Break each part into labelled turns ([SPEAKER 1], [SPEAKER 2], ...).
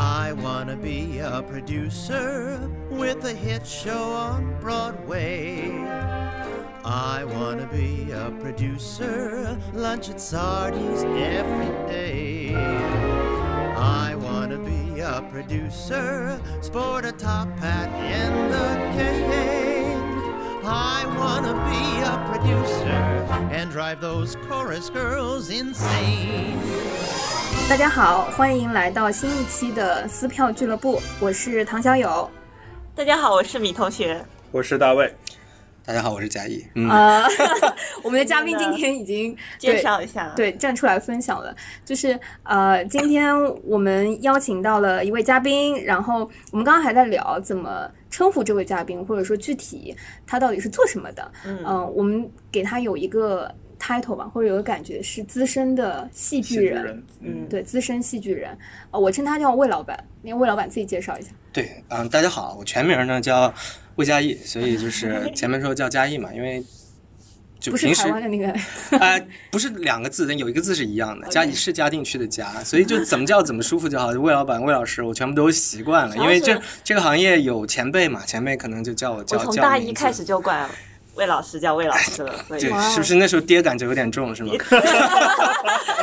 [SPEAKER 1] Wanna be a producer with a hit show on Broadway. I wanna be a producer, lunch at Sardi's every day. I wanna be a producer, sport a top hat and a cane. I wanna be a producer and drive those chorus girls insane.
[SPEAKER 2] 大家好，欢迎来到新一期的撕票俱乐部，我是唐小友。
[SPEAKER 3] 大家好，我是米同学。
[SPEAKER 4] 我是大卫，
[SPEAKER 5] 大家好，我是啊贾毅。
[SPEAKER 3] 嗯
[SPEAKER 2] 呃，我们的嘉宾今天已经对
[SPEAKER 3] 介绍一下，，
[SPEAKER 2] 对站出来分享了，就是呃，今天我们邀请到了一位嘉宾，然后我们刚刚还在聊怎么称呼这位嘉宾，或者说具体他到底是做什么的。嗯、
[SPEAKER 3] 嗯，
[SPEAKER 2] 我们给他有一个 title 吧，或者有个感觉是资深的戏
[SPEAKER 4] 喜
[SPEAKER 2] 剧
[SPEAKER 4] 剧
[SPEAKER 2] 人，
[SPEAKER 4] 人，嗯，
[SPEAKER 2] 对，资深戏剧人。呃，我称他叫魏老板，那魏老板自己介绍一下。
[SPEAKER 5] 对，嗯，大家好，我全名呢叫魏嘉译，所 以就是前面说叫嘉译嘛，因为就
[SPEAKER 2] 不是
[SPEAKER 5] 平时
[SPEAKER 2] 台湾的那个，
[SPEAKER 5] 哎，不是两个字，但有一个字是一样的，嘉译是嘉定区的嘉，所以就怎么叫怎么舒服就好。就 魏老板、魏老师，我全部都习惯了，
[SPEAKER 3] 主要
[SPEAKER 5] 因为这
[SPEAKER 3] 是
[SPEAKER 5] 这个行业有前辈嘛，前辈可能就叫 我
[SPEAKER 3] 我
[SPEAKER 5] 叫
[SPEAKER 3] 从
[SPEAKER 5] 叫
[SPEAKER 3] 大
[SPEAKER 5] 名
[SPEAKER 3] 一
[SPEAKER 5] 字
[SPEAKER 3] 开始就管魏老师叫魏老师了，所以
[SPEAKER 5] 对
[SPEAKER 2] 哇，
[SPEAKER 5] 是不是那时候爹感就有点重是吗？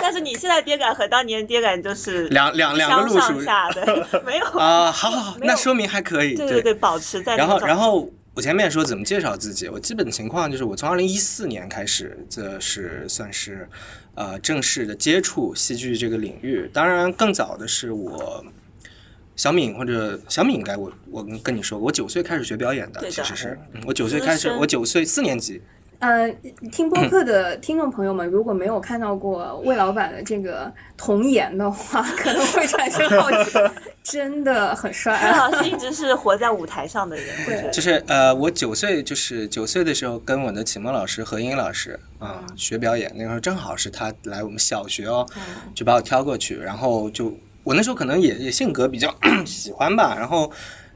[SPEAKER 3] 但是你现在爹感和当年爹感就是
[SPEAKER 5] 两两两
[SPEAKER 3] 相
[SPEAKER 5] 个路
[SPEAKER 3] 上
[SPEAKER 5] 数
[SPEAKER 3] 下 的，没有，
[SPEAKER 5] 啊，好好好，
[SPEAKER 3] 没有
[SPEAKER 5] 那说明还可以，
[SPEAKER 3] 对对对，保持在那
[SPEAKER 5] 然后，
[SPEAKER 3] 种
[SPEAKER 5] 然后我前面说怎么介绍自己，我基本情况就是我从二零一四年开始，这是算是呃正式的接触戏剧这个领域。当然，更早的是我小敏或者小敏应该我我跟你说过，我九岁开始学表演的，
[SPEAKER 3] 对的
[SPEAKER 5] 其实是、嗯我九岁开
[SPEAKER 3] 资
[SPEAKER 5] 始，
[SPEAKER 3] 深
[SPEAKER 5] 我九岁四年级，
[SPEAKER 2] 呃，听播客的 听众朋友们，如果没有看到过魏老板的这个童颜的 话，可能会产生好奇。真的很帅
[SPEAKER 3] 魏
[SPEAKER 2] 啊！
[SPEAKER 3] 老师一直是活在舞台上的人，我觉得
[SPEAKER 5] 就是呃我九岁就是九岁的时候跟我的启蒙老师何英老师啊、
[SPEAKER 2] 嗯
[SPEAKER 5] 学表演，那个时候正好是他来我们小学哦。
[SPEAKER 3] 嗯
[SPEAKER 5] 就把我挑过去，然后就我那时候可能也也性格比较 喜欢吧，然后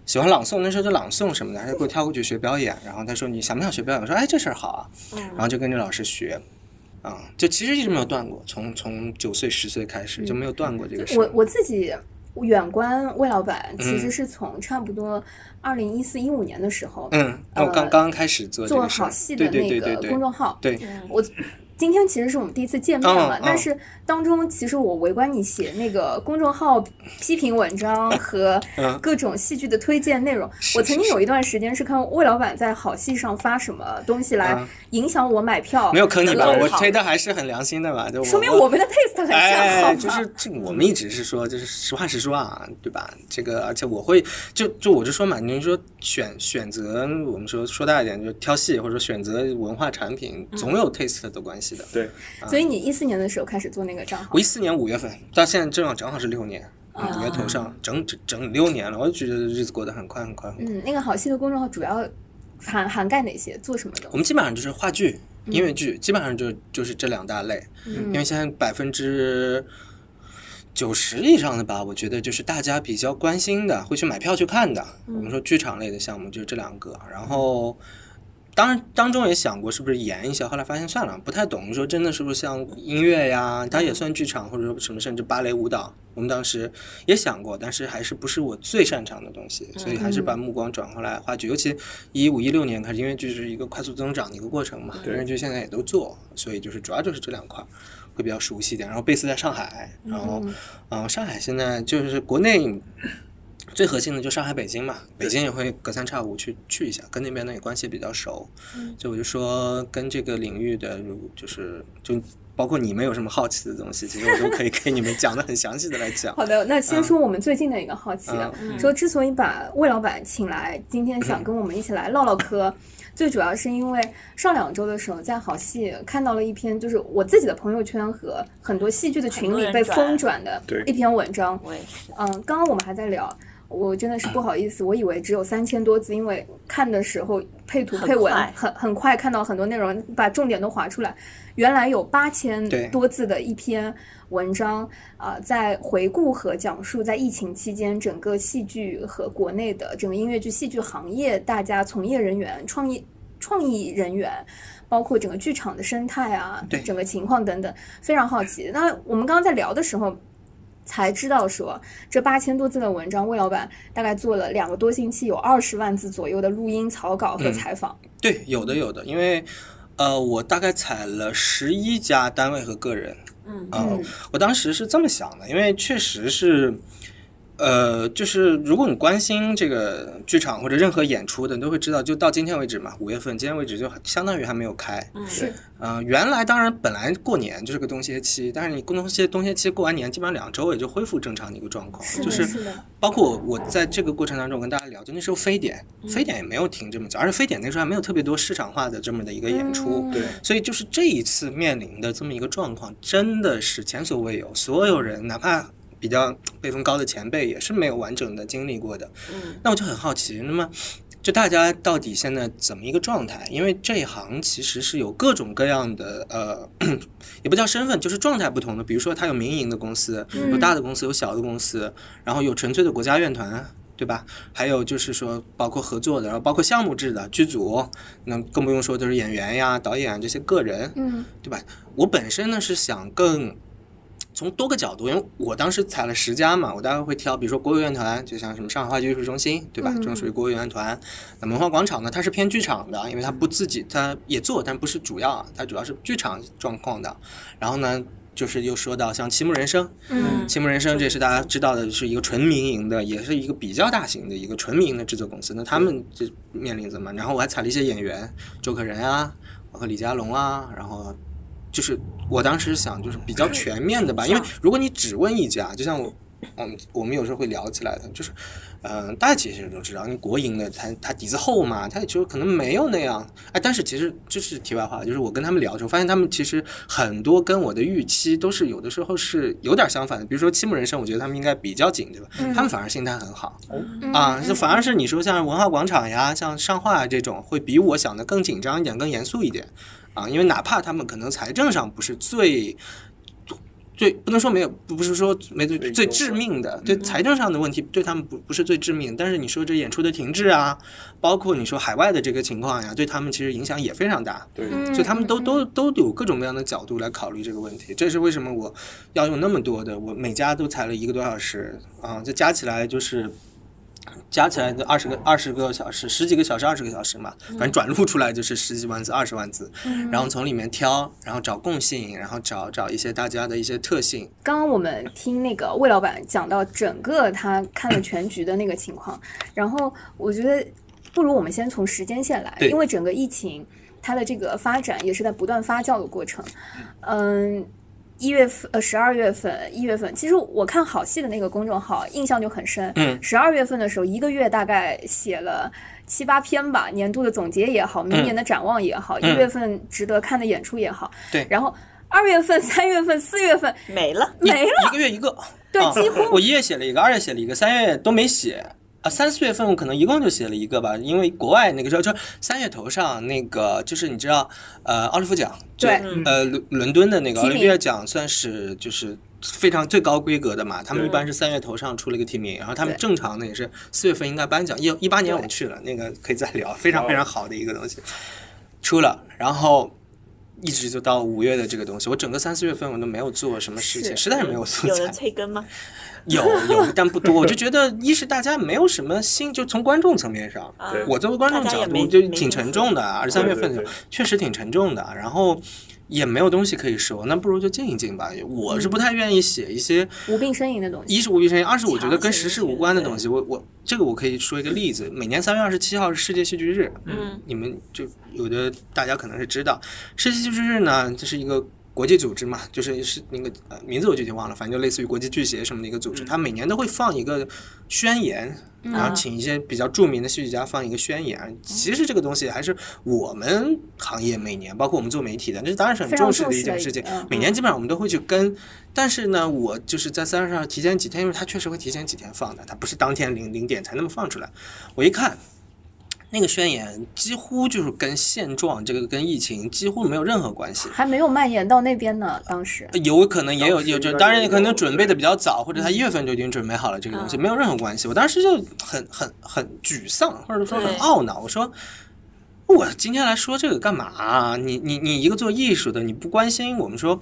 [SPEAKER 5] 喜欢朗诵，那时候就朗诵什么的，他就给我挑过去学表演，然后他说你想不想学表演？我说哎这事儿好啊，
[SPEAKER 2] 嗯
[SPEAKER 5] 然后就跟着老师学。啊、就其实一直没有断过，从从九岁十岁开始就没有断过这个事。
[SPEAKER 2] 我我自己远观魏老板，其实
[SPEAKER 5] 嗯
[SPEAKER 2] 是从差不多二零一四一五年的时候、
[SPEAKER 5] 嗯，那我刚
[SPEAKER 2] 呃
[SPEAKER 5] 刚开始做这
[SPEAKER 2] 做
[SPEAKER 5] 个事儿
[SPEAKER 2] 好戏
[SPEAKER 5] 对
[SPEAKER 2] 的
[SPEAKER 5] 对
[SPEAKER 2] 那
[SPEAKER 5] 对对
[SPEAKER 2] 个
[SPEAKER 5] 对
[SPEAKER 2] 公众号。
[SPEAKER 5] 对，
[SPEAKER 2] 我今天其实是我们第一次见面嘛，
[SPEAKER 5] 嗯嗯
[SPEAKER 2] 但是当中其实我围观你写那个公众号批评文章和
[SPEAKER 5] 嗯
[SPEAKER 2] 各种戏剧的推荐内容。
[SPEAKER 5] 是
[SPEAKER 2] 我曾经
[SPEAKER 5] 是
[SPEAKER 2] 有一段时间是看魏老板在好戏上发什么东西来
[SPEAKER 5] 嗯
[SPEAKER 2] 影响我买票，
[SPEAKER 5] 没有坑你吧？
[SPEAKER 2] 和
[SPEAKER 5] 我推的还是很良心的吧？就我
[SPEAKER 2] 说明我们的 taste 很像，好
[SPEAKER 5] 哎，
[SPEAKER 2] 吗
[SPEAKER 5] 就是这个，我们一直是说，就是实话实说啊，对吧？这个，而且我会，就就我就说嘛，你说选选择，我们说说大一点，就是挑戏或者说选择文化产品，
[SPEAKER 2] 嗯
[SPEAKER 5] 总有 taste 的关系的。
[SPEAKER 4] 对，
[SPEAKER 2] 所以你一四年的时候开始做那个账号
[SPEAKER 5] 嗯我，一四年五月份到现在正好正好是六年，
[SPEAKER 2] 啊
[SPEAKER 5] 嗯五月头上整整整六年了，我就觉得日子过得很快很快。很快
[SPEAKER 2] 嗯，那个好戏的公众号主要涵涵盖哪些，做什么的
[SPEAKER 5] 我？们基本上就是话剧、
[SPEAKER 2] 嗯
[SPEAKER 5] 音乐剧，基本上就就是这两大类。因为现在百分之九十以上的吧，我觉得就是大家比较关心的，会去买票去看的。我们说剧场类的项目就是这两个，然后。当然，当中也想过是不是演一下，后来发现算了，不太懂。说真的，是不是像音乐呀，它也算剧场，或者说什么，甚至芭蕾舞蹈，我们当时也想过，但是还是不是我最擅长的东西，所以还是把目光转回来话剧。尤其一五一六年开始，因为就是一个快速增长的一个过程嘛，
[SPEAKER 4] 对
[SPEAKER 5] 音乐剧现在也都做，所以就是主要就是这两块。会比较熟悉一点。然后贝斯在上海，然后，嗯、上海现在就是国内最核心的就上海、北京嘛，北京也会隔三差五去去一下，跟那边呢也关系比较熟，所以我就说跟这个领域的，如就是就包括你们有什么好奇的东西，其实我都可以给你们讲的很详细的 来讲。
[SPEAKER 2] 好的，那先说我们最近的一个好奇的，
[SPEAKER 5] 嗯
[SPEAKER 2] 说之所以把魏老板请来，今天想跟我们一起来唠唠嗑，最主要是因为上两周的时候在好戏看到了一篇，就是我自己的朋友圈和很多戏剧的群里被疯转的
[SPEAKER 4] 对
[SPEAKER 2] 一篇文章。
[SPEAKER 3] 我也是，
[SPEAKER 2] 嗯，刚刚我们还在聊。我真的是不好意思，我以为只有三千多字，因为看的时候配图
[SPEAKER 3] 很
[SPEAKER 2] 配文
[SPEAKER 3] 快
[SPEAKER 2] 很很快看到很多内容，把重点都划出来。原来有八千
[SPEAKER 5] 对
[SPEAKER 2] 多字的一篇文章，啊、在回顾和讲述在疫情期间整个戏剧和国内的整个音乐剧戏剧行业，大家从业人员、创意创意人员，包括整个剧场的生态啊
[SPEAKER 5] 对，
[SPEAKER 2] 整个情况等等，非常好奇。那我们刚刚在聊的时候，才知道说，这八千多字的文章，魏老板大概做了两个多星期，有二十万字左右的录音、草稿和
[SPEAKER 5] 嗯
[SPEAKER 2] 采访。
[SPEAKER 5] 对，有的有的，因为呃，我大概采了十一家单位和个人
[SPEAKER 3] 嗯
[SPEAKER 5] 啊、
[SPEAKER 2] 嗯
[SPEAKER 5] 我当时是这么想的，因为确实是。呃，就是如果你关心这个剧场或者任何演出的，你都会知道，就到今天为止嘛，五月份今天为止就相当于还没有开，
[SPEAKER 3] 嗯
[SPEAKER 2] 是，
[SPEAKER 5] 呃，原来当然本来过年就是个冬歇期，但是你过冬歇冬歇期过完年，基本上两周也就恢复正常的一个状况。
[SPEAKER 2] 是的，
[SPEAKER 5] 就是
[SPEAKER 2] 是的，
[SPEAKER 5] 包括我在这个过程当中，我跟大家聊，就那时候非典，
[SPEAKER 2] 嗯
[SPEAKER 5] 非典也没有停这么久，而且非典那时候还没有特别多市场化的这么的一个演出，
[SPEAKER 2] 嗯
[SPEAKER 4] 对，
[SPEAKER 5] 所以就是这一次面临的这么一个状况，真的是前所未有，所有人哪怕。比较辈分高的前辈也是没有完整的经历过的，
[SPEAKER 3] 嗯
[SPEAKER 5] 那我就很好奇，那么就大家到底现在怎么一个状态？因为这一行其实是有各种各样的呃， 也不叫身份，就是状态不同的。比如说，它有民营的公司，有嗯
[SPEAKER 2] 嗯
[SPEAKER 5] 大的公司，有小的公司，然后有纯粹的国家院团。对吧？还有就是说，包括合作的，然后包括项目制的剧组，那更不用说就是演员呀、导演啊这些个人，
[SPEAKER 2] 嗯
[SPEAKER 5] 对吧？我本身呢是想更从多个角度，因为我当时采了十家嘛，我大概会挑，比如说国有院团，就像什么上海话剧艺术中心，对吧？
[SPEAKER 2] 嗯
[SPEAKER 5] 这种属于国有院团。那文化广场呢，它是偏剧场的，因为它不自己，它也做，但不是主要，啊它主要是剧场状况的。然后呢，就是又说到像《七木人生》，
[SPEAKER 2] 嗯
[SPEAKER 5] 《七木人生》这是大家知道的，是一个纯民营的，也是一个比较大型的一个纯民营的制作公司。那他们就面临怎么？然后我还采了一些演员，周可人啊，包括李佳龙啊，然后就是我当时想就是比较全面的吧，因为如果你只问一家，就像我。我们我们有时候会聊起来的，就是，嗯、大家其实都知道，你国营的它它底子厚嘛，它就可能没有那样，哎，但是其实这是题外话，就是我跟他们聊的时候，发现他们其实很多跟我的预期都是有的时候是有点相反的，比如说七木人生，我觉得他们应该比较紧，对吧？
[SPEAKER 2] 嗯
[SPEAKER 5] 他们反而心态很好，
[SPEAKER 2] 嗯
[SPEAKER 5] 啊，
[SPEAKER 2] 嗯
[SPEAKER 5] 就反而是你说像文化广场呀、像上画啊这种，会比我想的更紧张一点、更严肃一点啊。因为哪怕他们可能财政上不是最最不能说没有，不不是说没最
[SPEAKER 4] 最
[SPEAKER 5] 最
[SPEAKER 4] 优惠
[SPEAKER 5] 致命的，
[SPEAKER 2] 嗯
[SPEAKER 5] 对财政上的问题对他们不不是最致命，但是你说这演出的停滞啊，包括你说海外的这个情况呀，对他们其实影响也非常大。
[SPEAKER 4] 对，
[SPEAKER 2] 嗯，
[SPEAKER 5] 所以他们都
[SPEAKER 2] 嗯
[SPEAKER 5] 都都有各种各样的角度来考虑这个问题。这是为什么我要用那么多的，我每家都裁了一个多小时啊，这加起来就是。加起来就二十个二十个小时，十几个小时，二十个小时嘛，
[SPEAKER 2] 嗯
[SPEAKER 5] 反正转录出来就是十几万字、二十万字，然后从里面挑，然后找共性，然后找找一些大家的一些特性，
[SPEAKER 2] 刚刚我们听那个魏老板讲到整个他看了全局的那个情况，
[SPEAKER 5] 嗯
[SPEAKER 2] 然后我觉得不如我们先从时间线来，
[SPEAKER 5] 对
[SPEAKER 2] 因为整个疫情它的这个发展也是在不断发酵的过程。嗯，一月份、呃十二月份、一月份，其实我看好戏的那个公众号印象就很深。
[SPEAKER 5] 嗯
[SPEAKER 2] 十二月份的时候，一个月大概写了。七八篇吧，年度的总结也好，明年的展望也好，一、
[SPEAKER 5] 嗯
[SPEAKER 2] 月份值得看的演出也好，
[SPEAKER 5] 对
[SPEAKER 2] 然后二月份、三月份、四月份
[SPEAKER 3] 嗯没了，
[SPEAKER 5] 一
[SPEAKER 2] 没了，
[SPEAKER 5] 一个月一个，
[SPEAKER 2] 对
[SPEAKER 5] 啊
[SPEAKER 2] 几乎
[SPEAKER 5] 我一月写了一个，二月写了一个，三月都没写啊。三四月份我可能一共就写了一个吧，因为国外那个时候就是三月头上那个就是你知道，呃，奥利弗奖，就
[SPEAKER 2] 对
[SPEAKER 3] 嗯
[SPEAKER 5] 呃，伦伦敦的那个
[SPEAKER 2] 提
[SPEAKER 5] 奥
[SPEAKER 2] 名
[SPEAKER 5] 利弗奖算是就是。非常最高规格的嘛，他们
[SPEAKER 4] 对
[SPEAKER 5] 一般是三月头上出了一个提名，然后他们
[SPEAKER 2] 对
[SPEAKER 5] 正常的也是四月份应该颁奖。一一八年我去了，那个可以再聊，非常
[SPEAKER 4] 哦
[SPEAKER 5] 非常好的一个东西，出了，然后一直就到五月的这个东西，我整个三四月份我都没有做什么事情，
[SPEAKER 2] 是
[SPEAKER 5] 实在是没有素
[SPEAKER 3] 有
[SPEAKER 5] 材
[SPEAKER 3] 人。催更吗？
[SPEAKER 5] 有有，但不多。我就觉得，一是大家没有什么心，就从观众层面上，
[SPEAKER 3] 啊
[SPEAKER 4] 对，
[SPEAKER 5] 我作为观众
[SPEAKER 3] 大家
[SPEAKER 5] 角
[SPEAKER 3] 也
[SPEAKER 5] 度
[SPEAKER 3] 没
[SPEAKER 5] 就
[SPEAKER 3] 没
[SPEAKER 5] 挺
[SPEAKER 3] 心
[SPEAKER 5] 沉
[SPEAKER 3] 思
[SPEAKER 5] 重的啊，二三
[SPEAKER 4] 对
[SPEAKER 5] 月
[SPEAKER 4] 对
[SPEAKER 5] 份的
[SPEAKER 4] 对
[SPEAKER 5] 确实挺沉重的，然后也没有东西可以说，那不如就静一静吧。我是
[SPEAKER 3] 嗯
[SPEAKER 5] 不太愿意写一些
[SPEAKER 2] 无病呻吟的东西。
[SPEAKER 5] 一是无病呻吟，二是我觉得跟
[SPEAKER 3] 强行
[SPEAKER 5] 时
[SPEAKER 3] 写
[SPEAKER 5] 事无关的
[SPEAKER 3] 对
[SPEAKER 5] 东西。我我这个我可以说一个例子，每年三月二十七号是世界戏剧日，
[SPEAKER 3] 嗯
[SPEAKER 5] 你们就有的大家可能是知道，世界戏剧日呢，这是一个国际组织嘛，就是是那个、呃、名字我具体忘了，反正就类似于国际剧协什么的一个组织，它每年都会放一个宣言，然后请一些比较著名的戏剧家放一个宣言。其实这个东西还是我们行业每年，包括我们做媒体的，这当然是很
[SPEAKER 2] 非常
[SPEAKER 5] 重视
[SPEAKER 2] 重
[SPEAKER 5] 的一
[SPEAKER 2] 视
[SPEAKER 5] 件
[SPEAKER 2] 的
[SPEAKER 5] 事情
[SPEAKER 2] 嗯。
[SPEAKER 5] 每年基本上我们都会去跟，但是呢，我就是在三十号提前几天，因为它确实会提前几天放的，它不是当天零零点才那么放出来。我一看。那个宣言几乎就是跟现状，这个跟疫情几乎没有任何关系。
[SPEAKER 2] 还没有蔓延到那边呢，当时。
[SPEAKER 5] 有可能也有
[SPEAKER 4] 当时
[SPEAKER 5] 有，
[SPEAKER 4] 应该
[SPEAKER 5] 就当然
[SPEAKER 4] 也
[SPEAKER 5] 也可能
[SPEAKER 4] 有嗯
[SPEAKER 5] 准备的比较早，或者他一月份就已经准备好了这个东西，没有任何关系。我当时就很很很沮丧，或者说很
[SPEAKER 3] 对
[SPEAKER 5] 懊恼，我说。我今天来说这个干嘛、啊你你你一个做艺术的，你不关心我们说，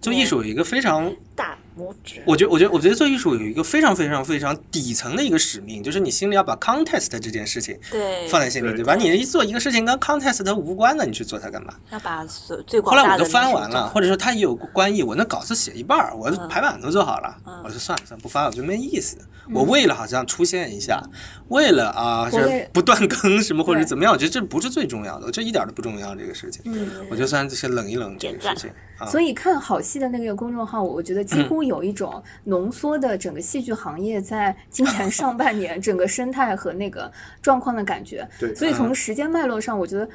[SPEAKER 5] 做艺术有一个非常
[SPEAKER 3] 大我觉
[SPEAKER 5] 我觉得，我觉得，我觉得做艺术有一个非常非常非常底层的一个使命，就是你心里要把 context 这件事情
[SPEAKER 3] 对，
[SPEAKER 5] 放在心里，
[SPEAKER 1] 对
[SPEAKER 5] 对吧？你一做一个事情跟 context 它无关的，你去做它干嘛？
[SPEAKER 3] 要把所最
[SPEAKER 5] 后
[SPEAKER 3] 广
[SPEAKER 5] 来
[SPEAKER 3] 大
[SPEAKER 5] 我
[SPEAKER 3] 的
[SPEAKER 5] 都翻
[SPEAKER 3] 民
[SPEAKER 5] 完
[SPEAKER 3] 众
[SPEAKER 5] 了，或者说它也有关译，我那稿子写一半儿，我的排版都做好了，
[SPEAKER 3] 嗯
[SPEAKER 5] 我说算了算了，不翻了，我觉得没意思。我为了好像出现一下，为了啊，
[SPEAKER 2] 我
[SPEAKER 5] 是
[SPEAKER 2] 也
[SPEAKER 5] 不断更什么或者
[SPEAKER 2] 对
[SPEAKER 5] 怎么样，我觉得这不是最重要的，这一点儿都不重要这个事情。
[SPEAKER 2] 嗯，
[SPEAKER 5] 我就算是冷一冷这个
[SPEAKER 3] 点
[SPEAKER 5] 事
[SPEAKER 3] 赞
[SPEAKER 5] 情啊。嗯
[SPEAKER 2] 所以看好戏的那个公众号，我觉得几乎有一种浓缩的整个戏剧行业在今 年上半年整个生态和那个状况的感觉。
[SPEAKER 1] 对
[SPEAKER 2] 所以从
[SPEAKER 5] 嗯
[SPEAKER 2] 时间脉络上，我觉得，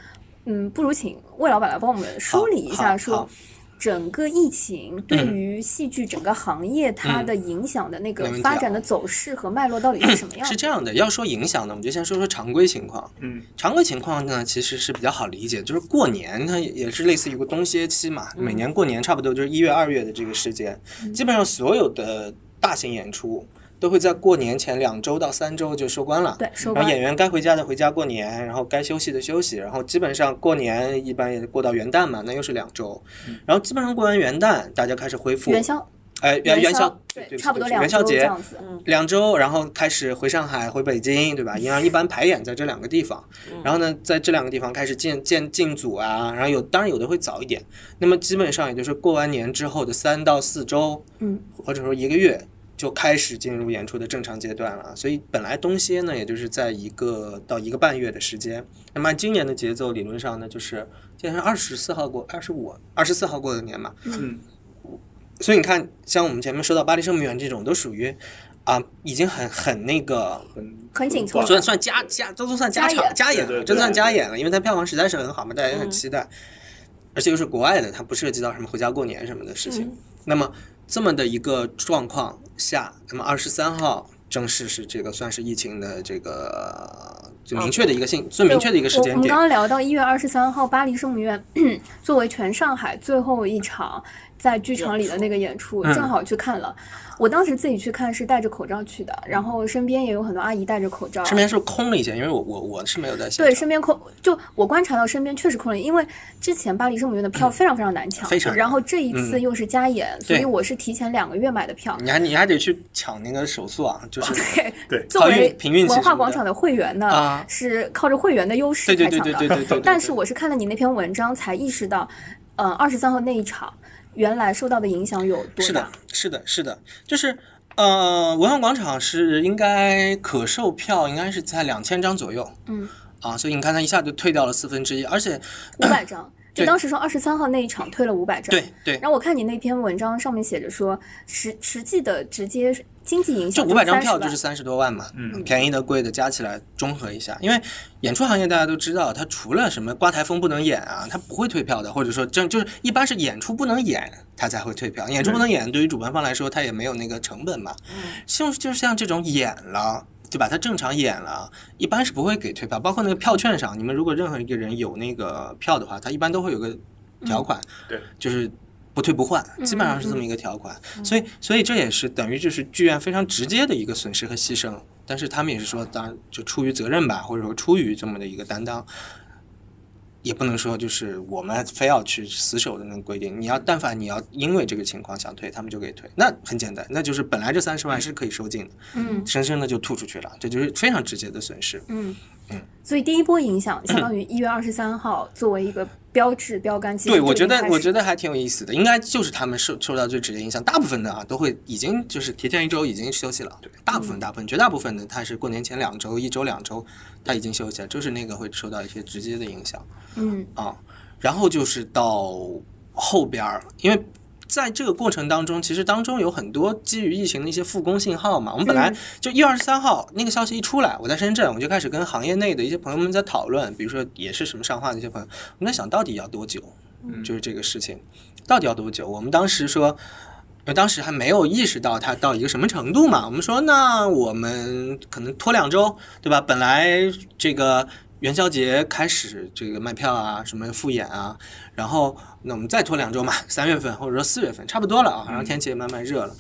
[SPEAKER 2] 嗯，不如请魏老板来帮我们梳理一
[SPEAKER 5] 好
[SPEAKER 2] 下，
[SPEAKER 5] 好
[SPEAKER 2] 说
[SPEAKER 5] 好嗯
[SPEAKER 2] 整个疫情对于戏剧整个行业它的影响的那个
[SPEAKER 5] 没问题啊
[SPEAKER 2] 发展的走势和脉络到底是什么样
[SPEAKER 5] 是
[SPEAKER 2] 的？
[SPEAKER 5] 这样的，要说影响呢，我们就先说说常规情况。
[SPEAKER 1] 嗯，
[SPEAKER 5] 常规情况呢，其实是比较好理解，就是过年它也也是类似于一个冬歇期嘛，
[SPEAKER 2] 嗯
[SPEAKER 5] 每年过年差不多就是一月、二月的这个时间，基本上所有的大型演出都会在过年前两周到三周就收官了。
[SPEAKER 2] 对，收
[SPEAKER 5] 然
[SPEAKER 2] 官
[SPEAKER 5] 后。演员该回家的回家过年，然后该休息的休息，然后基本上过年一般也过到元旦嘛，那又是两周，然后基本上过完元旦，大家开始恢复
[SPEAKER 2] 嗯元，宵，
[SPEAKER 5] 哎，元元宵
[SPEAKER 2] 宵，，
[SPEAKER 5] 对
[SPEAKER 2] 对，
[SPEAKER 5] 对
[SPEAKER 2] 差不多
[SPEAKER 5] 对
[SPEAKER 2] 两
[SPEAKER 5] 元宵
[SPEAKER 2] 周这
[SPEAKER 5] 节，
[SPEAKER 2] 样子。
[SPEAKER 5] 两周，然后开始回上海、回北京，对吧？一样一般排演在这两个地方，然后呢，在这两个地方开始进进进组啊，然后有当然有的会早一点，那么基本上也就是过完年之后的三到四周，
[SPEAKER 2] 嗯，
[SPEAKER 5] 或者说一个月就开始进入演出的正常阶段了。所以本来东歇呢，也就是在一个到一个半月的时间，那么按今年的节奏，理论上呢，就是现在是二十四号过二十五二十四号过的年嘛，
[SPEAKER 1] 嗯，
[SPEAKER 5] 所以你看，像我们前面说到《巴黎圣母院》这种，都属于啊，已经很很那个，
[SPEAKER 1] 很
[SPEAKER 2] 很紧凑
[SPEAKER 5] 算算加加，都都算加场加演
[SPEAKER 1] 对
[SPEAKER 5] 了，
[SPEAKER 1] 对
[SPEAKER 5] 真算
[SPEAKER 1] 对
[SPEAKER 5] 加演了，因为它票房实在是很好嘛，大家也很
[SPEAKER 3] 嗯
[SPEAKER 5] 期待，而且又是国外的，它不涉及到什么回家过年什么的事情
[SPEAKER 3] 嗯。
[SPEAKER 5] 那么这么的一个状况下，那么二十三号正式是这个算是疫情的这个最明确的一个性最
[SPEAKER 2] 对
[SPEAKER 5] 明确的一个时
[SPEAKER 2] 我
[SPEAKER 5] 间
[SPEAKER 2] 哦我们
[SPEAKER 5] 点
[SPEAKER 2] 刚。刚聊到一月二十三号，巴黎圣母院 作为全上海最后一场在剧场里的那个演出，
[SPEAKER 5] 嗯
[SPEAKER 2] 正好去看了。我当时自己去看是戴着口罩去的，然后身边也有很多阿姨戴着口罩。
[SPEAKER 5] 身边是不是空了一些？因为我我我是没有在现
[SPEAKER 2] 对，
[SPEAKER 5] 场
[SPEAKER 2] 身边空，就我观察到身边确实空了，因为之前巴黎圣母院的票非常非常难抢，
[SPEAKER 5] 嗯非常难
[SPEAKER 2] 然后这一次
[SPEAKER 5] 嗯
[SPEAKER 2] 又是加演，所以
[SPEAKER 5] 对嗯
[SPEAKER 2] 我是提前两个月买的票。
[SPEAKER 5] 你还你还得去抢那个手速啊，就是
[SPEAKER 2] 哦对，
[SPEAKER 1] 对
[SPEAKER 2] 作
[SPEAKER 5] 好
[SPEAKER 2] 为
[SPEAKER 5] 运凭运气
[SPEAKER 2] 文
[SPEAKER 5] 什
[SPEAKER 2] 化
[SPEAKER 5] 么
[SPEAKER 2] 广
[SPEAKER 5] 的
[SPEAKER 2] 场的会员呢，
[SPEAKER 5] 啊
[SPEAKER 2] 是靠着会员的优势
[SPEAKER 5] 对
[SPEAKER 2] 才
[SPEAKER 5] 对
[SPEAKER 2] 抢
[SPEAKER 5] 对
[SPEAKER 2] 到
[SPEAKER 5] 对
[SPEAKER 2] 的。
[SPEAKER 5] 对对对对。
[SPEAKER 2] 但是我是看了你那篇文章才意识到，呃，二十三号那一场原来受到的影响有多大？
[SPEAKER 5] 是的，是的，是的，就是呃，文化广场是应该可售票应该是在两千张左右
[SPEAKER 2] 嗯，
[SPEAKER 5] 啊，所以你看它一下就退掉了四分之一，而且
[SPEAKER 2] 五百张。就
[SPEAKER 5] 对
[SPEAKER 2] 当时说二十三号那一场退了五百张。
[SPEAKER 5] 对对
[SPEAKER 2] 然，后我看你那篇文章上面写着说，实实际的直接经济影
[SPEAKER 5] 这
[SPEAKER 2] 响
[SPEAKER 5] 五百张票
[SPEAKER 2] 30万
[SPEAKER 5] 就是三十多万嘛，
[SPEAKER 1] 嗯
[SPEAKER 5] 便宜的贵的加起来综合一下，因为演出行业大家都知道，它除了什么刮台风不能演啊，它不会退票的，或者说真就是一般是演出不能演，它才会退票，演出不能演对于主办方来说，它也没有那个成本嘛，像就是像这种演了。对吧？它正常演了，一般是不会给退票，包括那个票券上，你们如果任何一个人有那个票的话，它一般都会有个条款，
[SPEAKER 1] 对，
[SPEAKER 5] 就是不退不换，基本上是这么一个条款。所以，所以这也是等于就是剧院非常直接的一个损失和牺牲。但是他们也是说，当然就出于责任吧，或者说出于这么的一个担当，也不能说就是我们非要去死守的那个规定。你要但凡你要因为这个情况想退，他们就给退。那很简单，那就是本来这三十万是可以收进的，
[SPEAKER 2] 嗯
[SPEAKER 5] 生生的就吐出去了，这就是非常直接的损失。
[SPEAKER 2] 嗯所以第一波影响相 当于一月二十三号作为一个标志标杆，其实
[SPEAKER 5] 对，我
[SPEAKER 2] 就
[SPEAKER 5] 觉
[SPEAKER 2] 已经
[SPEAKER 5] 得
[SPEAKER 2] 开始
[SPEAKER 5] 我觉得还挺有意思的，应该就是他们受受到最直接影响，大部分的啊都会已经就是提前一周已经休息了，对，大
[SPEAKER 2] 嗯
[SPEAKER 5] 部分大部分绝大部分的他是过年前两周一周两周他已经休息了，就是那个会受到一些直接的影响
[SPEAKER 2] 嗯
[SPEAKER 5] 啊，然后就是到后边儿，因为。在这个过程当中，其实当中有很多基于疫情的一些复工信号嘛。我们本来
[SPEAKER 2] 嗯
[SPEAKER 5] 就一月二十三号那个消息一出来，我在深圳，我就开始跟行业内的一些朋友们在讨论，比如说也是什么上画的一些朋友，我们在想到底要多久，就是这个事情到底要多久？我们当时说，呃当时还没有意识到它到一个什么程度嘛。我们说，那我们可能拖两周，对吧？本来这个元宵节开始这个卖票啊，什么复演啊，然后那我们再拖两周嘛，三月份或者说四月份差不多了啊，然后天气也慢慢热了。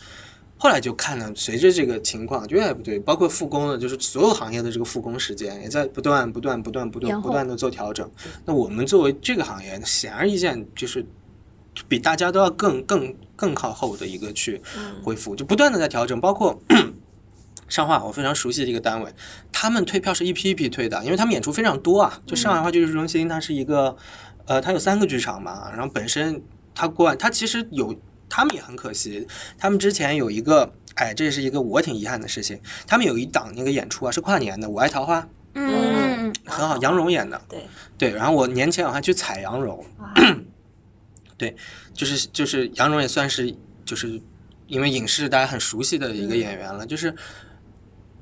[SPEAKER 5] 后来就看了，随着这个情况越来不对，包括复工了，就是所有行业的这个复工时间也在不断、不断、不断、不
[SPEAKER 2] 延
[SPEAKER 5] 断、
[SPEAKER 2] 后
[SPEAKER 5] 不断的做调整。那我们作为这个行业，显而易见就是比大家都要更更更靠后的一个去
[SPEAKER 3] 嗯
[SPEAKER 5] 恢复，就不断的在调整，包括 上画，我非常熟悉的一个单位，他们退票是一批一批退的，因为他们演出非常多啊。就上海话剧艺术中心，它是一个，呃，它有三个剧场嘛，然后本身它关，它其实有，他们也很可惜，他们之前有一个，哎，这是一个我挺遗憾的事情，他们有一档那个演出啊，是跨年的《我爱桃花
[SPEAKER 2] 嗯，》，
[SPEAKER 5] 很好，杨蓉演的，
[SPEAKER 3] 对，
[SPEAKER 5] 对，然后我年前我还去踩杨蓉，
[SPEAKER 3] 哇
[SPEAKER 5] 就是就是杨蓉也算是就是因为影视大家很熟悉的一
[SPEAKER 3] 嗯
[SPEAKER 5] 个演员了，就是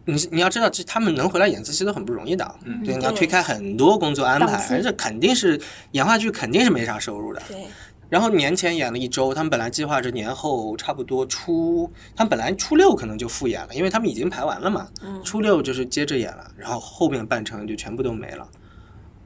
[SPEAKER 5] 你你要知道，这他们能回来演自戏都很不容易的，啊
[SPEAKER 3] 嗯
[SPEAKER 5] 对，你
[SPEAKER 3] 对
[SPEAKER 5] 要推开很多工作安
[SPEAKER 2] 档
[SPEAKER 5] 排，
[SPEAKER 2] 期
[SPEAKER 5] 而且肯定是演话剧肯定是没啥收入的。
[SPEAKER 3] 对，
[SPEAKER 5] 然后年前演了一周，他们本来计划着年后差不多初，他们本来初六可能就复演了，因为他们已经排完了嘛，
[SPEAKER 3] 嗯，
[SPEAKER 5] 初六就是接着演了，然后后面半程就全部都没了，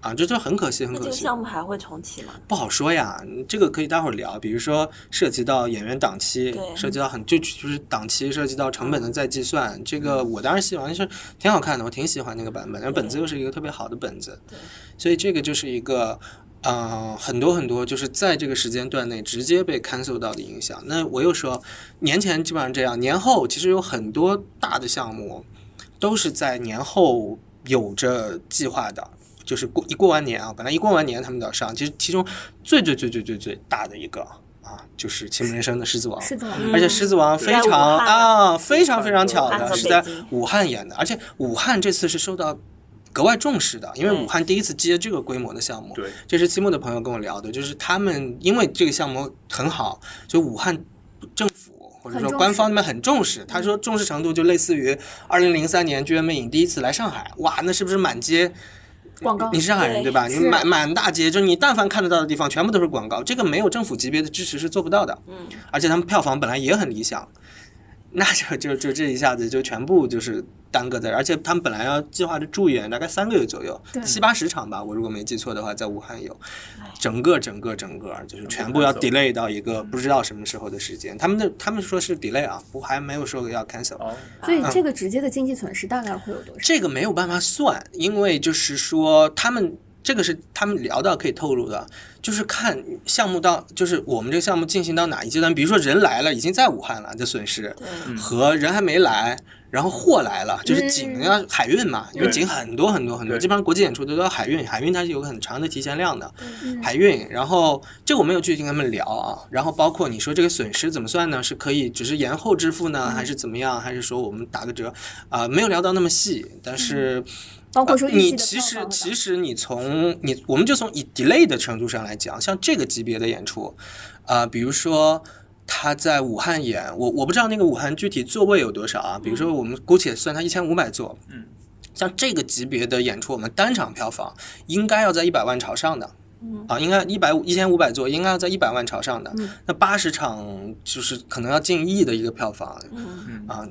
[SPEAKER 5] 啊，这就很可惜，很
[SPEAKER 3] 那这
[SPEAKER 5] 可
[SPEAKER 3] 个
[SPEAKER 5] 惜。
[SPEAKER 3] 项目还会重启吗？
[SPEAKER 5] 不好说呀，这个可以待会儿聊。比如说涉及到演员档期，
[SPEAKER 3] 对
[SPEAKER 5] 涉及到很就就是档期，涉及到成本的再计算。这
[SPEAKER 3] 嗯
[SPEAKER 5] 个我当然希望是挺好看的，我挺喜欢那个版本，然后本子又是一个特别好的本子
[SPEAKER 3] 对，
[SPEAKER 5] 所以这个就是一个。呃，很多很多就是在这个时间段内直接被 cancel 到的影响。那我又说，年前基本上这样，年后其实有很多大的项目都是在年后有着计划的，就是过一过完年啊，本来一过完年他们就要上，其实其中最最最最最最大的一个啊，就是《清明人生》的《狮子王》，
[SPEAKER 2] 是这么
[SPEAKER 3] 嗯
[SPEAKER 5] 而且《狮子王》非
[SPEAKER 3] 在武
[SPEAKER 5] 常
[SPEAKER 3] 汉
[SPEAKER 5] 啊，非常非常巧
[SPEAKER 3] 武汉
[SPEAKER 5] 的
[SPEAKER 3] 和
[SPEAKER 5] 是在
[SPEAKER 3] 北京
[SPEAKER 5] 武汉演的，而且武汉这次是受到格外重视的，因为
[SPEAKER 3] 对
[SPEAKER 5] 武汉第一次接这个规模的项目。
[SPEAKER 4] 对，
[SPEAKER 5] 这是期末的朋友跟我聊的，就是他们因为这个项目很好，所以武汉政府或者
[SPEAKER 2] 很
[SPEAKER 5] 说
[SPEAKER 2] 重
[SPEAKER 5] 官
[SPEAKER 2] 视嗯
[SPEAKER 5] 方那边很重视。他说重视程度就类似于二零零三年剧院魅影第一次来上海，哇，那是不是满街？
[SPEAKER 2] 广告
[SPEAKER 5] 你是上海人
[SPEAKER 3] 对
[SPEAKER 5] 对吧？你
[SPEAKER 2] 是
[SPEAKER 5] 满满大街，就你但凡看得到的地方，全部都是广告。这个没有政府级别的支持是做不到的。
[SPEAKER 3] 嗯，
[SPEAKER 5] 而且他们票房本来也很理想，那就就就这一下子就全部就是耽搁在这儿，而且他们本来要计划着驻演大概三个月左右，
[SPEAKER 2] 对
[SPEAKER 5] 七八十场吧，我如果没记错的话，在武汉有
[SPEAKER 3] 哎，
[SPEAKER 5] 整个整个整个就是全部要
[SPEAKER 4] 全
[SPEAKER 5] delay 到一
[SPEAKER 3] 嗯
[SPEAKER 5] 个不知道什么时候的时间。他们的他们说是 delay 啊，不还没有说要 cancel。
[SPEAKER 4] 哦，
[SPEAKER 2] 所以这个直接的经济损失大概会有多少？
[SPEAKER 5] 嗯这个没有办法算，因为就是说他们这个是他们聊到可以透露的，就是看项目到就是我们这个项目进行到哪一阶段，比如说人来了已经在武汉了的损失，
[SPEAKER 3] 对，
[SPEAKER 4] 嗯
[SPEAKER 5] 和人还没来，然后货来了，就是
[SPEAKER 2] 嗯
[SPEAKER 5] 景要海运嘛，因为
[SPEAKER 4] 对
[SPEAKER 5] 景很多很多很多，
[SPEAKER 4] 对
[SPEAKER 5] 基本上国际演出都要海运，海运它是有个很长的提前量的，
[SPEAKER 2] 嗯
[SPEAKER 5] 海运，然后这个我没有具体跟他们聊啊，然后包括你说这个损失怎么算呢？是可以只是延后支付
[SPEAKER 2] 嗯
[SPEAKER 5] 呢，还是怎么样？还是说我们打个折？啊、没有聊到那么细，但
[SPEAKER 2] 嗯
[SPEAKER 5] 是。呃
[SPEAKER 2] 包括说预
[SPEAKER 5] 你
[SPEAKER 2] 计的
[SPEAKER 5] 其
[SPEAKER 2] 票
[SPEAKER 5] 实
[SPEAKER 2] 房和
[SPEAKER 5] 其实你从你我们就从以 delay 的程度上来讲，像这个级别的演出，啊，比如说他在武汉演，我我不知道那个武汉具体座位有多少啊，比如说
[SPEAKER 2] 嗯
[SPEAKER 5] 我们姑且算他一千五百座，
[SPEAKER 4] 嗯，
[SPEAKER 5] 像这个级别的演出，我们单场票房应该要在一百万朝上的。
[SPEAKER 3] 嗯
[SPEAKER 5] 啊，应该一百一千五百座，应该要在一百万朝上的。
[SPEAKER 2] 嗯
[SPEAKER 5] 那八十场就是可能要近亿的一个票房，
[SPEAKER 3] 嗯，
[SPEAKER 4] 嗯
[SPEAKER 5] 啊，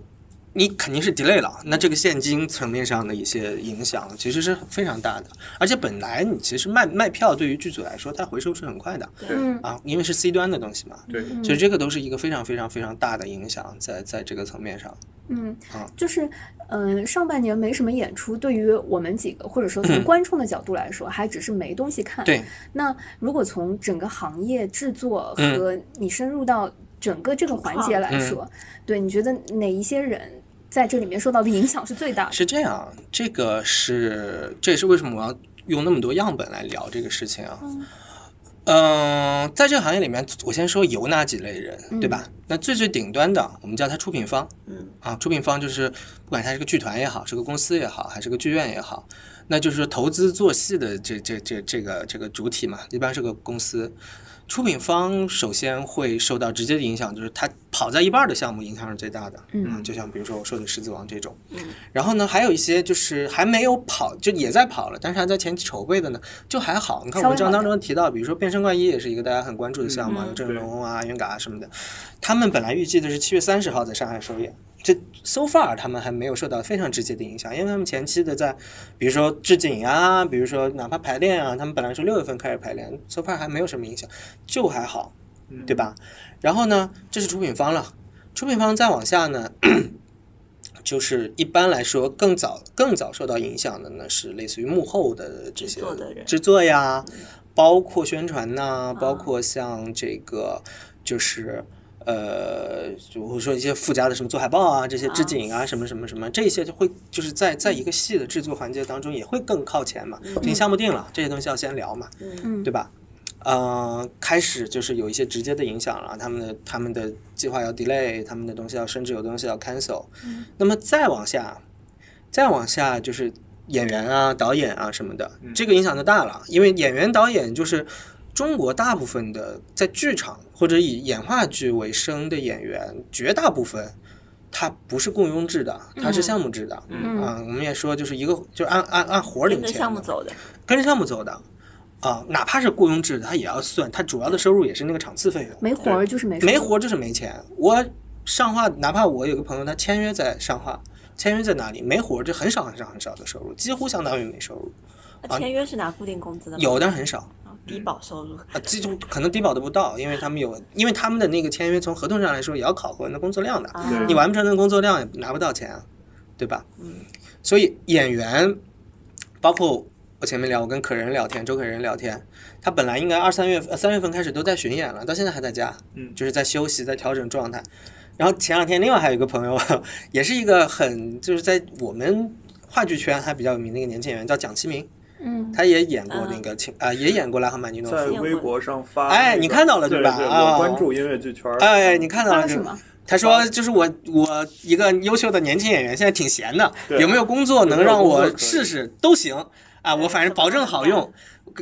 [SPEAKER 5] 你肯定是 delay 了，那这个现金层面上的一些影响其实是非常大的，而且本来你其实卖卖票对于剧组来说，它回收是很快的
[SPEAKER 3] 对，
[SPEAKER 4] 对
[SPEAKER 2] 嗯
[SPEAKER 5] 啊，因为是 C 端的东西嘛，
[SPEAKER 4] 对，
[SPEAKER 5] 所以这个都是一个非常非常非常大的影响在在这个层面上。
[SPEAKER 2] 嗯
[SPEAKER 5] 啊，
[SPEAKER 2] 就是嗯、呃上半年没什么演出，对于我们几个或者说从
[SPEAKER 5] 嗯
[SPEAKER 2] 观众的角度来说，还只是没东西看。
[SPEAKER 5] 对，
[SPEAKER 2] 那如果从整个行业制作
[SPEAKER 5] 嗯
[SPEAKER 2] 和你深入到整个这个环节来说，对你觉得哪一些人在这里面受到的影响是最大的？
[SPEAKER 5] 是这样，这个是这也是为什么我要用那么多样本来聊这个事情啊。
[SPEAKER 3] 嗯
[SPEAKER 5] 嗯、在这个行业里面，我先说有哪几类人，对
[SPEAKER 2] 嗯
[SPEAKER 5] 吧？那最最顶端的，我们叫它出品方，
[SPEAKER 3] 嗯，
[SPEAKER 5] 啊，出品方就是不管它是个剧团也好，是个公司也好，还是个剧院也好，那就是说投资做戏的这这这这个这个主体嘛，一般是个公司。出品方首先会受到直接的影响，就是它跑在一半儿的项目影响是最大的。啊
[SPEAKER 2] 嗯
[SPEAKER 5] 就像比如说我说的《狮子王》这种。
[SPEAKER 3] 嗯
[SPEAKER 5] 然后呢，还有一些就是还没有跑，就也在跑了，但是还在前期筹备的呢，就还好。你看
[SPEAKER 2] 稍
[SPEAKER 5] 我
[SPEAKER 2] 微
[SPEAKER 5] 文章
[SPEAKER 2] 好
[SPEAKER 5] 当
[SPEAKER 2] 点
[SPEAKER 5] 中提到，比如说《变身怪医》也是一个大家很关注的项目啊，
[SPEAKER 3] 嗯
[SPEAKER 5] 有郑
[SPEAKER 4] 对
[SPEAKER 5] 容啊、袁嘎啊什么的。他们本来预计的是七月三十号在上海首演，这 so far 他们还没有受到非常直接的影响，因为他们前期的在，比如说置景啊，比如说哪怕排练啊，他们本来是六月份开始排练，so far 还没有什么影响，就还好，
[SPEAKER 3] 嗯
[SPEAKER 4] 嗯
[SPEAKER 5] 对吧？然后呢，这是出品方了，出品方再往下呢。 就是一般来说，更早更早受到影响的呢，是类似于幕后的这些
[SPEAKER 3] 制作的人嗯啊
[SPEAKER 5] 制作呀，包括宣传呐、包括像这个就是。呃，我说一些附加的什么做海报啊，这些置景啊，什么什么什么，这些就会就是在在一个戏的制作环节当中也会更靠前嘛。已经项目定了，这些东西要先聊嘛。
[SPEAKER 3] 嗯
[SPEAKER 2] 嗯，
[SPEAKER 5] 对吧？呃，开始就是有一些直接的影响了，他们的他们的计划要 delay，他们的东西要甚至有东西要 cancel。
[SPEAKER 3] 嗯
[SPEAKER 5] 那么再往下，再往下就是演员啊、导演啊什么的，这个影响就大了，因为演员、导演就是中国大部分的在剧场或者以演话剧为生的演员，绝大部分他不是雇佣制的，他是
[SPEAKER 2] 嗯
[SPEAKER 5] 项目制的。
[SPEAKER 2] 嗯
[SPEAKER 5] 啊，我们也说，就是一个就按按按活儿领
[SPEAKER 3] 跟着
[SPEAKER 5] 钱的，
[SPEAKER 3] 项目走的，
[SPEAKER 5] 跟着项目走的，啊，哪怕是雇佣制的，他也要算，他主要的收入也是那个场次费用。
[SPEAKER 2] 没活儿就是没
[SPEAKER 5] 没
[SPEAKER 2] 活
[SPEAKER 5] 活就是没钱。我上画，哪怕我有个朋友，他签约在上画，签约在哪里没活就很少很少很少的收入，几乎相当于没收入，
[SPEAKER 3] 那签约是拿固定工资的吗，
[SPEAKER 5] 有但很少
[SPEAKER 3] 啊低保收入，
[SPEAKER 5] 啊，几乎可能低保都不到，因为他们有，因为他们的那个签约从合同上来说也要考核你的工作量的，
[SPEAKER 3] 啊
[SPEAKER 4] 对
[SPEAKER 5] 你完不成的工作量也拿不到钱啊，对吧？
[SPEAKER 3] 嗯
[SPEAKER 5] 所以演员，包括我前面聊，我跟可人聊天，周可人聊天，他本来应该二三月呃三月份开始都在巡演了，到现在还在家，
[SPEAKER 4] 嗯
[SPEAKER 5] 就是在休息，在调整状态。然后前两天，另外还有一个朋友，也是一个很就是在我们话剧圈还比较有名的一个年轻演员，叫蒋奇明，
[SPEAKER 2] 嗯，
[SPEAKER 5] 他也演过那个情啊、也演过《拉赫玛尼诺夫
[SPEAKER 4] 在》。
[SPEAKER 3] 见
[SPEAKER 4] 微
[SPEAKER 3] 过
[SPEAKER 4] 博上发那个，
[SPEAKER 5] 哎你看到了
[SPEAKER 4] 对
[SPEAKER 5] 对吧
[SPEAKER 4] 对
[SPEAKER 5] 啊
[SPEAKER 4] 我关注音乐剧圈儿，
[SPEAKER 5] 哎，你看到
[SPEAKER 2] 发
[SPEAKER 5] 了
[SPEAKER 2] 了
[SPEAKER 5] 这
[SPEAKER 2] 什
[SPEAKER 5] 个？
[SPEAKER 2] 么？
[SPEAKER 5] 他
[SPEAKER 4] 啊
[SPEAKER 5] 说：“就是我，我一个优秀的年轻演员，现在挺闲的，
[SPEAKER 4] 对
[SPEAKER 5] 有没有工作
[SPEAKER 4] 有没有
[SPEAKER 5] 能让
[SPEAKER 4] 工作
[SPEAKER 5] 我
[SPEAKER 4] 可以
[SPEAKER 5] 试试都行啊，我反正保证好用。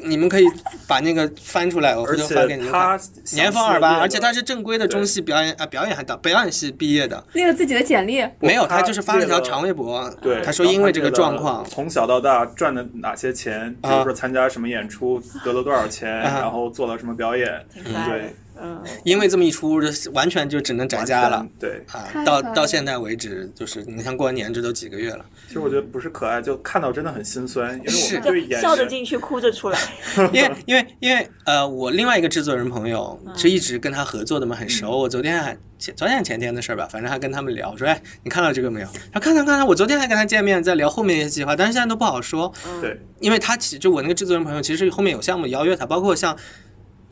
[SPEAKER 5] 你们可以把那个翻出来，我回
[SPEAKER 4] 而
[SPEAKER 5] 头发给
[SPEAKER 4] 且
[SPEAKER 5] 你们看。
[SPEAKER 4] 他
[SPEAKER 5] 年方二八，而且他
[SPEAKER 4] 是
[SPEAKER 5] 是正规的中戏表演啊，表演还导表演系毕业的，
[SPEAKER 2] 列了自己的简历，
[SPEAKER 5] 没有他
[SPEAKER 4] 他
[SPEAKER 5] 就是发了
[SPEAKER 4] 列
[SPEAKER 5] 条
[SPEAKER 4] 了
[SPEAKER 5] 长微博，
[SPEAKER 4] 对
[SPEAKER 5] 他说因为这个状
[SPEAKER 4] 然后
[SPEAKER 5] 况
[SPEAKER 4] 他列了，从小到大赚了哪些钱，比
[SPEAKER 5] 啊
[SPEAKER 4] 如说参加什么演出得了多少钱，
[SPEAKER 5] 啊
[SPEAKER 4] 然后做了什么表演，
[SPEAKER 3] 挺可爱的
[SPEAKER 4] 对，
[SPEAKER 3] 嗯，
[SPEAKER 5] 因为这么一出，这完全就只能宅家了
[SPEAKER 4] 完全。对，
[SPEAKER 5] 啊，
[SPEAKER 2] 太
[SPEAKER 5] 到
[SPEAKER 2] 可爱
[SPEAKER 5] 到
[SPEAKER 2] 了
[SPEAKER 5] 现在为止，就是你像过完年这都几个月了，
[SPEAKER 4] 其实我觉得不是可爱，就看到真的很心酸，因为我
[SPEAKER 5] 是
[SPEAKER 4] 们对
[SPEAKER 3] 就
[SPEAKER 4] 演
[SPEAKER 3] 笑着
[SPEAKER 4] 员
[SPEAKER 3] 进去，哭着出来，
[SPEAKER 5] 因为因为因为呃，我另外一个制作人朋友
[SPEAKER 2] 嗯
[SPEAKER 5] 是一直跟他合作的嘛，很熟。我昨天还前昨天前天的事儿吧，反正还跟他们聊说，哎，你看到这个没有？他说看到看到，我昨天还跟他见面，在聊后面一些计划，但是现在都不好说，
[SPEAKER 3] 嗯
[SPEAKER 4] 对，
[SPEAKER 5] 因为他其就我那个制作人朋友，其实后面有项目邀约他，包括像。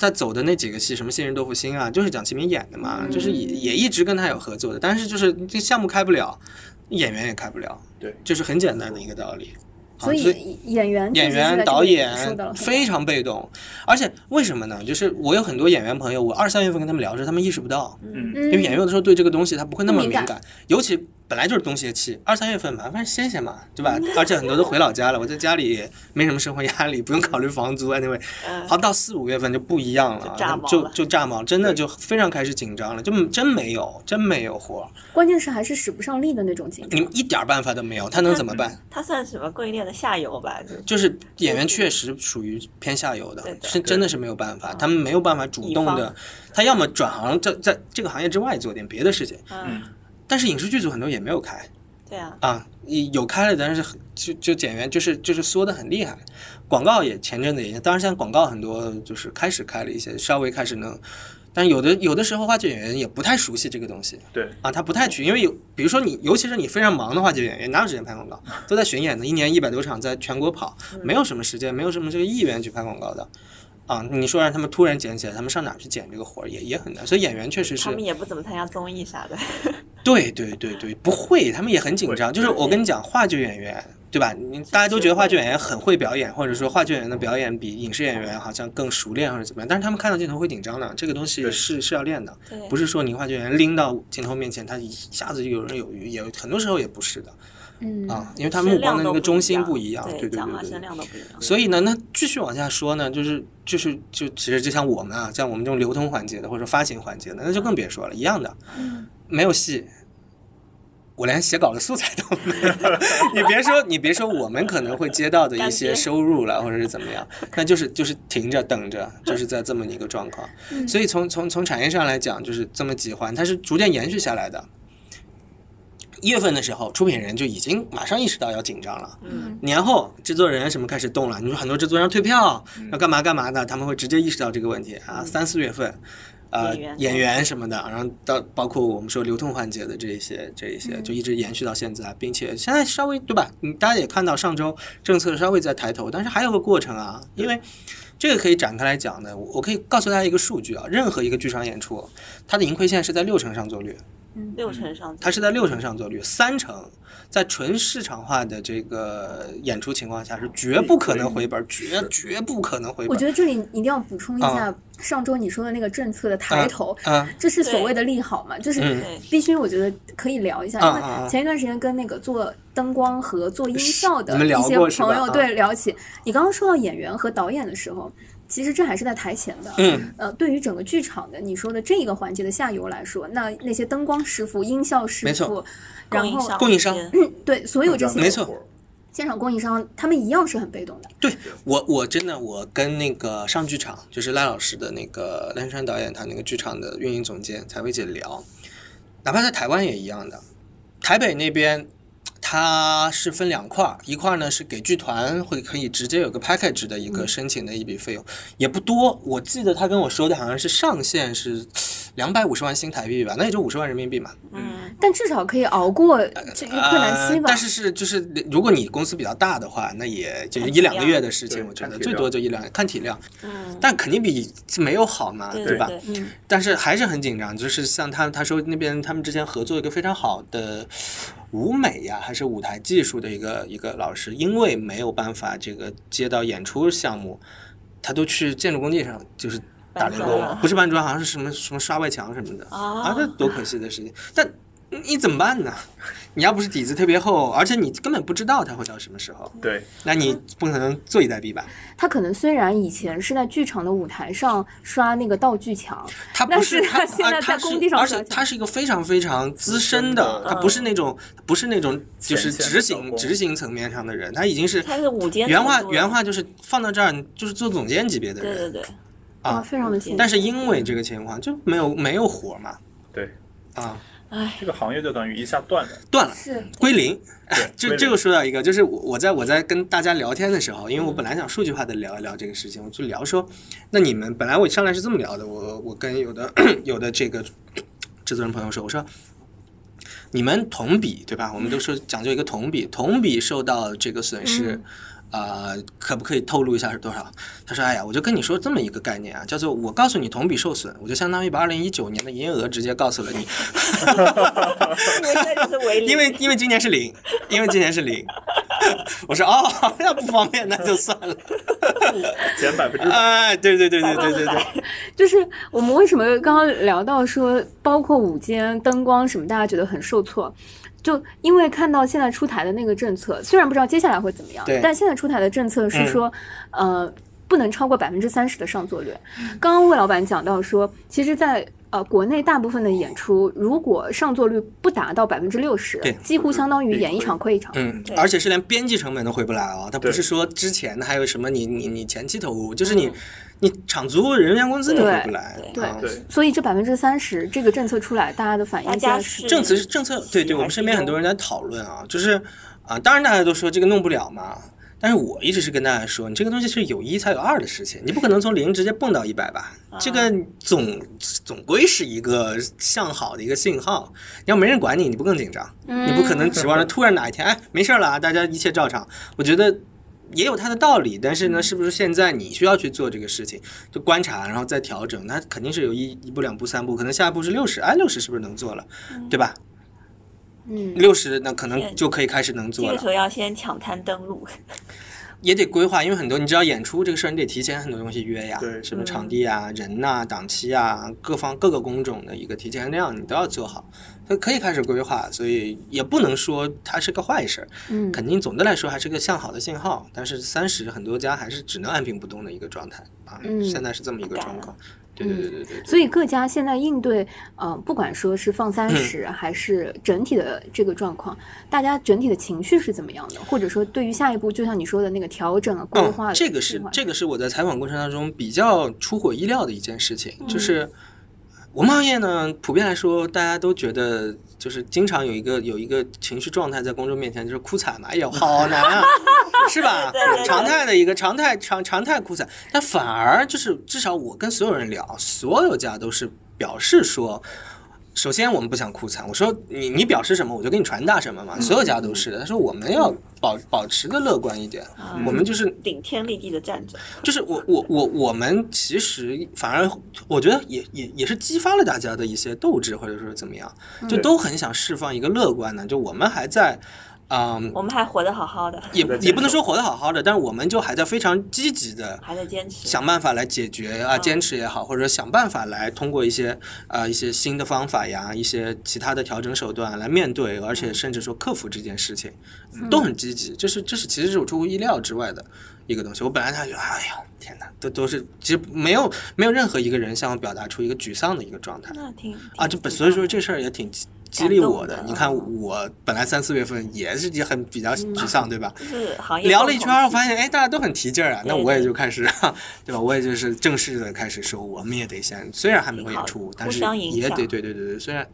[SPEAKER 5] 他走的那几个戏，什么《杏仁豆腐心》啊，就是蒋奇明演的嘛，就是
[SPEAKER 2] 嗯
[SPEAKER 5] 也也一直跟他有合作的，但是就是这项目开不了，演员也开不了，
[SPEAKER 4] 对，
[SPEAKER 5] 就是很简单的一个道理。啊
[SPEAKER 2] 所以演员
[SPEAKER 5] 演
[SPEAKER 2] 确实是在
[SPEAKER 5] 员、
[SPEAKER 2] 这
[SPEAKER 5] 导
[SPEAKER 2] 个受
[SPEAKER 5] 演
[SPEAKER 2] 到了很
[SPEAKER 5] 非常被动，而且为什么呢？就是我有很多演员朋友，我二三月份跟他们聊的时，候，他们意识不到，
[SPEAKER 4] 嗯，
[SPEAKER 2] 嗯
[SPEAKER 5] 因为演员有的时候对这个东西他不会那么
[SPEAKER 2] 不敏
[SPEAKER 5] 敏
[SPEAKER 2] 感
[SPEAKER 5] 感，尤其本来就是冬歇期，二三月份嘛，反正歇歇嘛，对吧？而且很多都回老家了，我在家里也没什么生活压力，不用考虑房租，anyway，
[SPEAKER 3] 嗯
[SPEAKER 5] 好到四五月份就不一样
[SPEAKER 3] 就
[SPEAKER 5] 了，
[SPEAKER 3] 炸毛了
[SPEAKER 5] 就就炸毛，真的就非常开始紧张了，就真没有，真没有活儿，
[SPEAKER 2] 关键是还是使不上力的那种紧
[SPEAKER 5] 你
[SPEAKER 2] 张
[SPEAKER 5] 们。一点儿办法都没有，他能怎么办？
[SPEAKER 3] 它算什么供应链的下游吧？就
[SPEAKER 5] 就是演员确实属于偏下游的
[SPEAKER 3] 对，的嗯
[SPEAKER 5] 是真的是没有办法，他们没有办法主动
[SPEAKER 3] 乙
[SPEAKER 5] 的，他要么转行在在这个行业之外做点别的事情，
[SPEAKER 3] 嗯，
[SPEAKER 5] 但是影视剧组很多也没有开
[SPEAKER 3] 对啊，
[SPEAKER 5] 啊，有开了，但是很就就演员就是就是缩的很厉害，广告也前阵子也，当然现在广告很多就是开始开了一些，稍微开始能，但有的有的时候话剧演员也不太熟悉这个东西，
[SPEAKER 4] 对，
[SPEAKER 5] 啊，他不太去，因为有，比如说你，尤其是你非常忙的话，这演员哪有时间拍广告？都在巡演呢，一年一百多场，在全国跑，
[SPEAKER 3] 嗯
[SPEAKER 5] 没有什么时间，没有什么这个意愿去拍广告的。啊，你说让他们突然捡起来，他们上哪儿去捡这个活儿也也很难，所以演员确实是
[SPEAKER 3] 他们也不怎么参加综艺 啥的，
[SPEAKER 5] 对对对对，不会，他们也很紧张。就是我跟你讲，话剧演员对吧？你大家都觉得话剧演员很会表演，或者说话剧演员的表演比影视演员好像更熟练或者怎么样，但是他们看到镜头会紧张的，这个东西
[SPEAKER 4] 对
[SPEAKER 5] 是是要练的。
[SPEAKER 3] 对
[SPEAKER 5] 不是说你话剧演员拎到镜头面前，他一下子就游刃有余，也很多时候也不是的
[SPEAKER 2] 嗯
[SPEAKER 5] 啊，因为他目光的那个中心不一样，对
[SPEAKER 3] 对，
[SPEAKER 5] 对
[SPEAKER 3] 讲话
[SPEAKER 5] 对
[SPEAKER 3] 声
[SPEAKER 5] 对。
[SPEAKER 3] 量都不一样，
[SPEAKER 5] 所以呢，那继续往下说呢，就是就是就其实就像我们啊，像我们这种流通环节的或者说发行环节的，那就更别说了，一样的，
[SPEAKER 2] 嗯
[SPEAKER 5] 没有戏。我连写稿的素材都没有， 你别说，你别说，我们可能会接到的一
[SPEAKER 3] 干
[SPEAKER 5] 些
[SPEAKER 3] 瘪
[SPEAKER 5] 收入了，或者是怎么样，那就是就是停着等着，就是在这么一个状况。
[SPEAKER 2] 嗯
[SPEAKER 3] 嗯
[SPEAKER 5] 所以从从从产业上来讲，就是这么几环，它是逐渐延续下来的。一月份的时候，出品人就已经马上意识到要紧张了。
[SPEAKER 3] 嗯，
[SPEAKER 5] 年后，制作人什么开始动了，你说很多制作人要退票，
[SPEAKER 3] 嗯
[SPEAKER 5] 要干嘛干嘛的，他们会直接意识到这个问题啊。三四月份，呃，
[SPEAKER 3] 演员
[SPEAKER 5] 演员什么的，然后到包括我们说流通环节的这一些这一
[SPEAKER 3] 嗯
[SPEAKER 5] 些，就一直延续到现在，并且现在嗯稍微对吧？你大家也看到上周政策稍微在抬头，但是还有个过程啊，因为这个可以展开来讲的。我我可以告诉大家一个数据啊，任何一个剧场演出，它的盈亏线是在六成上座率，
[SPEAKER 3] 六成上座，
[SPEAKER 5] 它是在六成上座率，三成在纯市场化的这个演出情况下是绝不可能回本，绝绝不可能回本。
[SPEAKER 2] 我觉得这里一定要补充一下上周你说的那个政策的抬头，
[SPEAKER 5] 啊，
[SPEAKER 2] 这是所谓的利好嘛，就是
[SPEAKER 5] 嗯
[SPEAKER 3] 对
[SPEAKER 2] 必须我觉得可以聊一下，
[SPEAKER 5] 啊
[SPEAKER 2] 因
[SPEAKER 5] 啊啊
[SPEAKER 2] 为前一段时间跟那个做灯光和做音效的
[SPEAKER 5] 是你们聊
[SPEAKER 2] 一些
[SPEAKER 5] 过是吧
[SPEAKER 2] 朋友
[SPEAKER 5] 啊
[SPEAKER 2] 对聊起，你刚刚说到演员和导演的时候，其实这还是在台前的，
[SPEAKER 5] 嗯，
[SPEAKER 2] 呃，对于整个剧场的你说的这个环节的下游来说，那那些灯光师傅、音效师
[SPEAKER 5] 没
[SPEAKER 2] 傅
[SPEAKER 5] 错，
[SPEAKER 2] 然
[SPEAKER 3] 供应
[SPEAKER 2] 后嗯
[SPEAKER 3] 商
[SPEAKER 5] 供应商
[SPEAKER 3] 之间
[SPEAKER 2] 对所有这些
[SPEAKER 5] 没错
[SPEAKER 2] 现场供应商，他们一样是很被动的。
[SPEAKER 5] 对我，我真的我跟那个上剧场，就是赖老师的那个赖声川导演，他那个剧场的运营总监彩薇姐聊，哪怕在台湾也一样的。台北那边它是分两块儿，一块儿呢是给剧团会可以直接有个 package 的一个申请的一笔费用，也不多。我记得他跟我说的好像是上限是两百五十万新台币吧，那也就五十万人民币嘛。
[SPEAKER 3] 嗯，
[SPEAKER 2] 但至少可以熬过这一困难期
[SPEAKER 5] 呃
[SPEAKER 2] 吧。
[SPEAKER 5] 但是是就是，如果你公司比较大的话，那也就是一两个月的事情，
[SPEAKER 4] 对
[SPEAKER 5] 我觉得
[SPEAKER 4] 看体
[SPEAKER 5] 最
[SPEAKER 4] 量
[SPEAKER 5] 多就一两，看体量，
[SPEAKER 3] 嗯，
[SPEAKER 5] 但肯定比没有好嘛，
[SPEAKER 3] 对
[SPEAKER 5] 吧？
[SPEAKER 3] 对，
[SPEAKER 2] 嗯，
[SPEAKER 5] 但是还是很紧张，就是像他他说那边他们之前合作一个非常好的舞美呀，还是舞台技术的一个一个老师，因为没有办法这个接到演出项目，他都去建筑工地上就是打
[SPEAKER 3] 搬
[SPEAKER 5] 零
[SPEAKER 3] 砖
[SPEAKER 5] 工
[SPEAKER 3] 了，
[SPEAKER 5] 不是搬砖，好啊像是什么什么刷外墙什么的
[SPEAKER 3] 啊
[SPEAKER 5] 啊，这多可惜的事情。但嗯你怎么办呢？ 你要不是底子特别厚，而且你根本不知道他会到什么时候，
[SPEAKER 4] 对，
[SPEAKER 5] 那你不可能坐以待毙吧？
[SPEAKER 2] 他可能虽然以前是在剧场的舞台上刷那个道具墙，
[SPEAKER 5] 他
[SPEAKER 2] 但
[SPEAKER 5] 不
[SPEAKER 2] 是
[SPEAKER 5] 他
[SPEAKER 2] 他现嗯在
[SPEAKER 5] 啊他
[SPEAKER 2] 在工
[SPEAKER 5] 是
[SPEAKER 2] 地上
[SPEAKER 5] 而
[SPEAKER 2] 刷
[SPEAKER 5] 且
[SPEAKER 2] 墙
[SPEAKER 5] 他是一个非常非常资深的
[SPEAKER 4] 资深，的
[SPEAKER 5] 他不是那种不是那种就是
[SPEAKER 4] 前线
[SPEAKER 5] 执
[SPEAKER 4] 小
[SPEAKER 5] 行
[SPEAKER 4] 工
[SPEAKER 5] 执行层面上的人，他已经是
[SPEAKER 3] 他是五间
[SPEAKER 5] 原话
[SPEAKER 3] 程度了
[SPEAKER 5] 原话就是放到这儿就是做总监级别的
[SPEAKER 3] 对对
[SPEAKER 5] 人，
[SPEAKER 3] 对，
[SPEAKER 5] 啊
[SPEAKER 2] 哇，非常的辛苦
[SPEAKER 5] 但。是因为这个情况就没有没有活嘛，
[SPEAKER 4] 对，
[SPEAKER 5] 啊，
[SPEAKER 3] 哎，
[SPEAKER 4] 这个行业就等于一下断了。
[SPEAKER 5] 断了。
[SPEAKER 2] 是
[SPEAKER 5] 归零，
[SPEAKER 4] 对
[SPEAKER 5] 这
[SPEAKER 4] 归零
[SPEAKER 5] 这个说到一个，就是我我在我在跟大家聊天的时候，
[SPEAKER 4] 嗯
[SPEAKER 5] 因为我本来想数据化的聊一聊这个事情，我就聊说，那你们本来我上来是这么聊的，我我跟有的 有的这个制作人朋友说，我说你们同比对吧？我们都
[SPEAKER 4] 嗯
[SPEAKER 5] 说讲究一个同比，同比受到这个损失。啊、可不可以透露一下是多少？他说：“哎呀，我就跟你说这么一个概念啊，叫做我告诉你同比受损，我就相当于把二零一九年的营业额直接告诉了你，
[SPEAKER 3] 因为这就是为零，
[SPEAKER 5] 因为因为今年是零，因为今年是零。 我说哦，那不方便，那就算了。
[SPEAKER 4] 减百分之百，
[SPEAKER 5] 哎，对对对对对对对，
[SPEAKER 2] 就是我们为什么刚刚聊到说，包括午间灯光什么，大家觉得很受挫，就因为看到现在出台的那个政策，虽然不知道接下来会怎么样
[SPEAKER 5] 对，嗯
[SPEAKER 2] 但现在出台的政策是说，呃，不能超过百分之三十的上座率。
[SPEAKER 3] 嗯
[SPEAKER 2] 刚刚魏老板讲到说，其实在，呃国内大部分的演出，如果上座率不达到百分之六十
[SPEAKER 5] 对，
[SPEAKER 2] 几乎相当于演一场亏一场。
[SPEAKER 5] 嗯
[SPEAKER 3] 对，
[SPEAKER 5] 而且是连边际成本都回不来哦。他不
[SPEAKER 4] 对嗯
[SPEAKER 5] 是说之前的还有什么你你你前期投入，就是你你场租人员工资都回不来。
[SPEAKER 3] 对
[SPEAKER 2] 对
[SPEAKER 5] 啊
[SPEAKER 4] 对，
[SPEAKER 2] 所以这百分之三十这个政策出来，大家的反应
[SPEAKER 3] 大
[SPEAKER 2] 现
[SPEAKER 3] 家
[SPEAKER 2] 在是
[SPEAKER 3] 是
[SPEAKER 5] 政策政策，对对，我们身边很多人在讨论啊，就是啊，当然大家都说这个弄不了嘛。但是我一直是跟大家说，你这个东西是有一才有二的事情，你不可能从零直接蹦到一百吧？这个总总归是一个向好的一个信号。你要没人管你，你不更紧张？
[SPEAKER 2] 嗯
[SPEAKER 5] 你不可能指望着突然哪一天，哎，没事儿了啊，大家一切照常。我觉得也有它的道理，但是呢，是不是现在你需要去做这个事情，就观察，然后再调整？那肯定是有一一步、两步、三步，可能下一步是六十，哎，六十是不是能做了，对吧？
[SPEAKER 2] 嗯。
[SPEAKER 5] 六十那可
[SPEAKER 3] 对
[SPEAKER 5] 能就可以开始能
[SPEAKER 3] 这
[SPEAKER 5] 做
[SPEAKER 3] 个时候
[SPEAKER 5] 了，
[SPEAKER 3] 要先抢滩登陆，
[SPEAKER 5] 也得规划，因为很多你知道演出这个事儿，你得提前很多东西约呀，
[SPEAKER 4] 对
[SPEAKER 5] 什么场地啊、人呐、档期啊，各方各个工种的一个提前量你都要做好，所以可以开始规划，所以也不能说它是个坏事儿，
[SPEAKER 2] 嗯
[SPEAKER 5] 肯定总的来说还是个向好的信号，但是三十很多家还是只能按兵不动的一个状态啊，
[SPEAKER 2] 嗯
[SPEAKER 5] 现在是这么一个状况，对对对对对，
[SPEAKER 2] 所以各家现在应对，呃，不管说是放三 十还是整体的这个状况，大家整体的情绪是怎么样的？或者说对于下一步，就像你说的那个调整啊、规划的、
[SPEAKER 5] 嗯、这个是
[SPEAKER 2] 计划
[SPEAKER 5] 这个是我在采访过程当中比较出乎我意料的一件事情，
[SPEAKER 2] 嗯
[SPEAKER 5] 就是我们行业呢，普遍来说大家都觉得就是经常有一个有一个情绪状态在公众面前就是哭惨嘛，哎呦好难 啊，是吧
[SPEAKER 3] 对对对？
[SPEAKER 5] 常态的一个常态常常态哭惨，但反而就是至少我跟所有人聊，所有家都是表示说。首先我们不想哭惨，我说你你表示什么，我就给你传达什么
[SPEAKER 2] 嗯
[SPEAKER 5] 嘛，所有家都是的。他说我们要保保持的乐观一点，
[SPEAKER 2] 嗯
[SPEAKER 5] 我们就是
[SPEAKER 3] 顶天立地的站着，
[SPEAKER 5] 就是我我我我们其实反而我觉得也也也是激发了大家的一些斗志，或者说怎么样，就都很想释放一个乐观的，就我们还在。嗯，
[SPEAKER 3] 我们还活得好好的，
[SPEAKER 5] 也
[SPEAKER 4] 在
[SPEAKER 5] 也
[SPEAKER 4] 坚
[SPEAKER 5] 不能
[SPEAKER 4] 守
[SPEAKER 5] 说活得好好的，但是我们就还在非常积极的
[SPEAKER 3] 还在坚持。
[SPEAKER 5] 想办法来解决啊，
[SPEAKER 3] 嗯
[SPEAKER 5] 坚持也好，或者说想办法来通过一些呃一些新的方法呀，一些其他的调整手段来面对，而
[SPEAKER 3] 嗯
[SPEAKER 5] 且甚至说克服这件事情，都很积极。这是这是其实是我出乎意料之外的一个东西。我本来他觉得，哎呀，天哪，都都是其实没有没有任何一个人向我表达出一个沮丧的一个状态。
[SPEAKER 3] 那挺
[SPEAKER 5] 啊，
[SPEAKER 3] 挺
[SPEAKER 5] 就本
[SPEAKER 3] 嗯挺
[SPEAKER 5] 所以说
[SPEAKER 3] 棒的
[SPEAKER 5] 这事儿也挺激激励我
[SPEAKER 3] 感
[SPEAKER 5] 的。
[SPEAKER 3] 动的
[SPEAKER 5] 你看，
[SPEAKER 3] 嗯
[SPEAKER 5] 我本来三四月份也是也很比较沮丧，对吧？
[SPEAKER 3] 就是行业
[SPEAKER 5] 聊了一圈儿，我
[SPEAKER 3] 现
[SPEAKER 5] 发现哎，大家都很提劲儿啊，那
[SPEAKER 3] 对
[SPEAKER 5] 我也
[SPEAKER 3] 对
[SPEAKER 5] 就开始，对吧？我也就是正式的开始说，我们也得先，虽然还没有
[SPEAKER 3] 挺
[SPEAKER 5] 演
[SPEAKER 3] 好
[SPEAKER 5] 出
[SPEAKER 3] 互，
[SPEAKER 5] 但是
[SPEAKER 3] 相影
[SPEAKER 5] 也
[SPEAKER 3] 响
[SPEAKER 5] 得对对对对，虽然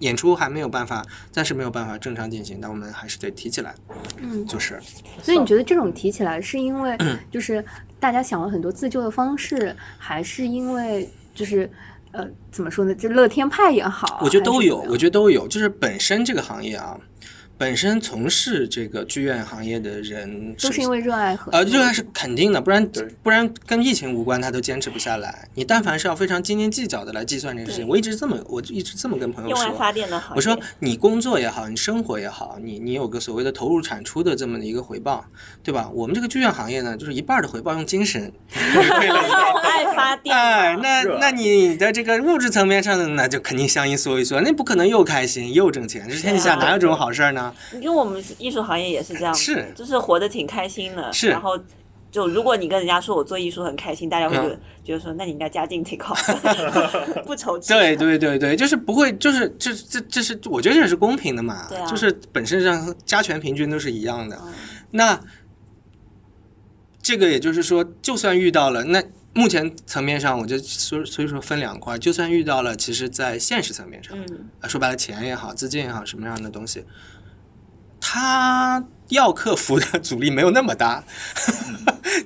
[SPEAKER 5] 演出还没有办法，暂时没有办法正常进行，但我们还是得提起来，
[SPEAKER 2] 嗯，
[SPEAKER 5] 就是
[SPEAKER 2] 所以你觉得这种提起来是因为
[SPEAKER 5] 嗯
[SPEAKER 2] 就是 大家想了很多自救的方式，还是因为就是呃怎么说呢，就乐天派也好，啊
[SPEAKER 5] 我觉得都
[SPEAKER 2] 还
[SPEAKER 5] 有，
[SPEAKER 2] 是怎么样
[SPEAKER 5] 我觉得都有。就是本身这个行业啊，本身从事这个剧院行业的人，
[SPEAKER 2] 都是因为热爱和
[SPEAKER 5] 呃，热爱是肯定的，不然
[SPEAKER 4] 对
[SPEAKER 5] 不然跟疫情无关，他都坚持不下来。你但凡是要非常斤斤计较的来计算这个事情，
[SPEAKER 3] 对
[SPEAKER 5] 我一直这么，我一直这么跟朋友
[SPEAKER 3] 用爱
[SPEAKER 5] 说
[SPEAKER 3] 发，电的行业，
[SPEAKER 5] 我说你工作也好，你生活也好，你你有个所谓的投入产出的这么的一个回报，对吧？我们这个剧院行业呢，就是一半儿的回报用精神为了你。
[SPEAKER 3] 爱发电啊嘛，
[SPEAKER 5] 哎，那
[SPEAKER 4] 热
[SPEAKER 5] 那你的这个物质层面上呢，那就肯定相应缩一缩，那不可能又开心又挣钱，这天底下哪有这种好事儿呢？
[SPEAKER 3] 因为我们艺术行业也是这样，
[SPEAKER 5] 是
[SPEAKER 3] 就是活得挺开心的，
[SPEAKER 5] 是
[SPEAKER 3] 然后。就如果你跟人家说我做艺术很开心，大家会觉得、
[SPEAKER 5] 嗯
[SPEAKER 3] 觉得说，那你应该家境挺好 的，不愁吃。
[SPEAKER 5] 对对对对，就是不会，就是这这这是我觉得这也是公平的嘛，
[SPEAKER 3] 对啊
[SPEAKER 5] 就是本身上加权平均都是一样的。
[SPEAKER 3] 嗯
[SPEAKER 5] 那这个也就是说，就算遇到了，那目前层面上，我就所所以说分两块，就算遇到了，其实在现实层面上，
[SPEAKER 3] 嗯，
[SPEAKER 5] 啊，说白了，钱也好，资金也好，什么样的东西，它要克服的阻力没有那么大。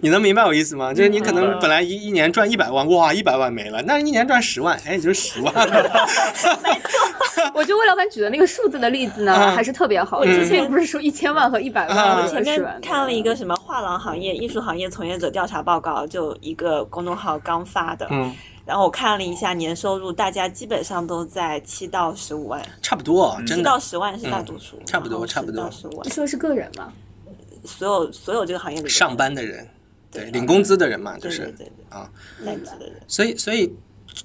[SPEAKER 5] 你能明白我意思吗？就是你可能
[SPEAKER 4] 嗯
[SPEAKER 5] 本来一一年赚一百万，哇，一百万没了，那一年赚十万，哎，也就十 万了。
[SPEAKER 2] 我觉得魏老板举的那个数字的例子呢，
[SPEAKER 5] 嗯
[SPEAKER 2] 还是特别好的，
[SPEAKER 3] 我
[SPEAKER 2] 这
[SPEAKER 3] 之前
[SPEAKER 2] 并不是说一千万和一百
[SPEAKER 5] 啊
[SPEAKER 2] 万，
[SPEAKER 5] 我
[SPEAKER 2] 和
[SPEAKER 3] 前
[SPEAKER 2] 10万
[SPEAKER 3] 面看了一个什么画廊行业、艺术行业从业者调查报告，就一个公众号刚发的，
[SPEAKER 5] 嗯，
[SPEAKER 3] 然后我看了一下年收入，大家基本上都在七到十五万，
[SPEAKER 5] 差不多，
[SPEAKER 4] 嗯
[SPEAKER 5] 真
[SPEAKER 3] 七
[SPEAKER 5] 的
[SPEAKER 3] 到。十万是大多数，
[SPEAKER 5] 差不多差不多
[SPEAKER 3] 到十五
[SPEAKER 2] 你
[SPEAKER 3] 万，
[SPEAKER 2] 说是个人嘛，
[SPEAKER 3] 所有所有这个行业里的
[SPEAKER 5] 上
[SPEAKER 3] 人
[SPEAKER 5] 班的人，对，
[SPEAKER 3] 对
[SPEAKER 5] 领工资的人嘛，就
[SPEAKER 3] 对对
[SPEAKER 5] 是
[SPEAKER 3] 对
[SPEAKER 5] 啊，
[SPEAKER 3] 对，在职的人。
[SPEAKER 5] 所以所以。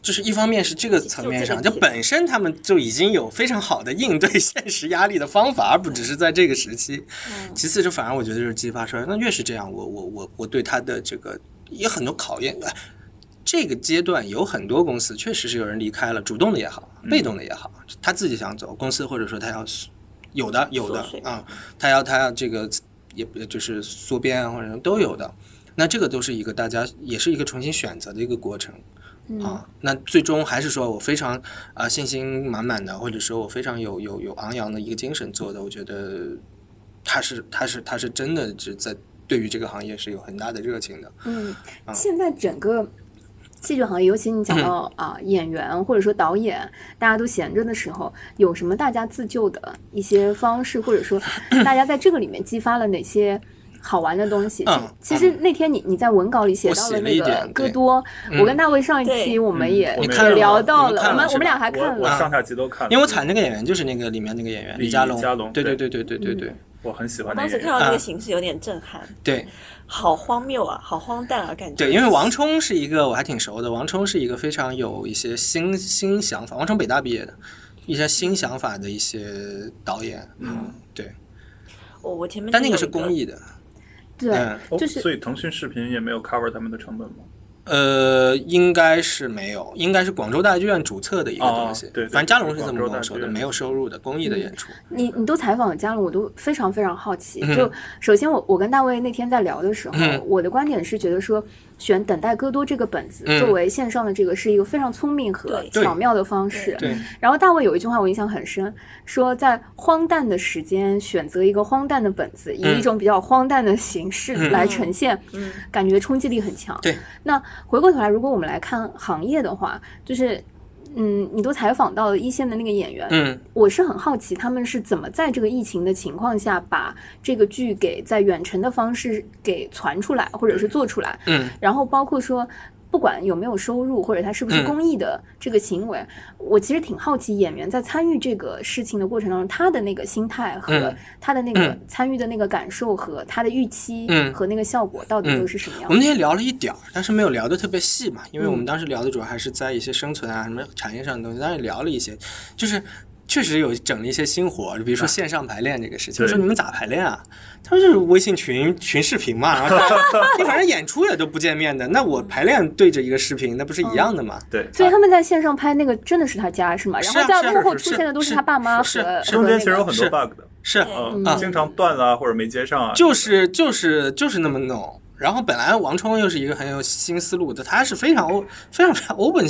[SPEAKER 5] 就是一方面是这个层面上，
[SPEAKER 3] 就
[SPEAKER 5] 就
[SPEAKER 3] 这个
[SPEAKER 5] 本身他们就已经有非常好的应对现实压力的方法，而不只是在这个时期。
[SPEAKER 3] 嗯
[SPEAKER 5] 其次，就反而我觉得就是激发出来，那越是这样，我我我我对他的这个也很多考验。哎这个阶段有很多公司确实是有人离开了，主动的也好，
[SPEAKER 3] 嗯
[SPEAKER 5] 被动的也好，他自己想走，公司或者说他要有的有的
[SPEAKER 3] 缩水
[SPEAKER 5] 啊、他要他要这个也也就是缩编啊或者什么都有的。那这个都是一个大家也是一个重新选择的一个过程。
[SPEAKER 2] 嗯
[SPEAKER 5] 啊，那最终还是说我非常啊、信心满满的，或者说我非常有有有昂扬的一个精神做的，我觉得他是他是他是真的是在对于这个行业是有很大的热情的。
[SPEAKER 2] 嗯
[SPEAKER 5] 啊，
[SPEAKER 2] 现在整个戏剧行业，尤其你讲到
[SPEAKER 5] 嗯
[SPEAKER 2] 啊、演员或者说导演，大家都闲着的时候，有什么大家自救的一些方式，或者 说大家在这个里面激发了哪些？好玩的东西，
[SPEAKER 5] 嗯
[SPEAKER 2] 其实那天你你在文稿里写到
[SPEAKER 5] 我写了
[SPEAKER 2] 那
[SPEAKER 5] 一
[SPEAKER 2] 个
[SPEAKER 5] 点
[SPEAKER 2] 戈
[SPEAKER 5] 对
[SPEAKER 2] 多，
[SPEAKER 5] 嗯
[SPEAKER 2] 我跟大卫上一期
[SPEAKER 3] 对
[SPEAKER 2] 我们
[SPEAKER 4] 嗯
[SPEAKER 2] 也
[SPEAKER 4] 我们
[SPEAKER 5] 也
[SPEAKER 2] 聊
[SPEAKER 5] 看
[SPEAKER 2] 到
[SPEAKER 5] 了
[SPEAKER 2] 了，我们我
[SPEAKER 5] 你们看了
[SPEAKER 2] 们
[SPEAKER 4] 是吧
[SPEAKER 2] 俩还看
[SPEAKER 4] 我我
[SPEAKER 2] 了，
[SPEAKER 4] 上下集都看了，
[SPEAKER 5] 因为我踩那个演员就是那个里面那个演员
[SPEAKER 4] 李
[SPEAKER 5] 李佳龙，
[SPEAKER 4] 佳龙
[SPEAKER 5] 对对对
[SPEAKER 4] 对
[SPEAKER 5] 对对对对
[SPEAKER 4] 我很喜欢那
[SPEAKER 3] 当
[SPEAKER 4] 个
[SPEAKER 3] 时
[SPEAKER 4] 演
[SPEAKER 3] 看
[SPEAKER 4] 员，
[SPEAKER 3] 到这
[SPEAKER 5] 啊
[SPEAKER 3] 个形式有点震撼，
[SPEAKER 5] 对
[SPEAKER 3] 好荒谬啊，好荒诞啊，感觉。
[SPEAKER 5] 对，因为王冲是一个我还挺熟的，王冲是一个非常有一些新新想法，王冲北大毕业的，一些新想法的一些导演，嗯，对，
[SPEAKER 3] 我我前面
[SPEAKER 5] 但那
[SPEAKER 3] 有
[SPEAKER 5] 个
[SPEAKER 3] 一
[SPEAKER 5] 是公益的，
[SPEAKER 2] 对，
[SPEAKER 5] 嗯。
[SPEAKER 4] 哦
[SPEAKER 2] 就是
[SPEAKER 4] 所以腾讯视频也没有 cover 他们的成本吗？
[SPEAKER 5] 呃，应该是没有，应该是广州大剧院主策的一个
[SPEAKER 4] 哦
[SPEAKER 5] 东西。
[SPEAKER 4] 对对
[SPEAKER 5] 反正佳龙是这么
[SPEAKER 4] 广州
[SPEAKER 5] 跟我
[SPEAKER 4] 大
[SPEAKER 5] 说
[SPEAKER 4] 剧
[SPEAKER 5] 的，
[SPEAKER 4] 院
[SPEAKER 5] 没有收入的公益的演出。
[SPEAKER 2] 你你都采访了嘉龙，我都非常非常好奇。
[SPEAKER 5] 嗯
[SPEAKER 2] 就首先我我跟大卫那天在聊的时候，
[SPEAKER 5] 嗯
[SPEAKER 2] 我的观点是觉得说，选《等待戈多》这个本子、
[SPEAKER 5] 嗯
[SPEAKER 2] 作为线上的这个是一个非常聪明和
[SPEAKER 3] 对
[SPEAKER 2] 巧妙的方式。
[SPEAKER 5] 对，
[SPEAKER 2] 然后大卫有一句话我印象很深，说在荒诞的时间选择一个荒诞的本子，以
[SPEAKER 5] 嗯
[SPEAKER 2] 一种比较荒诞的形式
[SPEAKER 5] 嗯
[SPEAKER 2] 来呈现，
[SPEAKER 3] 嗯，
[SPEAKER 2] 感觉冲击力很强。
[SPEAKER 5] 对，
[SPEAKER 2] 那回过头来，如果我们来看行业的话，就是嗯，你都采访到了一线的那个演员，
[SPEAKER 5] 嗯，
[SPEAKER 2] 我是很好奇他们是怎么在这个疫情的情况下把这个剧给在远程的方式给传出来，或者是做出来。
[SPEAKER 5] 嗯，
[SPEAKER 2] 然后包括说，不管有没有收入，或者它是不是
[SPEAKER 5] 嗯
[SPEAKER 2] 公益的这个行为，我其实挺好奇演员在参与这个事情的过程当中，他的那个心态和
[SPEAKER 5] 嗯
[SPEAKER 2] 他的那个
[SPEAKER 5] 嗯
[SPEAKER 2] 参与的那个感受和他的预期
[SPEAKER 5] 嗯
[SPEAKER 2] 和那个效果到底都是什么样
[SPEAKER 5] 我
[SPEAKER 2] 的？
[SPEAKER 5] 们那天聊了一点儿，但是没有聊得特别细嘛，因为我们
[SPEAKER 2] 嗯
[SPEAKER 5] 当时聊的主要还是在一些生存啊、什么产业上的东西，当然也聊了一些，就是确实有整了一些新活，比如说线上排练这个事情。
[SPEAKER 4] 啊对
[SPEAKER 5] 我说你们咋排练啊？他说就是微信群群视 频嘛，然后你反正演出也都不见面的，那我排练对着一个视频，那不是一样的吗？
[SPEAKER 4] 对，
[SPEAKER 2] 所以他们在线上拍那个真的是他家是吗？然
[SPEAKER 5] 啊是啊
[SPEAKER 2] 后在
[SPEAKER 5] 是啊
[SPEAKER 2] 幕后
[SPEAKER 5] 是
[SPEAKER 2] 出现的都
[SPEAKER 5] 是
[SPEAKER 2] 是他爸妈
[SPEAKER 5] 是
[SPEAKER 2] 和
[SPEAKER 5] 是
[SPEAKER 2] 和
[SPEAKER 4] 中
[SPEAKER 2] 那
[SPEAKER 4] 间其实有
[SPEAKER 2] 个
[SPEAKER 4] 很多
[SPEAKER 5] 是
[SPEAKER 4] bug 的，
[SPEAKER 5] 是，
[SPEAKER 4] 嗯
[SPEAKER 5] 嗯，
[SPEAKER 4] 经常断了啊，或者没接上啊。
[SPEAKER 5] 就是就是就是那么弄。然后本来王冲又是一个很有新思路的，他是非常 o 非常非 常 open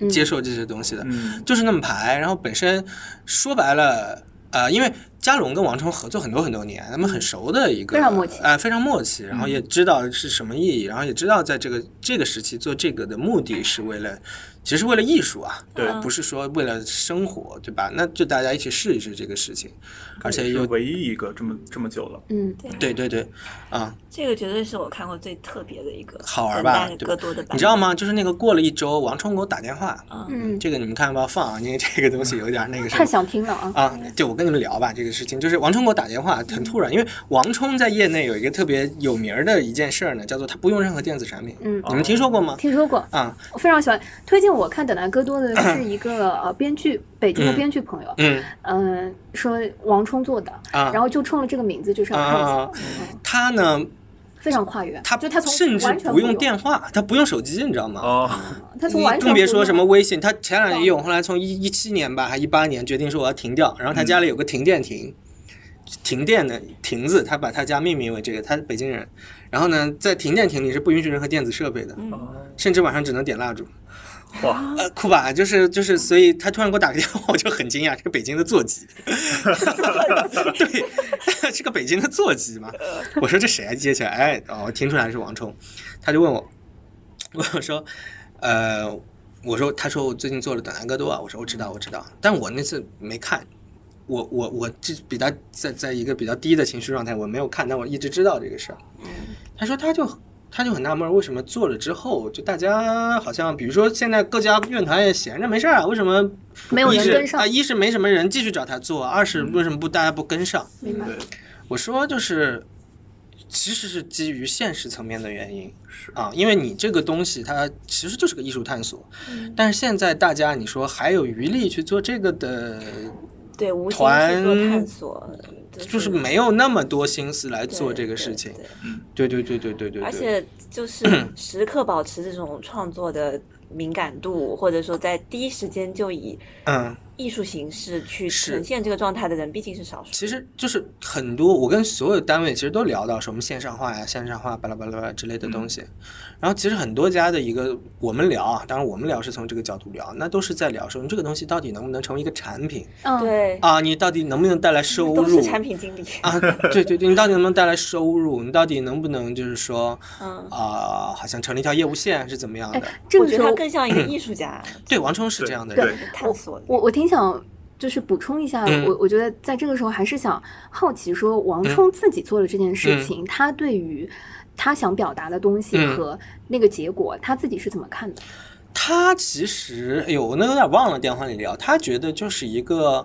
[SPEAKER 2] 嗯
[SPEAKER 5] 接受这些东西的，
[SPEAKER 4] 嗯，
[SPEAKER 5] 就是那么排。然后本身说白了，呃，因为嘉龙跟王冲合作很多很多年，他们很熟的一
[SPEAKER 2] 嗯
[SPEAKER 5] 个，
[SPEAKER 2] 非常默契嗯
[SPEAKER 5] 呃，非常默契。然后也知道是什么意义，然后也知道在这个这个时期做这个的目的是为了，其实是为了艺术啊，
[SPEAKER 4] 对
[SPEAKER 2] 嗯
[SPEAKER 5] 不是说为了生活，对吧？那就大家一起试一试这个事情，而且
[SPEAKER 4] 是
[SPEAKER 5] 又
[SPEAKER 4] 唯一一个这么这么久了，
[SPEAKER 2] 嗯
[SPEAKER 5] 对对对，啊、
[SPEAKER 3] 这个绝对是我看过最特别的一个，
[SPEAKER 5] 好玩吧
[SPEAKER 3] 等待
[SPEAKER 5] 对
[SPEAKER 3] 戈
[SPEAKER 5] 吧
[SPEAKER 3] 多的版本，
[SPEAKER 5] 你知道吗？就是那个过了一周，王冲给我打电话，
[SPEAKER 3] 嗯？
[SPEAKER 2] 嗯，
[SPEAKER 5] 这个你们看要不要放啊？因为这个东西有点那个什
[SPEAKER 2] 太
[SPEAKER 5] 么。
[SPEAKER 2] 想听了啊！
[SPEAKER 5] 啊，对，我跟你们聊吧，这个事情就是王冲给我打电话，很突然，因为王冲在业内有一个特别有名儿的一件事儿呢，叫做他不用任何电子产品，
[SPEAKER 2] 嗯，
[SPEAKER 5] 你们听说过吗？
[SPEAKER 2] 听说过，
[SPEAKER 5] 啊，
[SPEAKER 2] 我非常喜欢。推荐我看《等待戈多》 的是一个呃编剧，北京的
[SPEAKER 5] 嗯
[SPEAKER 2] 编剧朋友，
[SPEAKER 5] 嗯
[SPEAKER 2] 嗯、说王冲做的，
[SPEAKER 5] 啊
[SPEAKER 2] 然，后就冲着这个名字就是要看一下，
[SPEAKER 5] 啊
[SPEAKER 2] 嗯
[SPEAKER 5] 他呢，
[SPEAKER 2] 非常跨越。
[SPEAKER 5] 他
[SPEAKER 2] 就他从
[SPEAKER 5] 甚至
[SPEAKER 2] 完全
[SPEAKER 5] 不用
[SPEAKER 2] 用，
[SPEAKER 5] 电话，他不用手机，你知道吗？
[SPEAKER 4] 哦，
[SPEAKER 2] 他从完
[SPEAKER 5] 你
[SPEAKER 2] 全
[SPEAKER 5] 更别
[SPEAKER 2] 不
[SPEAKER 5] 说
[SPEAKER 2] 用
[SPEAKER 5] 什么微信，他前两年
[SPEAKER 2] 啊
[SPEAKER 5] 用，后来从一一七年吧，还一八年决定说我要停掉，然后他家里有个停电亭，停电的亭子，他把他家命名为这个，他是北京人，然后呢，在停电亭里是不允许任何电子设备的，
[SPEAKER 3] 嗯，
[SPEAKER 5] 甚至晚上只能点蜡烛，
[SPEAKER 4] 哇，
[SPEAKER 5] 呃，酷吧，就是就是，所以他突然给我打个电话，我就很惊讶，这个北京的座机， 对， 是个北京的座机嘛，我说这谁啊接起来？哎，哦，我听出来是王冲，他就问我， 问我说，呃，我说，他说我最近做了《等待戈多》啊，我说我知道，我知道，但我那次没看，我我我这比较在在一个比较低的情绪状态，我没有看，但我一直知道这个事儿。他说他就他就很纳闷，为什么做了之后，就大家好像比如说现在各家院团也闲着没事儿啊，为什么
[SPEAKER 2] 没有
[SPEAKER 5] 一
[SPEAKER 2] 人
[SPEAKER 5] 是
[SPEAKER 2] 跟上
[SPEAKER 5] 啊？一是没什么人继续找他做，二是为什么不大家不跟上？
[SPEAKER 2] 明白
[SPEAKER 4] 对，
[SPEAKER 5] 我说就是，其实是基于现实层面的原因
[SPEAKER 4] 是
[SPEAKER 5] 啊，因为你这个东西它其实就是个艺术探索，但是现在大家你说还有余力去做这个的，
[SPEAKER 3] 对，无心
[SPEAKER 5] 团
[SPEAKER 3] 去做探索，
[SPEAKER 5] 就是没有那么多心思来
[SPEAKER 3] 对
[SPEAKER 5] 做这个
[SPEAKER 3] 对
[SPEAKER 5] 事情。
[SPEAKER 3] 对
[SPEAKER 5] 对对对对对对对，
[SPEAKER 3] 而且就是 时刻保持这种创作的敏感度，或者说在第一时间就以
[SPEAKER 5] 嗯。
[SPEAKER 3] 艺术形式去
[SPEAKER 5] 是
[SPEAKER 3] 呈现这个状态的人，毕竟是少数。
[SPEAKER 5] 其实就是很多，我跟所有单位其实都聊到什么线上化呀、线上化巴拉巴拉巴拉之类的东西。
[SPEAKER 3] 嗯
[SPEAKER 5] 然后其实很多家的一个我们聊啊，当然我们聊是从这个角度聊，那都是在聊说你这个东西到底能不能成为一个产品
[SPEAKER 2] 嗯，
[SPEAKER 3] 对，
[SPEAKER 5] 啊？你到底能不能带来收
[SPEAKER 3] 都是
[SPEAKER 5] 入
[SPEAKER 3] 产品经理。
[SPEAKER 5] 啊？对对对，你到底能不能带来收入？你到底能不能就是说
[SPEAKER 3] 嗯，
[SPEAKER 5] 啊、好像成了一条业务线是怎么样的？
[SPEAKER 2] 哎这
[SPEAKER 3] 我
[SPEAKER 2] 个
[SPEAKER 3] 觉
[SPEAKER 2] 时
[SPEAKER 3] 得
[SPEAKER 2] 候
[SPEAKER 3] 他更 像一个艺术家，
[SPEAKER 5] 对，王冲是这样的人
[SPEAKER 4] 对，
[SPEAKER 3] 探索的。
[SPEAKER 2] 我我挺想就是补充一下，
[SPEAKER 5] 嗯
[SPEAKER 2] 我我觉得在这个时候还是想好奇说，王冲自己做的这件事情，他对于他想表达的东西
[SPEAKER 5] 嗯
[SPEAKER 2] 和那个结果，他自己是怎么看的？
[SPEAKER 5] 他其实，哎呦，我那有点忘了电话里聊，他觉得就是一个，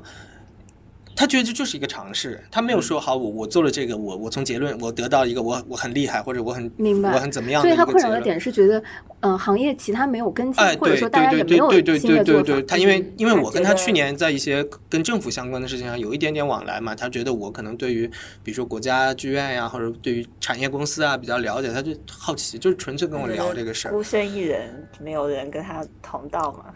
[SPEAKER 5] 他觉得这就是一个尝试，他
[SPEAKER 2] 嗯
[SPEAKER 5] 没有说好我我做了这个，我我从结论我得到一个我我很厉害或者我很
[SPEAKER 2] 明白
[SPEAKER 5] 我很怎么样
[SPEAKER 2] 所以
[SPEAKER 5] 的一
[SPEAKER 2] 他
[SPEAKER 5] 个
[SPEAKER 2] 困
[SPEAKER 5] 结
[SPEAKER 2] 扰的
[SPEAKER 5] 论。
[SPEAKER 2] 点是觉得，嗯、行业其他没有跟进，
[SPEAKER 5] 哎，
[SPEAKER 2] 或者
[SPEAKER 5] 对
[SPEAKER 2] 说
[SPEAKER 5] 对
[SPEAKER 2] 大家
[SPEAKER 5] 对
[SPEAKER 2] 也没有
[SPEAKER 5] 对对
[SPEAKER 2] 新的
[SPEAKER 5] 对
[SPEAKER 2] 做
[SPEAKER 5] 对
[SPEAKER 2] 法。
[SPEAKER 5] 对，他因为因为我跟他
[SPEAKER 3] 他觉得
[SPEAKER 5] 去年在一些跟政府相关的事情上有一点点往来嘛，他觉得我可能对于比如说国家剧院呀，或者对于产业公司啊比较了解，他就好奇，就是纯粹跟我聊这个事儿。
[SPEAKER 3] 孤身一人，没有人跟他同道嘛。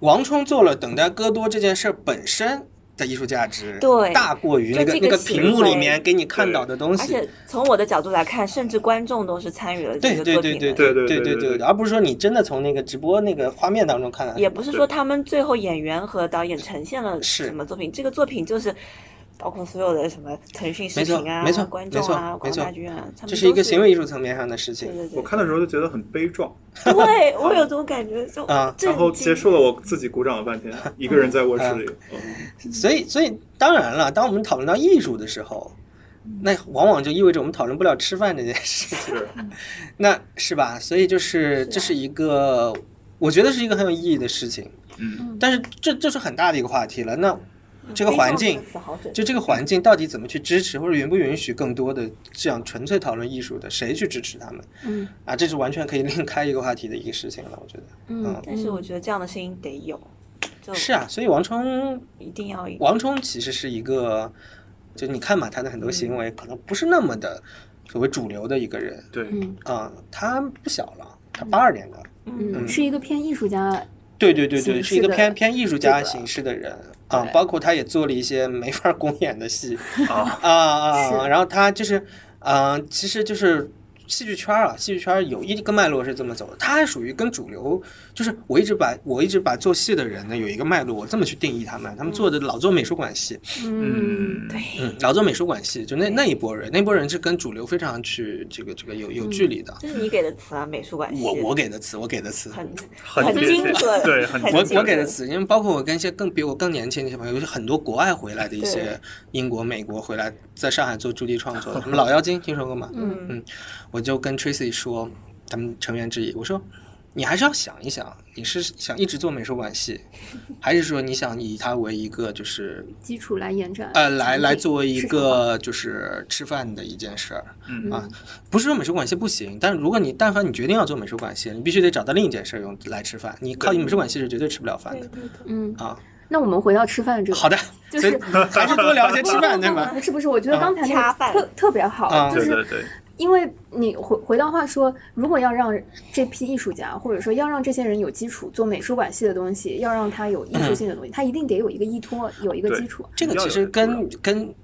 [SPEAKER 5] 王冲做了等待戈多这件事儿本身的艺术价值，
[SPEAKER 3] 对
[SPEAKER 5] 大过于那
[SPEAKER 3] 就
[SPEAKER 5] 个
[SPEAKER 3] 这个
[SPEAKER 5] 那个
[SPEAKER 3] 行
[SPEAKER 5] 屏幕里
[SPEAKER 3] 为
[SPEAKER 5] 面给你看到的东
[SPEAKER 3] 而
[SPEAKER 5] 西
[SPEAKER 3] 且。从我的角度来看，甚至观众都是参与了这
[SPEAKER 5] 对
[SPEAKER 3] 个
[SPEAKER 5] 对
[SPEAKER 3] 作
[SPEAKER 5] 对
[SPEAKER 3] 品
[SPEAKER 5] 对
[SPEAKER 3] 的。
[SPEAKER 4] 对
[SPEAKER 5] 对
[SPEAKER 4] 对
[SPEAKER 5] 对对
[SPEAKER 4] 对
[SPEAKER 5] 对，
[SPEAKER 4] 对对
[SPEAKER 5] 而不是说你真的从那个直播那个画面当中看到。
[SPEAKER 3] 也不是说他们最后演员和导演呈现了
[SPEAKER 5] 是
[SPEAKER 3] 什么作品，这个作品就是包括所有的什么腾讯视
[SPEAKER 5] 没错
[SPEAKER 3] 频啊、
[SPEAKER 5] 没错
[SPEAKER 3] 观
[SPEAKER 5] 没
[SPEAKER 3] 众
[SPEAKER 5] 错
[SPEAKER 3] 啊、
[SPEAKER 5] 没
[SPEAKER 3] 广
[SPEAKER 5] 错
[SPEAKER 3] 大剧院啊，他们
[SPEAKER 5] 这是一
[SPEAKER 3] 都
[SPEAKER 5] 个行为艺术层面上的事
[SPEAKER 3] 对
[SPEAKER 5] 情。
[SPEAKER 3] 对对，
[SPEAKER 4] 我看的时候就觉得很悲壮，
[SPEAKER 3] 对我有这种感觉，就
[SPEAKER 5] 啊
[SPEAKER 3] 震
[SPEAKER 4] 然后
[SPEAKER 3] 惊
[SPEAKER 4] 结束了，我自己鼓掌了半 天，一个人在卧室里，嗯
[SPEAKER 5] 所以，所以当然了，当我们讨论到艺术的时候，那往往就意味着我们讨论不了吃饭这件 事，
[SPEAKER 4] 是
[SPEAKER 5] 那是吧？所以
[SPEAKER 3] 啊
[SPEAKER 5] 就是这是一个，我觉得是一个很有意义的事情，
[SPEAKER 4] 嗯，
[SPEAKER 5] 但是这这是很大的一个话题了。那这个
[SPEAKER 3] 悲
[SPEAKER 5] 环
[SPEAKER 3] 壮
[SPEAKER 5] 境
[SPEAKER 3] 个，词好准
[SPEAKER 5] 就这个环境到底怎么去支持，或者允不允许更多的这样纯粹讨论艺术的，谁去支持他们
[SPEAKER 2] 嗯
[SPEAKER 5] 啊？这是完全可以另开一个话题的一个事情了，我觉得
[SPEAKER 2] 嗯，
[SPEAKER 3] 但是我觉得这样的声音得有，就是
[SPEAKER 5] 啊。所以王冲
[SPEAKER 3] 一定要有。
[SPEAKER 5] 王冲其实是一个，就你看嘛，他的很多行为可能不是那么的所谓主流的一个人
[SPEAKER 4] 对，
[SPEAKER 2] 嗯
[SPEAKER 5] 啊、他不小了，他八二年的，
[SPEAKER 2] 嗯
[SPEAKER 5] 嗯
[SPEAKER 2] 是一个偏艺术家，
[SPEAKER 5] 对对对对，
[SPEAKER 2] 形
[SPEAKER 5] 是一个
[SPEAKER 2] 式的
[SPEAKER 5] 偏偏艺术家
[SPEAKER 2] 这个
[SPEAKER 5] 形式的人啊、
[SPEAKER 2] 对
[SPEAKER 5] 包括他也做了一些没法公演的戏
[SPEAKER 4] 啊，
[SPEAKER 5] 啊啊，
[SPEAKER 2] 是
[SPEAKER 5] 然后他就是，嗯、其实就是。戏剧圈啊，戏剧圈有一个脉络是这么走的，它属于跟主流，就是我一直把我一直把做戏的人呢有一个脉络，我这么去定义他们，他们做的老做美术馆戏，
[SPEAKER 2] 嗯
[SPEAKER 4] 嗯，
[SPEAKER 3] 对，
[SPEAKER 5] 嗯，老做美术馆系，就那那一波人，那波人是跟主流非常去这个这个有有距离的。
[SPEAKER 3] 这是你给的词啊，美术馆系
[SPEAKER 5] 我我给的词，我给的词，
[SPEAKER 3] 很
[SPEAKER 4] 很
[SPEAKER 3] 很
[SPEAKER 4] 贴
[SPEAKER 3] 精
[SPEAKER 4] 切
[SPEAKER 3] 准
[SPEAKER 4] 对，很
[SPEAKER 3] 很
[SPEAKER 5] 我
[SPEAKER 4] 精
[SPEAKER 3] 精
[SPEAKER 4] 准
[SPEAKER 5] 我给的词，因为包括我跟一些更比我更年轻的一些朋友，有很多国外回来的一些
[SPEAKER 3] 对
[SPEAKER 5] 英国、美国回来，在上海做驻地创 作的，什么老妖精听说过吗？
[SPEAKER 2] 嗯
[SPEAKER 3] 嗯
[SPEAKER 5] 我就跟 Tracy 说，咱们成员之一，我说你还是要想一想，你是想一直做美术馆系，还是说你想以它为一个就是
[SPEAKER 2] 基础来延展，
[SPEAKER 5] 呃来来作为一
[SPEAKER 2] 市场化
[SPEAKER 5] 个就是吃饭的一件事儿？
[SPEAKER 4] 嗯
[SPEAKER 5] 啊，不是说美术馆系不行，但是如果你但凡你决定要做美术馆系，你必须得找到另一件事儿用来吃饭。你靠你美术馆系是绝对吃不了饭
[SPEAKER 3] 对
[SPEAKER 5] 的
[SPEAKER 3] 对对，
[SPEAKER 2] 嗯，
[SPEAKER 5] 啊。
[SPEAKER 2] 那我们回到吃饭这个，
[SPEAKER 5] 好的，
[SPEAKER 2] 就
[SPEAKER 5] 所以
[SPEAKER 2] 是
[SPEAKER 5] 还是多聊一些吃饭，对吧？
[SPEAKER 2] 不是不是，我觉得
[SPEAKER 5] 啊
[SPEAKER 2] 刚才
[SPEAKER 3] 恰
[SPEAKER 2] 那个
[SPEAKER 3] 饭
[SPEAKER 2] 特特别
[SPEAKER 5] 啊
[SPEAKER 2] 好，就
[SPEAKER 4] 对
[SPEAKER 2] 是
[SPEAKER 4] 对对，
[SPEAKER 2] 因为你回回到话说，如果要让这批艺术家，或者说要让这些人有基础做美术馆系的东西，要让他有艺术性的
[SPEAKER 5] 嗯
[SPEAKER 2] 东西，他一定得有一个依托，有一个
[SPEAKER 4] 对
[SPEAKER 2] 基础。
[SPEAKER 5] 这个其实跟跟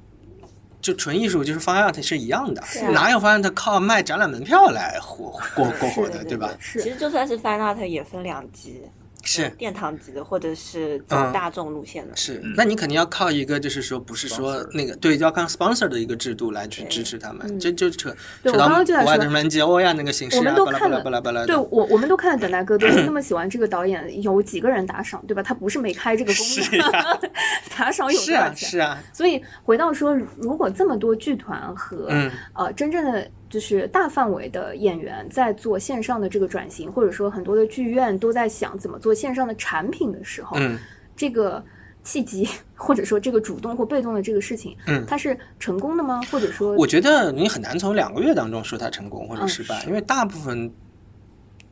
[SPEAKER 5] 就纯艺术就是 fine art 是一样的，
[SPEAKER 3] 是啊
[SPEAKER 5] 哪有 fine art 靠卖展览门票来活过过活
[SPEAKER 3] 是
[SPEAKER 5] 的，
[SPEAKER 3] 的
[SPEAKER 5] 对吧？
[SPEAKER 2] 是
[SPEAKER 3] 其实就算是 fine art 也分两级，呃
[SPEAKER 5] 是嗯
[SPEAKER 3] 殿堂级的，或者是走大众路线的。
[SPEAKER 5] 是
[SPEAKER 4] 嗯，
[SPEAKER 5] 那你肯定要靠一个就是说不是说
[SPEAKER 4] Sponsor
[SPEAKER 5] 那个对，要靠 sponsor 的一个制度来去
[SPEAKER 3] 对
[SPEAKER 5] 支持他们，
[SPEAKER 2] 嗯
[SPEAKER 5] 这就扯
[SPEAKER 2] 对我
[SPEAKER 5] 扯到
[SPEAKER 2] 刚刚就在
[SPEAKER 5] 国外的
[SPEAKER 2] 说
[SPEAKER 5] 什么 NGO 呀那个形式
[SPEAKER 2] 我们
[SPEAKER 5] 啊，
[SPEAKER 2] 都
[SPEAKER 5] 巴拉巴
[SPEAKER 2] 看
[SPEAKER 5] 拉
[SPEAKER 2] 了
[SPEAKER 5] 巴拉巴拉的。
[SPEAKER 2] 对我，我们都看了等待哥都是那么喜欢这个导演，有几个人打赏，对吧？他不是没开这个
[SPEAKER 5] 是
[SPEAKER 2] 功能，
[SPEAKER 5] 呀，
[SPEAKER 2] 打赏有
[SPEAKER 5] 是
[SPEAKER 2] 多少
[SPEAKER 5] 啊，
[SPEAKER 2] 钱？
[SPEAKER 5] 是啊，
[SPEAKER 2] 所以回到说，如果这么多剧团和、
[SPEAKER 5] 嗯。
[SPEAKER 2] 呃真正的就是大范围的演员在做线上的这个转型，或者说很多的剧院都在想怎么做线上的产品的时候，
[SPEAKER 5] 嗯
[SPEAKER 2] 这个契机或者说这个主动或被动的这个事情，
[SPEAKER 5] 嗯
[SPEAKER 2] 它是成功的吗？或者说，
[SPEAKER 5] 我觉得你很难从两个月当中说它成功或者
[SPEAKER 2] 嗯
[SPEAKER 5] 失败，因为大部分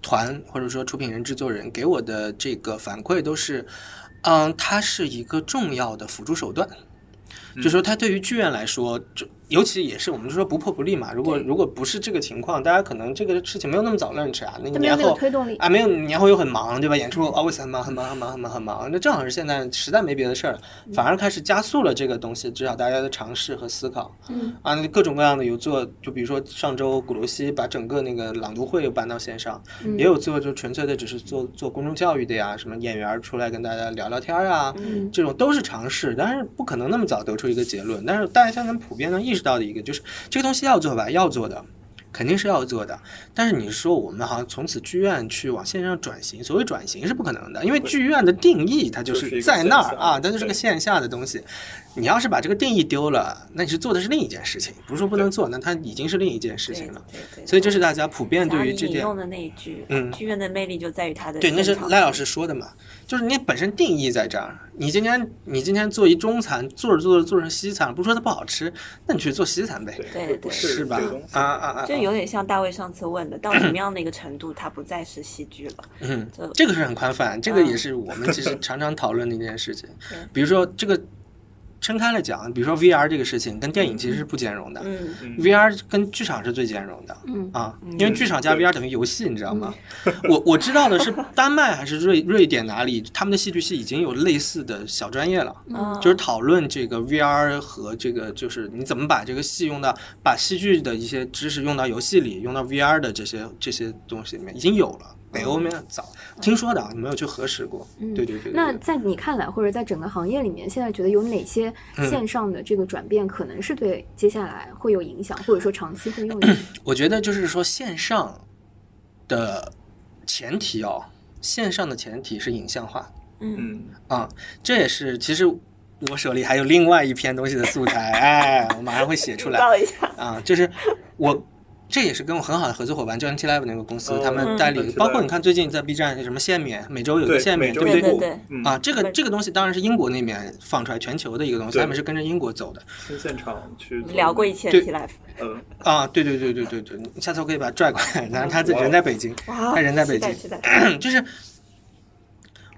[SPEAKER 5] 团或者说出品人、制作人给我的这个反馈都是，嗯，它是一个重要的辅助手段，就说它对于剧院来说，就尤其也是我们说不破不立嘛。如果如果不是这个情况，大家可能这个事情没有那么早 launch 啊，那
[SPEAKER 2] 它没有
[SPEAKER 5] 年
[SPEAKER 2] 那个
[SPEAKER 5] 后。
[SPEAKER 2] 推动力，
[SPEAKER 5] 啊，没有，年后又很忙，对吧？演出啊 always 很忙，很忙，很忙，很忙，很忙。那正好是现在实在没别的事儿了，
[SPEAKER 2] 嗯
[SPEAKER 5] 反而开始加速了这个东西，至少大家的尝试和思考。
[SPEAKER 2] 嗯
[SPEAKER 5] 啊，各种各样的有做，就比如说上周鼓楼西把整个那个朗读会又搬到线上，
[SPEAKER 2] 嗯
[SPEAKER 5] 也有做就纯粹的只是做做公众教育的呀，什么演员儿出来跟大家聊聊天儿啊，
[SPEAKER 2] 嗯
[SPEAKER 5] 这种都是尝试，但是不可能那么早得出一个结论。但是大家现在普遍能意识到的一个就是，这个东西要做吧，要做的。肯定是要做的，但是你说我们好像从此剧院去往线上转型，所谓转型是不可能的，因为剧院的定义它就
[SPEAKER 4] 就是一
[SPEAKER 5] 是
[SPEAKER 4] 个
[SPEAKER 5] 在那儿
[SPEAKER 4] 线下
[SPEAKER 5] 啊，它就是个
[SPEAKER 4] 对
[SPEAKER 5] 线下的东西。你要是把这个定义丢了，那你是做的是另一件事情，不是说不能做，那它已经是另一件事
[SPEAKER 3] 对
[SPEAKER 5] 情了。
[SPEAKER 3] 对对，
[SPEAKER 5] 所以这是大家普遍
[SPEAKER 3] 贾
[SPEAKER 5] 对于
[SPEAKER 3] 你
[SPEAKER 5] 这
[SPEAKER 3] 引
[SPEAKER 5] 点，
[SPEAKER 3] 用的那一句，
[SPEAKER 5] 嗯
[SPEAKER 3] 剧院的魅力就在于它的
[SPEAKER 5] 对，那是
[SPEAKER 3] 现场
[SPEAKER 5] 赖老师说的嘛，就是你本身定义在这儿。你今天你今天做一中餐，做着做着做成西餐，不是说它不好吃，那你去做西餐呗，
[SPEAKER 3] 对
[SPEAKER 4] 对
[SPEAKER 3] 对
[SPEAKER 4] 不
[SPEAKER 3] 是
[SPEAKER 5] 是吧
[SPEAKER 4] 这个东？西
[SPEAKER 5] 啊啊啊！啊
[SPEAKER 3] 就有点像大卫上次问的，到什么样的一个程度，它不再是戏剧了？
[SPEAKER 5] 嗯
[SPEAKER 3] 就，
[SPEAKER 5] 这个是很宽泛，这个
[SPEAKER 3] 嗯
[SPEAKER 5] 也是我们其实常常讨论的一件事情
[SPEAKER 3] 对。
[SPEAKER 5] 比如说这个撑开了讲，比如说 VR 这个事情跟电影其实是不兼容的
[SPEAKER 3] 嗯，
[SPEAKER 4] 嗯
[SPEAKER 5] ，VR 跟剧场是最兼容的。
[SPEAKER 2] 嗯
[SPEAKER 5] 啊，
[SPEAKER 3] 嗯
[SPEAKER 5] 因为剧场加
[SPEAKER 4] 对
[SPEAKER 5] VR 等于游戏，你知道吗？我我知道的是丹麦还是瑞瑞典哪里，他们的戏剧系已经有类似的小专业了，
[SPEAKER 3] 啊
[SPEAKER 2] 嗯
[SPEAKER 5] 就是讨论这个 VR 和这个就是你怎么把这个戏用到，把戏剧的一些知识用到游戏里，用到 VR 的这些这些东西里面已经有了。北欧没有早，听说的，啊，没有去核实过。
[SPEAKER 2] 嗯
[SPEAKER 5] 对对对对
[SPEAKER 2] 那
[SPEAKER 5] 对
[SPEAKER 2] 在你看来，或者在整个行业里面，现在觉得有哪些
[SPEAKER 5] 嗯
[SPEAKER 2] 线上的这个转变，可能是对接下来会有影响，或者说长期会有影响？
[SPEAKER 5] 我觉得就是说线上的前提哦，线上的前提是影像化
[SPEAKER 3] 嗯
[SPEAKER 4] 嗯，
[SPEAKER 5] 啊、这也是其实我手里还有另外一篇东西的素材，哎，我马上会写出
[SPEAKER 3] 预
[SPEAKER 5] 来。
[SPEAKER 3] 告一下，
[SPEAKER 5] 啊，就是我。这也是跟我很好的合作伙伴 John T Live 那个公司，
[SPEAKER 4] 哦
[SPEAKER 5] 他们代
[SPEAKER 4] 嗯
[SPEAKER 5] 理，
[SPEAKER 4] ，John T
[SPEAKER 5] 包括
[SPEAKER 4] Live
[SPEAKER 5] 你看最近在 B 站什么限免，每周有一个
[SPEAKER 4] 对，
[SPEAKER 5] 限免，
[SPEAKER 4] 每周
[SPEAKER 5] 不
[SPEAKER 4] 一
[SPEAKER 5] 对？
[SPEAKER 4] 部
[SPEAKER 3] 对对对，
[SPEAKER 4] 嗯
[SPEAKER 5] 啊，，这个
[SPEAKER 3] 对
[SPEAKER 5] 这个东西当然是英国那边放出来全球的一个东西，
[SPEAKER 4] 对
[SPEAKER 5] 他们是跟着英国走的
[SPEAKER 4] 新现场去做
[SPEAKER 3] 聊过一期
[SPEAKER 5] 对
[SPEAKER 3] T Life，
[SPEAKER 4] 嗯，
[SPEAKER 5] 啊。对对对对对对，你下次我可以把他拽过来，然后他自己人
[SPEAKER 4] 哦
[SPEAKER 5] 在北京，
[SPEAKER 3] 哇，
[SPEAKER 5] 他人在北
[SPEAKER 3] 期待
[SPEAKER 5] 京，
[SPEAKER 3] 期待，
[SPEAKER 5] 就是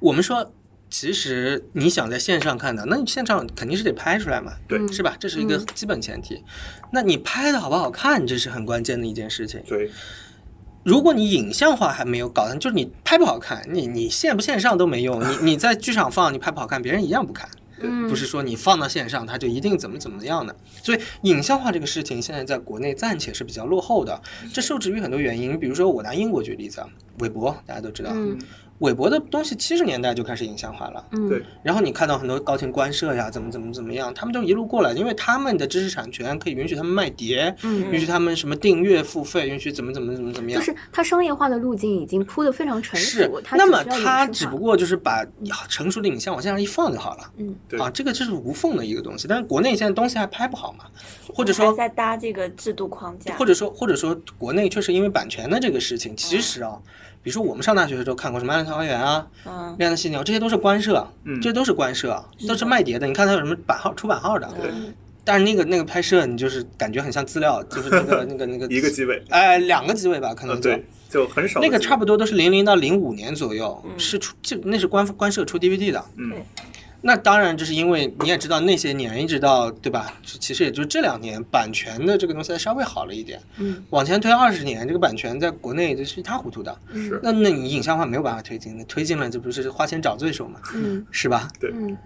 [SPEAKER 5] 我们说，其实你想在线上看的，那你线上肯定是得拍出来嘛，
[SPEAKER 4] 对
[SPEAKER 5] 是吧？这是一个
[SPEAKER 2] 嗯
[SPEAKER 5] 基本前提。那你拍的好不好看，这是很关键的一件事情。
[SPEAKER 4] 对，
[SPEAKER 5] 如果你影像化还没有搞定，就是你拍不好看，你你线不线上都没用，你你在剧场放你拍不好看，别人一样不看。
[SPEAKER 2] 嗯，
[SPEAKER 5] 不是说你放到线上它就一定怎么怎么样的。所以影像化这个事情现在在国内暂且是比较落后的，这受制于很多原因，比如说我拿英国举例子啊，韦伯大家都知道，
[SPEAKER 2] 嗯
[SPEAKER 5] 韦伯的东西七十年代就开始影像化了。
[SPEAKER 2] 嗯，
[SPEAKER 4] 对
[SPEAKER 5] 然后你看到很多高庭官社呀，怎么怎么怎么样，他们都一路过来，因为他们的知识产权可以允许他们卖碟，
[SPEAKER 2] 嗯
[SPEAKER 5] 允许他们什么订阅付费，允许怎么怎么怎么怎么
[SPEAKER 2] 就
[SPEAKER 5] 样。
[SPEAKER 2] 是它商业化的路径已经铺的非常成
[SPEAKER 5] 是
[SPEAKER 2] 熟，，它
[SPEAKER 5] 那么
[SPEAKER 2] 只需要
[SPEAKER 5] 他
[SPEAKER 2] 影视
[SPEAKER 5] 只
[SPEAKER 2] 化
[SPEAKER 5] 不过就是把成熟的影像往线上一放就好了。
[SPEAKER 2] 嗯
[SPEAKER 4] 对
[SPEAKER 5] 啊，这个这是无缝的一个东西，但是国内现在东西还拍不好嘛，或者
[SPEAKER 3] 还
[SPEAKER 5] 说
[SPEAKER 3] 在搭这个制度框架，
[SPEAKER 5] 或者说或者说国内确实因为版权的这个事情，其实啊，比如说我们上大学的时候看过什么《暗恋桃花源》啊，《
[SPEAKER 3] 嗯，
[SPEAKER 5] 恋爱的犀牛》，这些都是官社，
[SPEAKER 4] 嗯
[SPEAKER 5] 这些都是官社，都是卖碟的。你看它有什么版号、出版号的，啊
[SPEAKER 4] 对
[SPEAKER 3] 嗯
[SPEAKER 5] 但是那个那个拍摄，你就是感觉很像资料，就是那个那个那 个
[SPEAKER 4] 一个机位，
[SPEAKER 5] 哎两个机位吧，可
[SPEAKER 4] 嗯，
[SPEAKER 5] 能就。
[SPEAKER 4] 对，就很少
[SPEAKER 5] 那个
[SPEAKER 4] 机位
[SPEAKER 5] 差不多都是零零到零五年左右，
[SPEAKER 3] 嗯
[SPEAKER 5] 是出就那是官官社出 DVD 的，
[SPEAKER 4] 嗯，
[SPEAKER 5] 那当然，就是因为你也知道那些年一直到对吧？其实也就这两年版权的这个东西还稍微好了一点。
[SPEAKER 2] 嗯
[SPEAKER 5] 往前推二十年，这个版权在国内就是一塌糊涂的。
[SPEAKER 4] 是
[SPEAKER 5] 那那你影像化没有办法推进，那推进了这不是花钱找罪受嘛，
[SPEAKER 2] 嗯
[SPEAKER 5] 是吧？
[SPEAKER 4] 对
[SPEAKER 2] 嗯。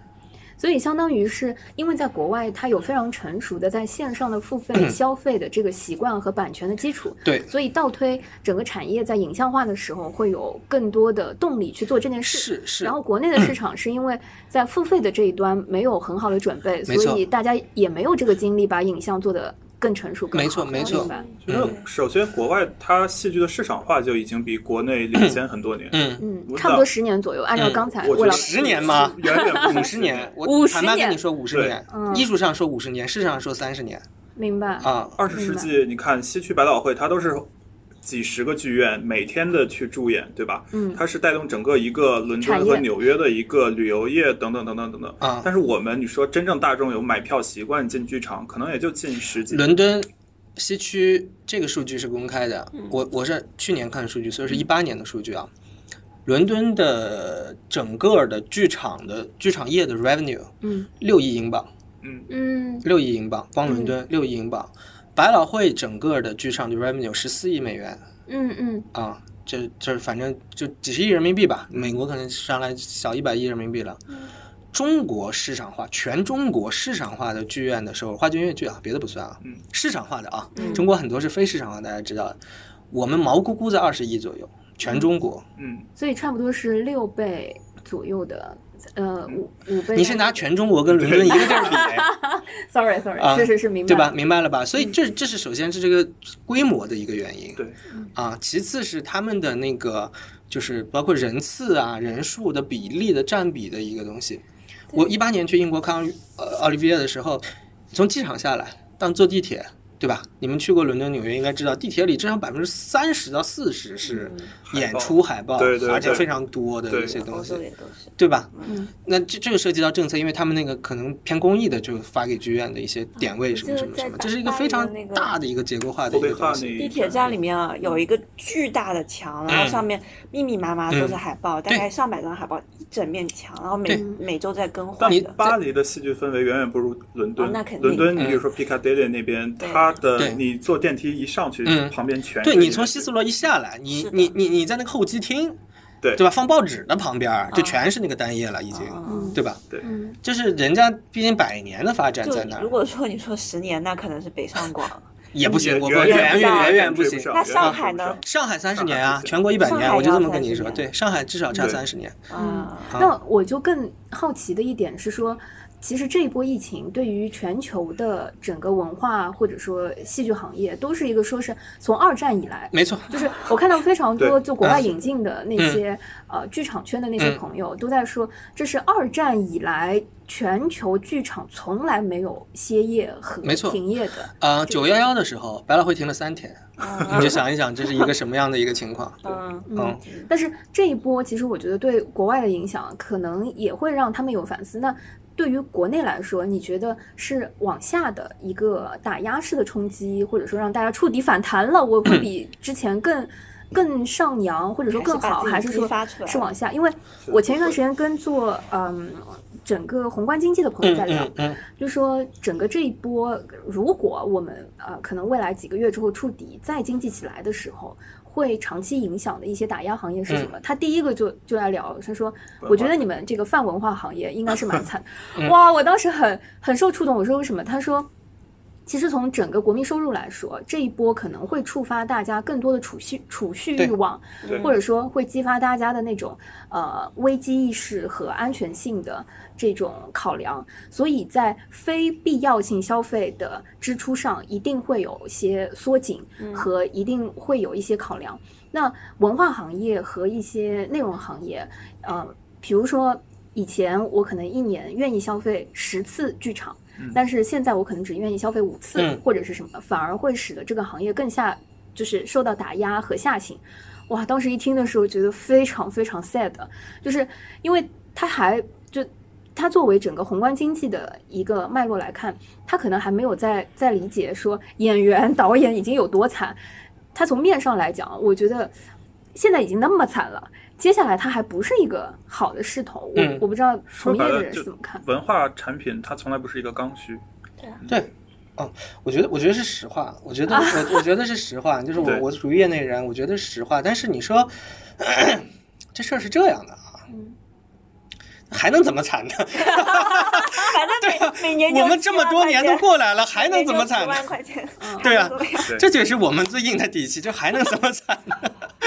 [SPEAKER 2] 所以，相当于是因为在国外，它有非常成熟的在线上的付
[SPEAKER 5] 嗯
[SPEAKER 2] 费消费的这个习惯和版权的基础，
[SPEAKER 5] 对，
[SPEAKER 2] 所以倒推整个产业在影像化的时候，会有更多的动力去做这件事。
[SPEAKER 5] 是是嗯
[SPEAKER 2] 然。后国内的市场是因为在付费的这一端没有很好的准备，
[SPEAKER 5] 没错
[SPEAKER 2] 所以大家也没有这个精力把影像做得更成熟、更好
[SPEAKER 5] 没错
[SPEAKER 3] 嗯
[SPEAKER 5] 没错嗯
[SPEAKER 2] 明白
[SPEAKER 4] 其实首先国外它戏剧的市场化就已经比国内领先很多年，
[SPEAKER 5] 嗯，
[SPEAKER 2] 嗯，
[SPEAKER 4] 我
[SPEAKER 2] 差不多十年左右。按照
[SPEAKER 5] 嗯
[SPEAKER 2] 刚才
[SPEAKER 4] 我
[SPEAKER 2] 魏
[SPEAKER 4] 觉得
[SPEAKER 2] 老
[SPEAKER 5] 十年吗？
[SPEAKER 4] 远远不
[SPEAKER 5] 五
[SPEAKER 4] 如
[SPEAKER 5] 十年，我
[SPEAKER 2] 50
[SPEAKER 5] 坦白跟
[SPEAKER 2] 年
[SPEAKER 5] 你说五十
[SPEAKER 4] 对
[SPEAKER 5] 年
[SPEAKER 2] 嗯，
[SPEAKER 5] 艺术上说五十年，事实上说三十年
[SPEAKER 2] 明白，
[SPEAKER 5] 啊。
[SPEAKER 4] 二十世纪，你看西区百老汇，它都是几十个剧院每天的去驻演，对吧？
[SPEAKER 2] 嗯
[SPEAKER 4] 它是带动整个一个伦
[SPEAKER 2] 产
[SPEAKER 4] 敦
[SPEAKER 2] 业
[SPEAKER 4] 和纽约的一个旅游业等等等等等等。
[SPEAKER 5] 啊
[SPEAKER 4] 但是我们你说真正大众有买票习惯进剧场，可能也就近十几。
[SPEAKER 5] 伦敦西区这个数据是公开的，我我是去年看的数据，所以是一八年的数据啊。伦敦的整个的剧场的剧场业的 revenue
[SPEAKER 2] 嗯
[SPEAKER 5] 六亿英镑，
[SPEAKER 4] 嗯，
[SPEAKER 2] 嗯
[SPEAKER 5] 六亿英镑，光伦敦六亿英镑，百老汇整个的剧场的 revenue 十四亿美元
[SPEAKER 2] 嗯嗯
[SPEAKER 5] 啊，这这反正就几十亿人民币吧，美国可能上来小一百亿人民币了。中国市场化，全中国市场化的剧院的收入，话剧音乐剧啊，别的不算啊
[SPEAKER 4] 嗯，
[SPEAKER 5] 市场化的啊，
[SPEAKER 3] 嗯
[SPEAKER 5] 中国很多是非市场化，大家知道的。我们毛估估在二十亿左右，全中国。
[SPEAKER 4] 嗯，
[SPEAKER 2] 所以差不多是六倍左右的，呃，五五倍。
[SPEAKER 5] 你是拿全中国跟伦敦一个地儿 比，
[SPEAKER 2] ？Sorry Sorry，、
[SPEAKER 5] 啊
[SPEAKER 2] 是是是，明白。嗯
[SPEAKER 5] 对吧？？明白了吧？所以这这是首先是这个规模的一个原因，
[SPEAKER 4] 对，
[SPEAKER 2] 嗯
[SPEAKER 5] 啊，其次是他们的那个就是包括人次啊、人数的比例的占比的一个东西。我一八年去英国看呃奥利维亚的时候，从机场下来，当坐地铁，对吧？你们去过伦敦、纽约应该知道，地铁里至少百分之三十到四十是
[SPEAKER 2] 嗯
[SPEAKER 5] 演出海报，
[SPEAKER 4] 对对
[SPEAKER 5] 而且
[SPEAKER 4] 对
[SPEAKER 5] 非常多的
[SPEAKER 4] 对
[SPEAKER 5] 一些
[SPEAKER 3] 欧
[SPEAKER 5] 东西
[SPEAKER 3] 洲，也都是，
[SPEAKER 5] 对吧？
[SPEAKER 2] 嗯，
[SPEAKER 5] 那这这个涉及到政策，因为他们那个可能偏公益的，就发给剧院的一
[SPEAKER 3] 啊
[SPEAKER 5] 些点位什么什么什么，这是一个非常大的一个结构化的
[SPEAKER 4] 后
[SPEAKER 5] 一
[SPEAKER 4] 背
[SPEAKER 5] 个
[SPEAKER 4] 化
[SPEAKER 5] 东
[SPEAKER 4] 那
[SPEAKER 5] 西。
[SPEAKER 4] 一
[SPEAKER 3] 地铁站里面
[SPEAKER 5] 嗯
[SPEAKER 3] 啊，有一个巨大的墙，然后上面密密麻麻都是海报，大概上百张海报，一整面墙，然后每
[SPEAKER 5] 嗯对
[SPEAKER 3] 每周在更换
[SPEAKER 4] 但
[SPEAKER 5] 你
[SPEAKER 3] 的。嗯
[SPEAKER 4] 巴黎的戏剧氛围远远不如伦敦。
[SPEAKER 3] 哦那肯定
[SPEAKER 4] 伦敦，你
[SPEAKER 5] 嗯
[SPEAKER 4] 比如说 Piccadilly 那边，
[SPEAKER 3] 对
[SPEAKER 4] 它的
[SPEAKER 5] 对
[SPEAKER 4] 你坐电梯一上去
[SPEAKER 5] 嗯，
[SPEAKER 4] 旁边全
[SPEAKER 5] 对
[SPEAKER 4] 是
[SPEAKER 5] 你
[SPEAKER 4] 演
[SPEAKER 5] 从
[SPEAKER 4] 戏
[SPEAKER 5] 西四罗一下来，你
[SPEAKER 3] 是的
[SPEAKER 5] 你你你在那个候机厅，
[SPEAKER 4] 对
[SPEAKER 5] 对吧？放报纸的旁边
[SPEAKER 3] 啊
[SPEAKER 5] 儿就全是那个单页了，已经，
[SPEAKER 3] 嗯
[SPEAKER 5] 对吧？
[SPEAKER 2] 嗯，
[SPEAKER 5] 就是人家毕竟百年的发展
[SPEAKER 3] 就
[SPEAKER 5] 在那儿
[SPEAKER 3] 如，果说你说十年，那可能是北上广，
[SPEAKER 5] 也不行，我们
[SPEAKER 4] 远
[SPEAKER 5] 远
[SPEAKER 3] 远不到
[SPEAKER 5] 远远
[SPEAKER 4] 追
[SPEAKER 5] 行。
[SPEAKER 4] 上
[SPEAKER 3] 那
[SPEAKER 4] 远
[SPEAKER 3] 上
[SPEAKER 4] 远
[SPEAKER 3] 海
[SPEAKER 4] 追不
[SPEAKER 3] 呢
[SPEAKER 4] 上
[SPEAKER 5] 上海三十年
[SPEAKER 4] 上海
[SPEAKER 5] 啊
[SPEAKER 4] 不，行
[SPEAKER 5] 全国一百
[SPEAKER 3] 上海
[SPEAKER 5] 年，我就
[SPEAKER 3] 要
[SPEAKER 5] 这么跟
[SPEAKER 3] 30
[SPEAKER 5] 你说，
[SPEAKER 3] 年
[SPEAKER 5] 对，上海至少差
[SPEAKER 4] 对
[SPEAKER 5] 三十年。
[SPEAKER 3] 啊，
[SPEAKER 2] 那我就更好奇的一点是说，其实这一波疫情对于全球的整个文化或者说戏剧行业，都是一个说是从二战以来，
[SPEAKER 5] 没错，
[SPEAKER 2] 就是我看到非常多
[SPEAKER 4] 对
[SPEAKER 2] 就国外引进的那些呃剧场圈的那些
[SPEAKER 5] 嗯
[SPEAKER 2] 朋友都在说，这是二战以来全球剧场从来没有歇业和
[SPEAKER 5] 没错
[SPEAKER 2] 停业的。
[SPEAKER 5] 呃，九幺幺的时候，百老汇停了三天，你就想一想，这是一个什么样的一个情况？
[SPEAKER 3] 嗯，
[SPEAKER 5] 嗯，
[SPEAKER 2] 但是这一波其实我觉得对国外的影响，可能也会让他们有反思。那对于国内来说，你觉得是往下的一个打压式的冲击，或者说让大家触底反弹了，我 会比之前更更上扬，或者说更好，还
[SPEAKER 3] 还是把自
[SPEAKER 2] 是
[SPEAKER 3] 己
[SPEAKER 2] 说
[SPEAKER 3] 激发出来
[SPEAKER 2] 是往下？因为我前一段时间跟做嗯整个宏观经济的朋友
[SPEAKER 5] 嗯
[SPEAKER 2] 在聊，
[SPEAKER 5] 嗯嗯，
[SPEAKER 2] 就说整个这一波，如果我们呃可能未来几个月之后触底，再经济起来的时候，会长期影响的一些打压行业是什么？他第一个就就来聊，他说，
[SPEAKER 4] 化嗯
[SPEAKER 2] 我觉得你们这个泛文化行业应该是蛮惨， 哇，我当时很很受触动，我说为什么？他说。其实从整个国民收入来说，这一波可能会触发大家更多的储蓄储蓄
[SPEAKER 5] 对
[SPEAKER 2] 欲望，
[SPEAKER 4] 对
[SPEAKER 2] 或者说会激发大家的那种呃危机意识和安全性的这种考量，所以在非必要性消费的支出上一定会有一些缩紧
[SPEAKER 3] 嗯
[SPEAKER 5] 啊
[SPEAKER 2] 和一定会有一些考量。那文化行业和一些内容行业，呃，比如说以前我可能一年愿意消费十次剧场。但是现在我可能只愿意消费五次
[SPEAKER 5] 嗯
[SPEAKER 2] 或者是什么，反而会使得这个行业更下，就是受到打压和下行。哇，当时一听的时候觉得非常非常 sad，就是因为它还就它作为整个宏观经济的一个脉络来看，它可能还没有在在理解说演员导演已经有多惨。它从面上来讲，我觉得现在已经那么惨了，接下来它还不是一个好的势头。我、
[SPEAKER 5] 嗯
[SPEAKER 2] 我不知道从
[SPEAKER 4] 说
[SPEAKER 2] 业
[SPEAKER 4] 白
[SPEAKER 2] 的
[SPEAKER 4] 了
[SPEAKER 2] 人
[SPEAKER 4] 就是
[SPEAKER 2] 怎么看。
[SPEAKER 4] 文化产品它从来不是一个刚需，
[SPEAKER 5] 对。哦，我觉得，我觉得是实话。我
[SPEAKER 3] 啊
[SPEAKER 5] 觉得，我我觉得是实话。就是我
[SPEAKER 4] 对，
[SPEAKER 5] 我属于业内人，我觉得是实话。但是你说，这事儿是这样的啊，
[SPEAKER 3] 嗯
[SPEAKER 5] 还能怎么惨呢？
[SPEAKER 3] 反正每每年就
[SPEAKER 5] 我们这么多年都过来了，还能怎么惨
[SPEAKER 3] 十
[SPEAKER 5] 呢？
[SPEAKER 3] 万块钱，
[SPEAKER 5] 对啊，
[SPEAKER 4] 对
[SPEAKER 5] 这就是我们最硬的底气，就还能怎么惨 呢？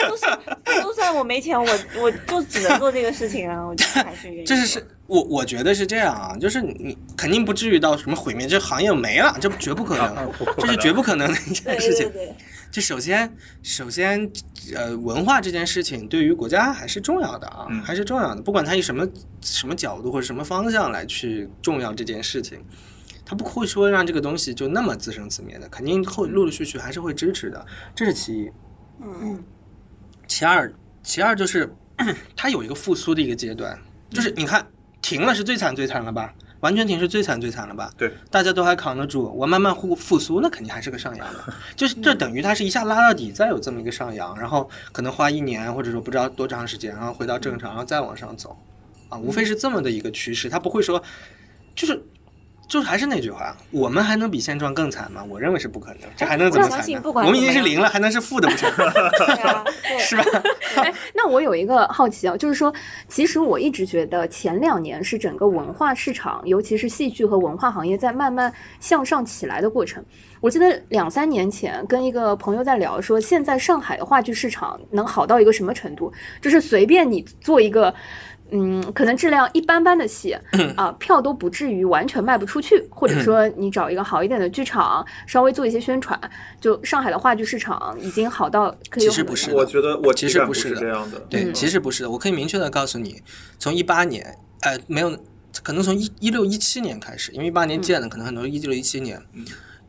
[SPEAKER 3] 就算就算我没钱，我我就只能做这个事情啊， 我就还是愿意。
[SPEAKER 5] 这是是，我我觉得是这样啊，就是你肯定不至于到什么毁灭这行业没了，这绝不可
[SPEAKER 4] 啊
[SPEAKER 5] 能，这是绝 不可能的一
[SPEAKER 3] 对
[SPEAKER 5] 件事
[SPEAKER 3] 对对
[SPEAKER 5] 情。
[SPEAKER 3] 对，
[SPEAKER 5] 就首先，首先，呃，文化这件事情对于国家还是重要的啊，
[SPEAKER 4] 嗯
[SPEAKER 5] 还是重要的。不管它以什么什么角度或者什么方向来去重要这件事情，它不会说让这个东西就那么自生自灭的，肯定会陆陆续续还是会支持的，这是其一。
[SPEAKER 3] 嗯
[SPEAKER 5] 其二，其二就是 它有一个复苏的一个阶段，就是你看停了是最惨最惨了吧，完全停是最惨最惨了吧？
[SPEAKER 4] 对，
[SPEAKER 5] 大家都还扛得住，我慢慢复复苏，那肯定还是个上扬的，就是这等于它是一下拉到底，再有这么一个上扬，然后可能花一年或者说不知道多长时间，然后回到正常，然后再往上走，啊，无非是这么的一个趋势，它不会说就是。就是还是那句话，我们还能比现状更惨吗？我认为是不可能，这还能怎么
[SPEAKER 3] 我相
[SPEAKER 5] 惨
[SPEAKER 3] 信
[SPEAKER 5] 呢？
[SPEAKER 3] 不管
[SPEAKER 5] 我们已经是
[SPEAKER 3] 怎么样
[SPEAKER 5] 零了，还能是负的不成？
[SPEAKER 3] 对啊，对
[SPEAKER 5] 是吧？
[SPEAKER 2] 哎，那我有一个好奇啊，就是说，其实我一直觉得前两年是整个文化市场，尤其是戏剧和文化行业在慢慢向上起来的过程。我记得两三年前跟一个朋友在聊，说现在上海的话剧市场能好到一个什么程度，就是随便你做一个。嗯，可能质量一般般的 戏啊，票都不至于完全卖不出去，或
[SPEAKER 5] 嗯
[SPEAKER 2] 者说你找一个好一点的剧场，稍微做一些宣传，就上海的话剧市场已经好到可以有
[SPEAKER 5] 其实
[SPEAKER 2] 很多
[SPEAKER 5] 不是
[SPEAKER 2] 票
[SPEAKER 5] 的
[SPEAKER 4] 我觉得我
[SPEAKER 5] 其
[SPEAKER 4] 体
[SPEAKER 5] 实
[SPEAKER 4] 感
[SPEAKER 5] 不是
[SPEAKER 4] 是
[SPEAKER 5] 的
[SPEAKER 4] 这样的，
[SPEAKER 5] 对，
[SPEAKER 2] 嗯
[SPEAKER 5] 其实不是的，我可以明确的告诉你，从一八年，呃，没有，可能从一一六一七年开始，因为一八
[SPEAKER 2] 嗯
[SPEAKER 5] 年建的，可能很多一六一七年，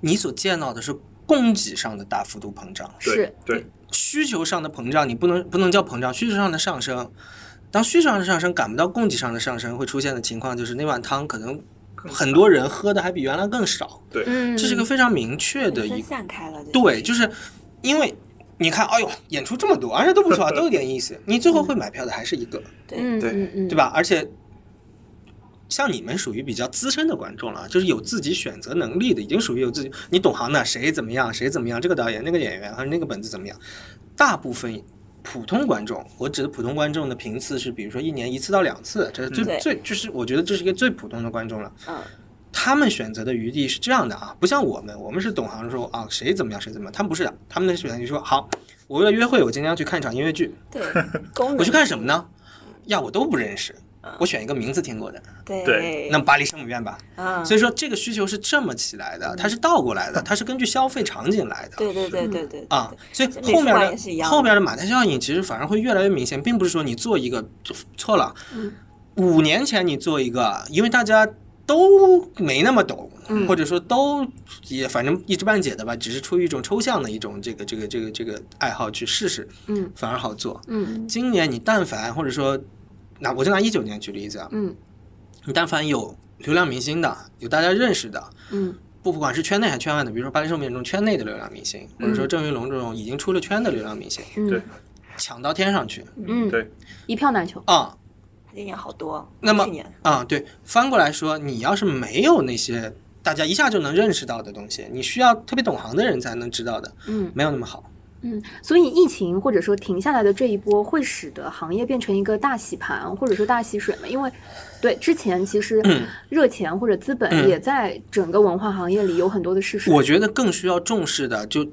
[SPEAKER 5] 你所见到的是供给上的大幅度膨胀，
[SPEAKER 2] 是
[SPEAKER 4] 对对
[SPEAKER 5] 需求上的膨胀，你不能不能叫膨胀，需求上的上升，当需求上的上升赶不到供给上的上升，会出现的情况就是那碗汤可能很多人喝的还比原来更少，
[SPEAKER 4] 对，
[SPEAKER 2] 嗯，
[SPEAKER 5] 这是一个非常明确的一
[SPEAKER 3] 分
[SPEAKER 5] 个
[SPEAKER 3] 散开了，
[SPEAKER 5] 对，就是因为你看，哎呦，演出这么多，而且都不错，都有点意思，你最后会买票的还是一个。
[SPEAKER 2] 嗯
[SPEAKER 4] 对
[SPEAKER 2] 嗯嗯，
[SPEAKER 5] 对吧？而且像你们属于比较资深的观众了，就是有自己选择能力的，已经属于有自己你懂行的，谁怎么样，谁怎么样，这个导演、那个演员还是那个本子怎么样，大部分。普通观众，我指的普通观众的频次是，比如说一年一次到两次，这是
[SPEAKER 3] 嗯
[SPEAKER 5] 最、
[SPEAKER 3] 对
[SPEAKER 5] 最就是我觉得这是一个最普通的观众了。
[SPEAKER 3] 嗯，
[SPEAKER 5] 他们选择的余地是这样的啊，不像我们，我们是懂行说啊谁怎么样谁怎么样，他们不是的，他们的选择就说好，我为了约会，我今天要去看一场音乐剧，
[SPEAKER 3] 对，功能
[SPEAKER 5] 我去看什么呢？呀，我都不认识，我选一个名字听过的，
[SPEAKER 3] 嗯对
[SPEAKER 4] 对
[SPEAKER 5] 那么巴黎圣母院吧。
[SPEAKER 3] 啊，
[SPEAKER 5] 所以说这个需求是这么起来的，它是倒过来的，它是根据消费场景来的。
[SPEAKER 3] 对对对对对
[SPEAKER 5] 啊，所以
[SPEAKER 3] 这美
[SPEAKER 5] 后
[SPEAKER 3] 术
[SPEAKER 5] 面
[SPEAKER 3] 馆也是一
[SPEAKER 5] 的
[SPEAKER 3] 样
[SPEAKER 5] 后
[SPEAKER 3] 的
[SPEAKER 5] 面的马太效应其实反而会越来越明显，并不是说你做一个就错了
[SPEAKER 2] 嗯，
[SPEAKER 5] 五年前你做一个，因为大家都没那么懂，
[SPEAKER 3] 嗯
[SPEAKER 5] 或者说都也反正一知半解的吧，只是出于一种抽象的一种这个这个这个这个爱好去试试，
[SPEAKER 2] 嗯
[SPEAKER 5] 反而好做。
[SPEAKER 2] 嗯
[SPEAKER 5] 今年你但凡或者说拿我就拿一九年举例子啊，
[SPEAKER 2] 嗯
[SPEAKER 5] 你但凡有流量明星的，有大家认识的，
[SPEAKER 2] 嗯
[SPEAKER 5] 不管是圈内还是圈外的，比如说巴黎圣母院这种圈内的流量明星，或者说郑云龙这种已经出了圈的流量明星，
[SPEAKER 2] 嗯，
[SPEAKER 4] 对
[SPEAKER 5] 抢到天上去
[SPEAKER 2] 嗯，
[SPEAKER 4] 对，
[SPEAKER 2] 一票难求。
[SPEAKER 5] 啊
[SPEAKER 3] 今年好多，
[SPEAKER 5] 那么
[SPEAKER 3] 去年
[SPEAKER 5] 啊！对，翻过来说，你要是没有那些大家一下就能认识到的东西，你需要特别懂行的人才能知道的，
[SPEAKER 2] 嗯
[SPEAKER 5] 没有那么好。
[SPEAKER 2] 嗯，所以疫情或者说停下来的这一波，会使得行业变成一个大洗盘，或者说大洗水嘛？因为对之前其实热钱或者资本
[SPEAKER 5] 嗯
[SPEAKER 2] 也在整个文化行业里有很多的试水。
[SPEAKER 5] 我觉得更需要重视的，就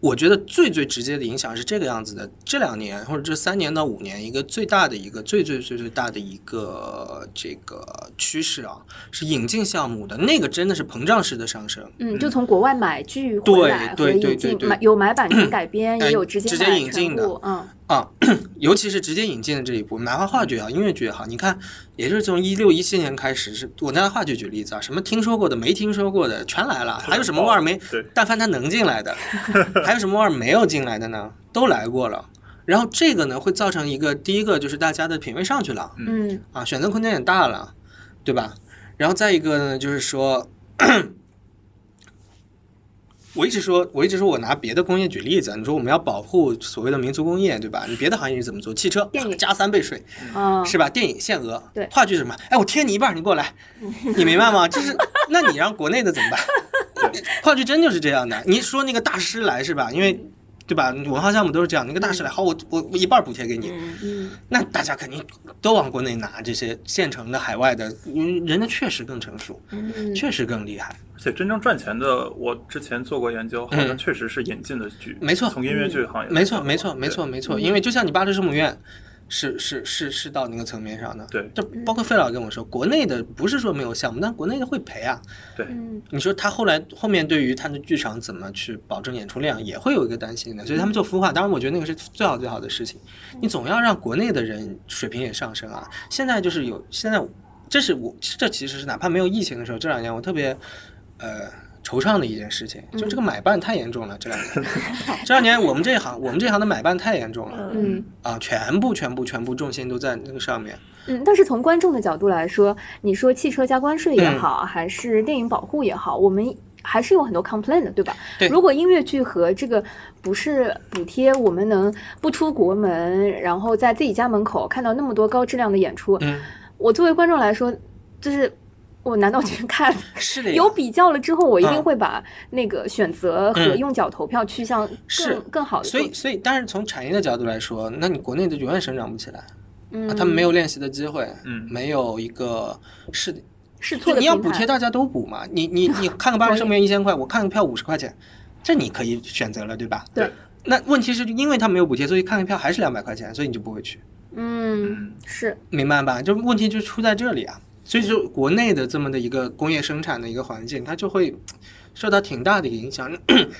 [SPEAKER 5] 我觉得最最直接的影响是这个样子的。这两年或者这三年到五年，一个最大的一个最最最最大的一个这个趋势啊，是引进项目的那个真的是膨胀式的上升。
[SPEAKER 2] 嗯，就从国外买剧
[SPEAKER 5] 对
[SPEAKER 2] 回来和
[SPEAKER 5] 对对
[SPEAKER 2] 引
[SPEAKER 5] 对
[SPEAKER 2] 进，
[SPEAKER 5] 对
[SPEAKER 2] 买有买版权改编，
[SPEAKER 5] 哎
[SPEAKER 2] 也有直接
[SPEAKER 5] 直接
[SPEAKER 2] 买
[SPEAKER 5] 引进
[SPEAKER 2] 全
[SPEAKER 5] 的
[SPEAKER 2] 部嗯
[SPEAKER 5] 啊，尤其是直接引进的这一步，哪怕话剧啊也好，音乐剧也好，你看，也就是从一六一七年开始，是我拿话剧举例子啊，什么听说过的、没听说过的全来了，还有什么腕儿没
[SPEAKER 4] 对？
[SPEAKER 5] 但凡他能进 来的，还有什么腕儿没有进来的呢？都来过了。然后这个呢，会造成一个第一个就是大家的品味上去了
[SPEAKER 2] 嗯
[SPEAKER 5] 啊，选择空间也大了，对吧？然后再一个呢，就是说。我一直说，我一直说我拿别的工业举例子，你说我们要保护所谓的民族工业，对吧？你别的行业是怎么做？汽车
[SPEAKER 2] 电影
[SPEAKER 5] 加三倍税
[SPEAKER 2] 啊，
[SPEAKER 5] 是吧？电影限额，
[SPEAKER 2] 对嗯
[SPEAKER 5] 话剧是什么？哎，我贴你一半，你过来， 你明白吗？就是，那你让国内的怎么办？ 话剧真就是这样的。你说那个大师来是吧？因为
[SPEAKER 2] 嗯
[SPEAKER 5] 对吧？文化项目都是这样，那个大师来，好，我我我一半补贴给你，
[SPEAKER 3] 嗯
[SPEAKER 2] 嗯
[SPEAKER 5] 那大家肯定都往国内拿这些现成的、海外的，因为人家确实更成熟，
[SPEAKER 2] 嗯
[SPEAKER 5] 确实更厉害。
[SPEAKER 4] 而且真正赚钱的，我之前做过研究，好像确实是引进的剧，
[SPEAKER 5] 嗯没错嗯
[SPEAKER 4] 从音乐剧行业，
[SPEAKER 5] 没错，没错，没
[SPEAKER 4] 对
[SPEAKER 5] 错，没错。
[SPEAKER 2] 嗯
[SPEAKER 5] 因为就像你巴黎圣母院，是是是是到那个层面上的。
[SPEAKER 4] 对
[SPEAKER 5] 这包
[SPEAKER 2] 嗯
[SPEAKER 5] 括费老跟我说，国内的不是说没有项目，但国内的会赔啊。
[SPEAKER 2] 嗯
[SPEAKER 5] 你说他后来后面对于他的剧场怎么去保证演出量，也会有一个担心的，所以他们做孵化。当然，我觉得那个是最好最好的事情。你总要让国内的人水平也上升啊。现在就是有现在，这是我这其实是哪怕没有疫情的时候，这两年我特别呃惆怅的一件事情，就这个买办太严重了。这两年，这两年我们这一行我们这一行的买办太严重了
[SPEAKER 3] 嗯，
[SPEAKER 2] 嗯
[SPEAKER 5] 啊，全部全部全部重心都在那个上面。
[SPEAKER 2] 嗯，但是从观众的角度来说，你说汽车加关税
[SPEAKER 5] 嗯
[SPEAKER 2] 也好，还是电影保护也好，我们。还是有很多 complain 的，对吧？
[SPEAKER 5] 对
[SPEAKER 2] 如果音乐剧和这个不是补贴，我们能不出国门，然后在自己家门口看到那么多高质量的演出，
[SPEAKER 5] 嗯，
[SPEAKER 2] 我作为观众来说，就是我难道去 看
[SPEAKER 5] 是的呀。
[SPEAKER 2] 有比较了之后，我一定
[SPEAKER 5] 嗯
[SPEAKER 2] 会把那个选择和
[SPEAKER 5] 嗯
[SPEAKER 2] 用脚投票趋向更
[SPEAKER 5] 是
[SPEAKER 2] 更好的。
[SPEAKER 5] 所以，所以，但是从产业的角度来说，那你国内的永远生长不起来。
[SPEAKER 2] 嗯
[SPEAKER 5] 啊，，他们没有练习的机会，
[SPEAKER 4] 嗯
[SPEAKER 5] 没有一个是，
[SPEAKER 2] 试错
[SPEAKER 5] 就
[SPEAKER 2] 的
[SPEAKER 5] 你要
[SPEAKER 2] 平
[SPEAKER 5] 补
[SPEAKER 2] 台
[SPEAKER 5] 贴，大家都补嘛，你 你你看个巴黎圣母院一千块，我看个票五十块钱，这你可以选择了，对吧？
[SPEAKER 2] 对。
[SPEAKER 5] 那问题是因为他没有补贴，所以看个票还是两百块钱，所以你就不会去，
[SPEAKER 2] 嗯，
[SPEAKER 4] 嗯，
[SPEAKER 2] 是，
[SPEAKER 5] 明白吧？就问题就出在这里啊，所以就国内的这么的一个工业生产的一个环境，它就会受到挺大的影响。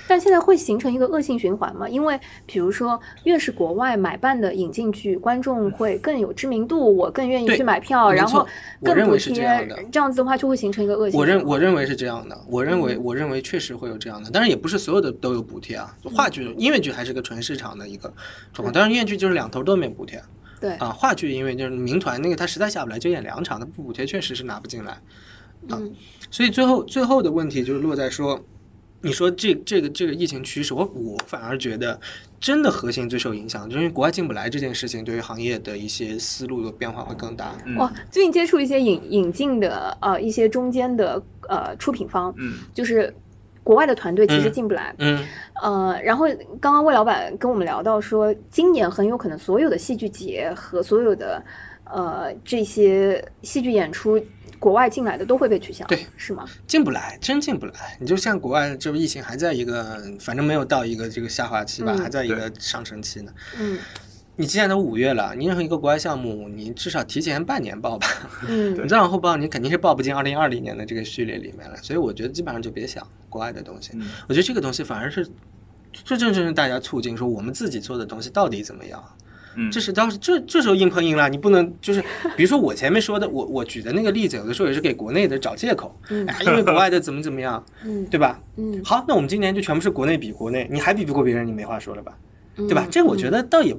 [SPEAKER 2] 但现在会形成一个恶性循环嘛？因为比如说，越是国外买办的引进剧，观众会更有知名度，我更愿意
[SPEAKER 5] 对
[SPEAKER 2] 去买票，哦
[SPEAKER 5] 没
[SPEAKER 2] 然
[SPEAKER 5] 错
[SPEAKER 2] 后
[SPEAKER 5] 我
[SPEAKER 2] 更
[SPEAKER 5] 认
[SPEAKER 2] 补
[SPEAKER 5] 为是这
[SPEAKER 2] 贴
[SPEAKER 5] 样的，
[SPEAKER 2] 这样子的话就会形成一个恶性
[SPEAKER 5] 我
[SPEAKER 2] 循
[SPEAKER 5] 认
[SPEAKER 2] 环。
[SPEAKER 5] 我认为是这样的，我认
[SPEAKER 2] 嗯
[SPEAKER 5] 为我认为确实会有这样的，但是也不是所有的都有补贴啊。话剧、音乐剧还是个纯市场的一个状况，当然音乐剧就是两头都没补贴
[SPEAKER 2] 嗯对，
[SPEAKER 5] 啊。话剧因为就是民团那个他实在下不来，就演两场，他不补贴确实是拿不进来。啊
[SPEAKER 2] 嗯
[SPEAKER 5] 所以最后最后的问题就是落在说，你说这这个这个疫情趋势，我我反而觉得真的核心最受影响，就是因为国外进不来这件事情，对于行业的一些思路的变化会更大。
[SPEAKER 4] 嗯
[SPEAKER 2] 哇，最近接触一些引引进的呃一些中间的呃出品方，
[SPEAKER 4] 嗯，
[SPEAKER 2] 就是国外的团队其实
[SPEAKER 5] 嗯
[SPEAKER 2] 进不来，
[SPEAKER 5] 嗯
[SPEAKER 2] 呃，然后刚刚魏老板跟我们聊到说，今年很有可能所有的戏剧节和所有的呃这些戏剧演出，国外进来的都会被取消，
[SPEAKER 5] 对，
[SPEAKER 2] 是吗？
[SPEAKER 5] 进不来，真进不来。你就像国外，这疫情还在一个，反正没有到一个这个下滑期吧，
[SPEAKER 2] 嗯
[SPEAKER 5] 还在一个上升期呢。
[SPEAKER 2] 嗯
[SPEAKER 5] 你既然都五月了，你任何一个国外项目，你至少提前半年报吧。
[SPEAKER 2] 嗯
[SPEAKER 5] 你再往后报，你肯定是报不进二零二零年的这个序列里面了。所以我觉得基本上就别想国外的东西，
[SPEAKER 4] 嗯
[SPEAKER 5] 我觉得这个东西反而是。这正正是大家促进说我们自己做的东西到底怎么样，
[SPEAKER 4] 嗯，
[SPEAKER 5] 这是当时这这时候硬碰硬了，你不能就是，比如说我前面说的，我我举的那个例子，有的时候也是给国内的找借口，
[SPEAKER 2] 嗯
[SPEAKER 5] 哎，因为国外的怎么怎么样，
[SPEAKER 2] 嗯
[SPEAKER 5] 对吧？
[SPEAKER 2] 嗯，
[SPEAKER 5] 好，那我们今年就全部是国内比国内，你还比不过别人，你没话说了吧？
[SPEAKER 2] 对
[SPEAKER 5] 对吧？这我觉得倒也，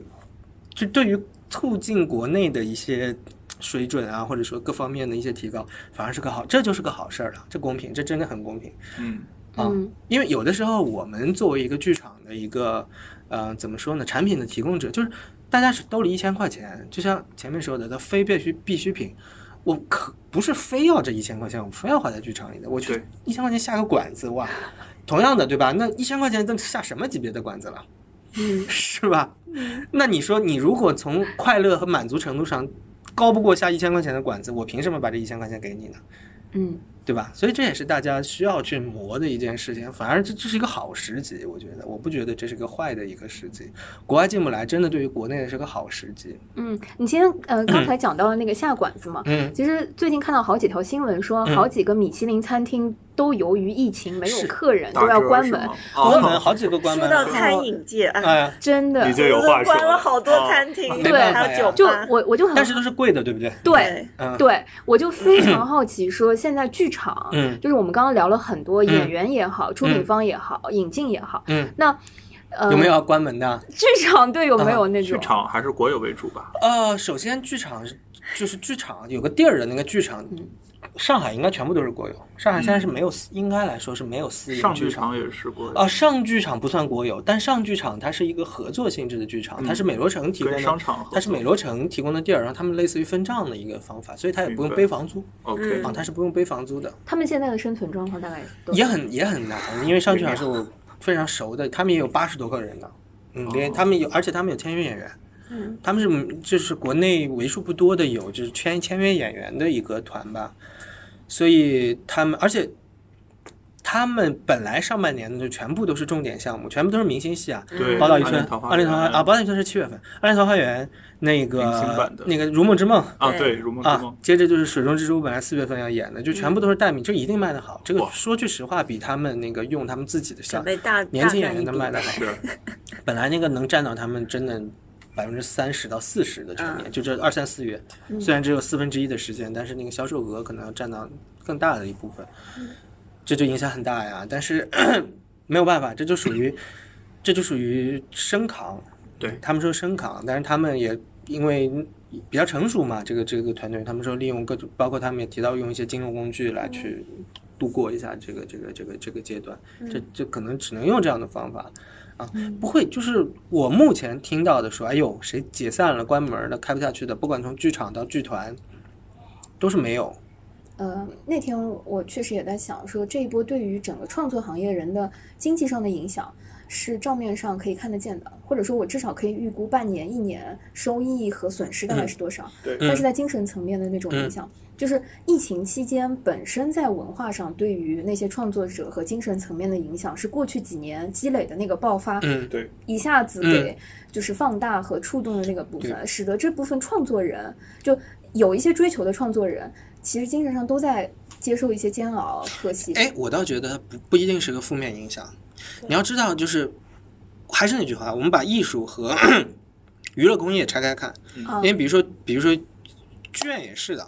[SPEAKER 5] 就对于促进国内的一些水准啊，或者说各方面的一些提高，反而是个好，这就是个好事儿了，这公平，这真的很公平
[SPEAKER 4] 嗯
[SPEAKER 5] 啊。
[SPEAKER 2] 嗯
[SPEAKER 5] 因为有的时候我们作为一个剧场的一个，呃，怎么说呢，产品的提供者，就是大家手兜里一千块钱，就像前面说的，它非必需必需品。我可不是非要这一千块钱，我非要花在剧场里的。我去
[SPEAKER 4] 对
[SPEAKER 5] 一千块钱下个馆子，哇，同样的对吧？那一千块钱能下什么级别的馆子了？
[SPEAKER 2] 嗯
[SPEAKER 5] 是吧？那你说，你如果从快乐和满足程度上高不过下一千块钱的馆子，我凭什么把这一千块钱给你呢？
[SPEAKER 2] 嗯
[SPEAKER 5] 对吧？所以这也是大家需要去磨的一件事情。反而这这是一个好时机，我觉得，我不觉得这是个坏的一个时机。国外进不来，真的对于国内的是个好时机。
[SPEAKER 2] 嗯，你今天呃刚才讲到了那个下馆子嘛，
[SPEAKER 5] 嗯，
[SPEAKER 2] 其实最近看到好几条新闻说，
[SPEAKER 5] 嗯
[SPEAKER 2] 好几个米其林餐厅都由于疫情没有
[SPEAKER 5] 是
[SPEAKER 2] 客人，
[SPEAKER 4] 打
[SPEAKER 2] 都要
[SPEAKER 4] 折
[SPEAKER 2] 关
[SPEAKER 4] 是
[SPEAKER 2] 门
[SPEAKER 4] 吗，
[SPEAKER 5] 关门
[SPEAKER 4] 哦
[SPEAKER 5] 好几个关
[SPEAKER 3] 说
[SPEAKER 5] 门，
[SPEAKER 3] 到餐饮界，啊，
[SPEAKER 5] 哎呀，
[SPEAKER 2] 真的
[SPEAKER 4] 你。这有话说，
[SPEAKER 3] 关了好多
[SPEAKER 4] 啊
[SPEAKER 3] 餐厅，
[SPEAKER 5] 没
[SPEAKER 2] 办法
[SPEAKER 3] 还有酒
[SPEAKER 5] 呀
[SPEAKER 3] 吧，
[SPEAKER 2] 就我我就很
[SPEAKER 5] 但是都是贵的，对不对？
[SPEAKER 2] 对
[SPEAKER 5] 嗯，
[SPEAKER 2] 对，我就非常好奇，说现在剧场，
[SPEAKER 5] 嗯
[SPEAKER 2] 就是我们刚刚聊了很多
[SPEAKER 5] 嗯
[SPEAKER 2] 演员也好，出品方也好，引进也好，
[SPEAKER 5] 嗯，
[SPEAKER 2] 那呃，
[SPEAKER 5] 有没有要关门的？啊
[SPEAKER 2] 剧场对有没有那
[SPEAKER 4] 剧
[SPEAKER 2] 种？
[SPEAKER 4] 场还是国有为主吧？
[SPEAKER 5] 呃，首先剧场是就是剧场有个地儿的那个剧场，上海应该全部都是国有。上海现在是没有私，应该来说是没有私营
[SPEAKER 4] 上
[SPEAKER 5] 剧
[SPEAKER 4] 剧
[SPEAKER 5] 场。
[SPEAKER 4] 场也是国有，
[SPEAKER 5] 啊，上剧场不算国有，但上剧场它是一个合作性质的剧场，它是美罗城提供
[SPEAKER 4] 嗯跟商
[SPEAKER 5] 的，
[SPEAKER 4] 场合作
[SPEAKER 5] 它是美罗城提供的地儿，然后他们类似于分账的一个方法，所以它也不用
[SPEAKER 4] 明白嗯
[SPEAKER 5] 背房租
[SPEAKER 4] ，OK，
[SPEAKER 2] 嗯
[SPEAKER 5] 啊，它是不用背房租的，
[SPEAKER 2] 他们现在的生存状况大概多
[SPEAKER 5] 也
[SPEAKER 2] 少
[SPEAKER 5] 很也很难，因为上剧场是我非常熟的，他们也有八十多个人呢，嗯，连他们有，而且他们有签约演员，
[SPEAKER 3] 嗯，
[SPEAKER 5] 他们是就是国内为数不多的有就是签签约演员的一个团吧，所以他们而且他们本来上半年就全部都是重点项目，全部都是明星戏啊，
[SPEAKER 4] 对，
[SPEAKER 5] 宝岛一村
[SPEAKER 4] 嗯暗恋桃》
[SPEAKER 5] 《
[SPEAKER 4] 花
[SPEAKER 5] 二零桃花
[SPEAKER 4] 源
[SPEAKER 5] 啊，《宝岛一村》是七月份，《二零桃花源》那个
[SPEAKER 4] 明星版的
[SPEAKER 5] 那个《如梦之梦》
[SPEAKER 4] 啊，对，如梦之
[SPEAKER 5] 啊
[SPEAKER 4] 梦，，
[SPEAKER 5] 接着就是《水中之珠》，本来四月份要演的，就全部都是待命，这一定卖得好。这个
[SPEAKER 4] 哇
[SPEAKER 5] 说句实话，比他们那个用他们自己的
[SPEAKER 3] 准
[SPEAKER 5] 像
[SPEAKER 3] 备大
[SPEAKER 5] 年
[SPEAKER 3] 大
[SPEAKER 5] 轻演
[SPEAKER 3] 干
[SPEAKER 5] 员
[SPEAKER 3] 一
[SPEAKER 5] 的
[SPEAKER 3] 笔
[SPEAKER 5] 卖得好，
[SPEAKER 4] 是，
[SPEAKER 5] 本来那个能占到他们真的百分之三十到四十的产业，就这二三四月，虽然只有四分之一的时间，但是那个销售额可能要占到更大的一部分，这就影响很大呀。但是 没有办法，这就属于这就属于深扛，
[SPEAKER 4] 对
[SPEAKER 5] 他们说深扛，但是他们也因为。比较成熟嘛，这个这个团队，他们说利用各种，包括他们也提到用一些金融工具来去度过一下这个这个这个这个阶段，这这可能只能用这样的方法。啊，不会，就是我目前听到的说，哎呦，谁解散了、关门了、开不下去的，不管从剧场到剧团，都是没有。
[SPEAKER 2] 呃，那天我确实也在想，说这一波对于整个创作行业人的经济上的影响是账面上可以看得见的，或者说我至少可以预估半年、一年收益和损失
[SPEAKER 5] 嗯
[SPEAKER 2] 大概是多少。
[SPEAKER 4] 对
[SPEAKER 2] 但是在精神层面的那种影响，就是疫情期间本身在文化上对于那些创作者和精神层面的影响，是过去几年积累的那个爆发，
[SPEAKER 5] 嗯，
[SPEAKER 4] 对，
[SPEAKER 2] 一下子给就是放大和触动的那个部分，
[SPEAKER 5] 对
[SPEAKER 2] 使得这部分创作人就有一些追求的创作人，其实精神上都在接受一些煎熬和洗礼。
[SPEAKER 5] 哎，我倒觉得它不不一定是个负面影响。你要知道，就是还是那句话，我们把艺术和 娱乐工业拆开看，因为
[SPEAKER 2] 嗯
[SPEAKER 5] 比如说，比如说剧院也是的，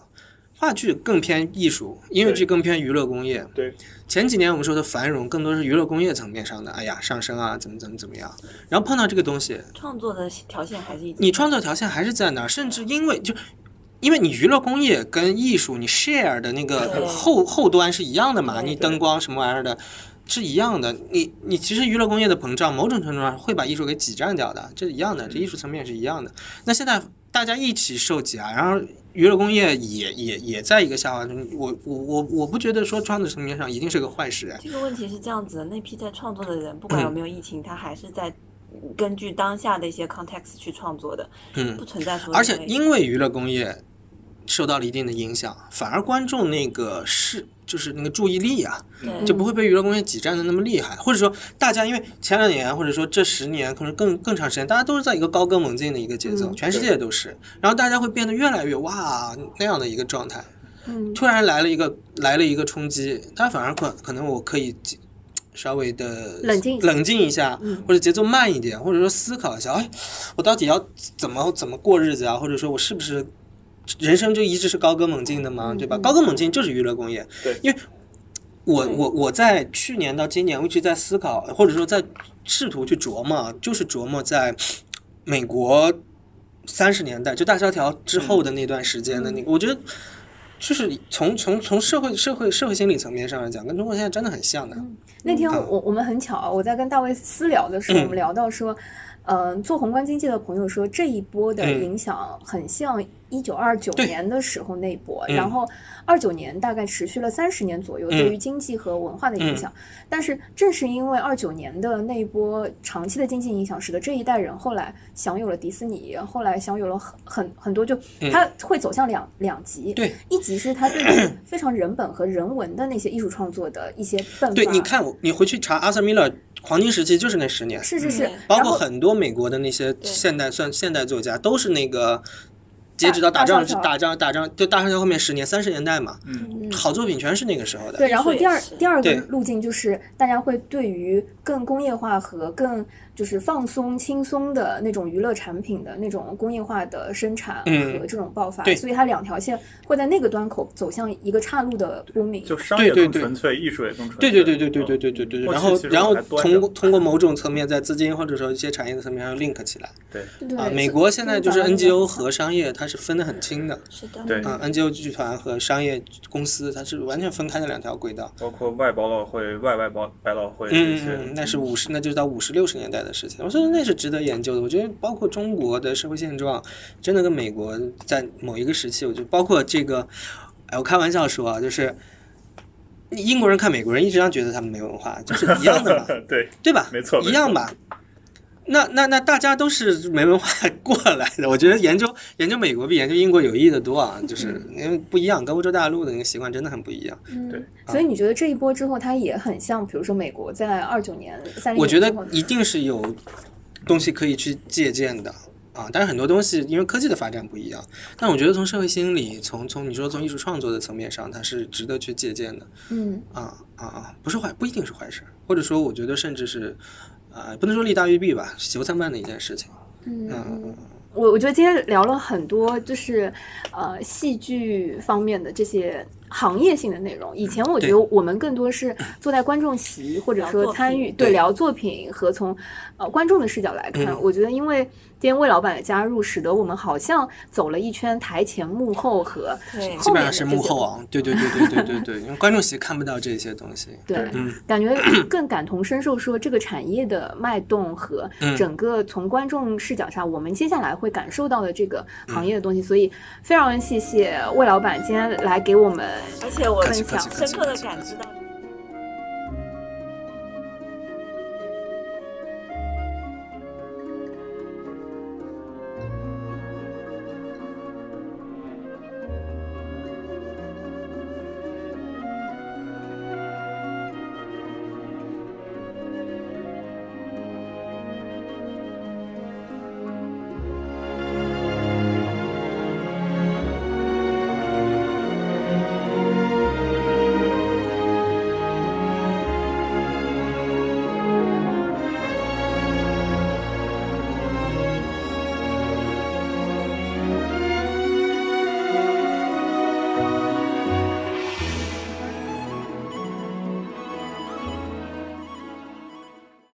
[SPEAKER 5] 话剧更偏艺术，音乐剧更偏娱乐工业。
[SPEAKER 4] 对，
[SPEAKER 5] 前几年我们说的繁荣，更多是娱乐工业层面上的，哎呀上升啊，怎么怎么怎么样。然后碰到这个东西，
[SPEAKER 3] 创作的条件还是一直
[SPEAKER 5] 你创作条件还是在那儿，甚至因为就。因为你娱乐工业跟艺术，你 share 的那
[SPEAKER 3] 对
[SPEAKER 5] 个后后端是一样的嘛，
[SPEAKER 3] 对
[SPEAKER 5] 你
[SPEAKER 3] 对
[SPEAKER 5] 灯光什么玩意儿的，是一样的。你你其实娱乐工业的膨胀，某种程度上会把艺术给挤占掉的，这是一
[SPEAKER 3] 嗯
[SPEAKER 5] 样的，这艺术层面是一样的。那现在大家一起受挤啊，然后娱乐工业也也也在一个下滑中。我我我我不觉得说创作层面上一定是个坏事，哎
[SPEAKER 3] 这个问题是这样子的，那批在创作的人，不管
[SPEAKER 5] 嗯
[SPEAKER 3] 有没有疫情，他还是在根据当下的一些 context 去创作的，
[SPEAKER 5] 嗯
[SPEAKER 3] 不，存在说
[SPEAKER 5] 而且
[SPEAKER 3] 因为
[SPEAKER 5] 因为娱乐工业受到了一定的影响，反而观众那个是就是那个注意力啊，
[SPEAKER 3] 对
[SPEAKER 5] 就不
[SPEAKER 2] 嗯
[SPEAKER 5] 会被娱乐工业挤占的那么厉害，或者说大家因为前两年或者说这十年可能更更长时间，大家都是在一个高歌猛进的一个节奏，
[SPEAKER 2] 嗯
[SPEAKER 5] 全世界都是，然后大家会变得越来越哇那样的一个状态，
[SPEAKER 2] 嗯
[SPEAKER 5] 突然来了一个来了一个冲击，他反而可可能我可以几稍微的
[SPEAKER 2] 冷静一下
[SPEAKER 5] 冷静一下，
[SPEAKER 2] 嗯
[SPEAKER 5] 或者节奏慢一点，或者说思考一下，哎，我到底要怎么怎么过日子啊？或者说我是不是人生就一直是高歌猛进的吗？
[SPEAKER 2] 嗯
[SPEAKER 5] 对吧？
[SPEAKER 2] 嗯
[SPEAKER 5] 高歌猛进就是娱乐工业，
[SPEAKER 4] 对
[SPEAKER 5] 因为我
[SPEAKER 3] 对
[SPEAKER 5] 我我在去年到今年，我一直在思考，或者说在试图去琢磨，就是琢磨在美国三十年代就大萧条之后的那段时间
[SPEAKER 2] 嗯
[SPEAKER 5] 的那个，我觉得就是从从从社会社会社会心理层面上来讲，跟中国现在真的很像的。
[SPEAKER 2] 那天
[SPEAKER 5] 嗯
[SPEAKER 2] 我我们很巧啊，我在跟大卫私聊的时候，
[SPEAKER 5] 嗯
[SPEAKER 2] 我们聊到说，呃，做宏观经济的朋友说，这一波的
[SPEAKER 5] 嗯
[SPEAKER 2] 影响很像一九二九
[SPEAKER 5] 对
[SPEAKER 2] 年的时候那一波，
[SPEAKER 5] 嗯
[SPEAKER 2] 然后二九年大概持续了三十年左右，
[SPEAKER 5] 嗯
[SPEAKER 2] 对于经济和文化的影响。但是正是因为二九年的那一波长期的经济影响，使得这一代人后来享有了迪士尼，后来享有了很很很多，就
[SPEAKER 5] 嗯
[SPEAKER 2] 他会走向两、两极，
[SPEAKER 5] 对，
[SPEAKER 2] 一级是他对于非常人本和人文的那些艺术创作的一些迸发。
[SPEAKER 5] 对，你看我，你回去查阿瑟米勒黄金时期就是那十年，
[SPEAKER 2] 是是是
[SPEAKER 3] 嗯，
[SPEAKER 5] 包
[SPEAKER 2] 然
[SPEAKER 5] 括
[SPEAKER 2] 后
[SPEAKER 5] 很多美国的那些现代算现代作家都是那个。截止到打
[SPEAKER 2] 大
[SPEAKER 5] 仗
[SPEAKER 2] 大萧条
[SPEAKER 5] 打仗打仗，就大上桥后面十年三十年代嘛，
[SPEAKER 4] 嗯，
[SPEAKER 2] 嗯
[SPEAKER 5] 好作品全是那个时候的。
[SPEAKER 2] 对，然后
[SPEAKER 3] 也
[SPEAKER 2] 第二
[SPEAKER 3] 是
[SPEAKER 2] 第二个
[SPEAKER 5] 对
[SPEAKER 2] 路径就是大家会对于更工业化和更就是放松轻松的那种娱乐产品的那种工业化的生产
[SPEAKER 5] 嗯
[SPEAKER 2] 和这种爆发，
[SPEAKER 5] 对
[SPEAKER 2] 所以它两条线会在那个端口走向一个岔路的公民。
[SPEAKER 4] 就商业
[SPEAKER 5] 对对
[SPEAKER 4] 更
[SPEAKER 5] 对
[SPEAKER 4] 纯粹，艺术也更纯
[SPEAKER 5] 对
[SPEAKER 4] 粹。
[SPEAKER 5] 对对对对对对对对对，
[SPEAKER 4] 我
[SPEAKER 5] 然
[SPEAKER 4] 其
[SPEAKER 5] 后
[SPEAKER 4] 实
[SPEAKER 5] 然后
[SPEAKER 4] 我还端着
[SPEAKER 5] 通过通过某种层面，在资金或者说一些产业的层面上 link 起来
[SPEAKER 2] 对、
[SPEAKER 5] 啊。美国现在就是
[SPEAKER 2] 所以早上
[SPEAKER 5] NGO 和商业它是分得很清的
[SPEAKER 3] 是的，
[SPEAKER 4] 对
[SPEAKER 5] 啊，NGO 剧团和商业公司它是完全分开的两条轨道。
[SPEAKER 4] 包括外百老汇、外外保百老汇这些，
[SPEAKER 5] 嗯，那是五十，那就是到五十六十年代的事情。我说那是值得研究的。我觉得包括中国的社会现状，真的跟美国在某一个时期，我觉得包括这个，哎，我开玩笑说啊，就是英国人看美国人，一直让觉得他们没文化，就是一样的嘛，
[SPEAKER 4] 对，
[SPEAKER 5] 对吧？
[SPEAKER 4] 没错没错
[SPEAKER 5] 一样吧。那那那大家都是没文化 过来的，我觉得研究研究美国比研究英国有益的多啊，就是
[SPEAKER 4] 嗯
[SPEAKER 5] 因为不一样，跟欧洲大陆的那个习惯真的很不一样。
[SPEAKER 4] 对
[SPEAKER 2] 嗯，所以
[SPEAKER 5] 啊
[SPEAKER 2] 你觉得这一波之后，它也很像，比如说美国在二九年、三零
[SPEAKER 5] 我觉
[SPEAKER 2] 年之
[SPEAKER 5] 得
[SPEAKER 2] 后呢，
[SPEAKER 5] 一定是有东西可以去借鉴的啊，但是很多东西因为科技的发展不一样，但我觉得从社会心理，从从你说从艺术创作的层面上，它是值得去借鉴的
[SPEAKER 2] 嗯
[SPEAKER 5] 啊啊啊，不是坏，不一定是坏事，或者说我觉得甚至是啊、不能说利大于弊吧，是由参半的一件事情。
[SPEAKER 2] 嗯
[SPEAKER 5] 嗯嗯
[SPEAKER 2] 我我觉得今天聊了很多，就是呃戏剧方面的这些行业性的内容。
[SPEAKER 3] 嗯
[SPEAKER 2] 以前我觉得我们更多是坐在观众席，或者说参与
[SPEAKER 3] 聊作品
[SPEAKER 2] 对
[SPEAKER 5] 对
[SPEAKER 2] 聊作品和从呃观众的视角来看。
[SPEAKER 5] 嗯
[SPEAKER 2] 我觉得因为今天魏老板的加入，使得我们好像走了一圈台前幕后和
[SPEAKER 3] 对
[SPEAKER 5] 基
[SPEAKER 2] 后
[SPEAKER 5] 本
[SPEAKER 2] 面
[SPEAKER 5] 上
[SPEAKER 2] 的
[SPEAKER 5] 是
[SPEAKER 2] 这
[SPEAKER 5] 幕
[SPEAKER 2] 些
[SPEAKER 5] 后啊，对对对对对对对，因为观众席看不到这些东西。
[SPEAKER 2] 对，
[SPEAKER 5] 嗯
[SPEAKER 2] 感觉 更感同身受，说这个产业的脉动和
[SPEAKER 5] 嗯
[SPEAKER 2] 整个从观众视角上，我们接下来会感受到的这个行
[SPEAKER 5] 嗯
[SPEAKER 2] 业的东西。所以非常谢谢魏老板今天来给我们
[SPEAKER 3] 而且我
[SPEAKER 5] 客气
[SPEAKER 3] 深
[SPEAKER 5] 客气客气
[SPEAKER 3] 刻的感知到。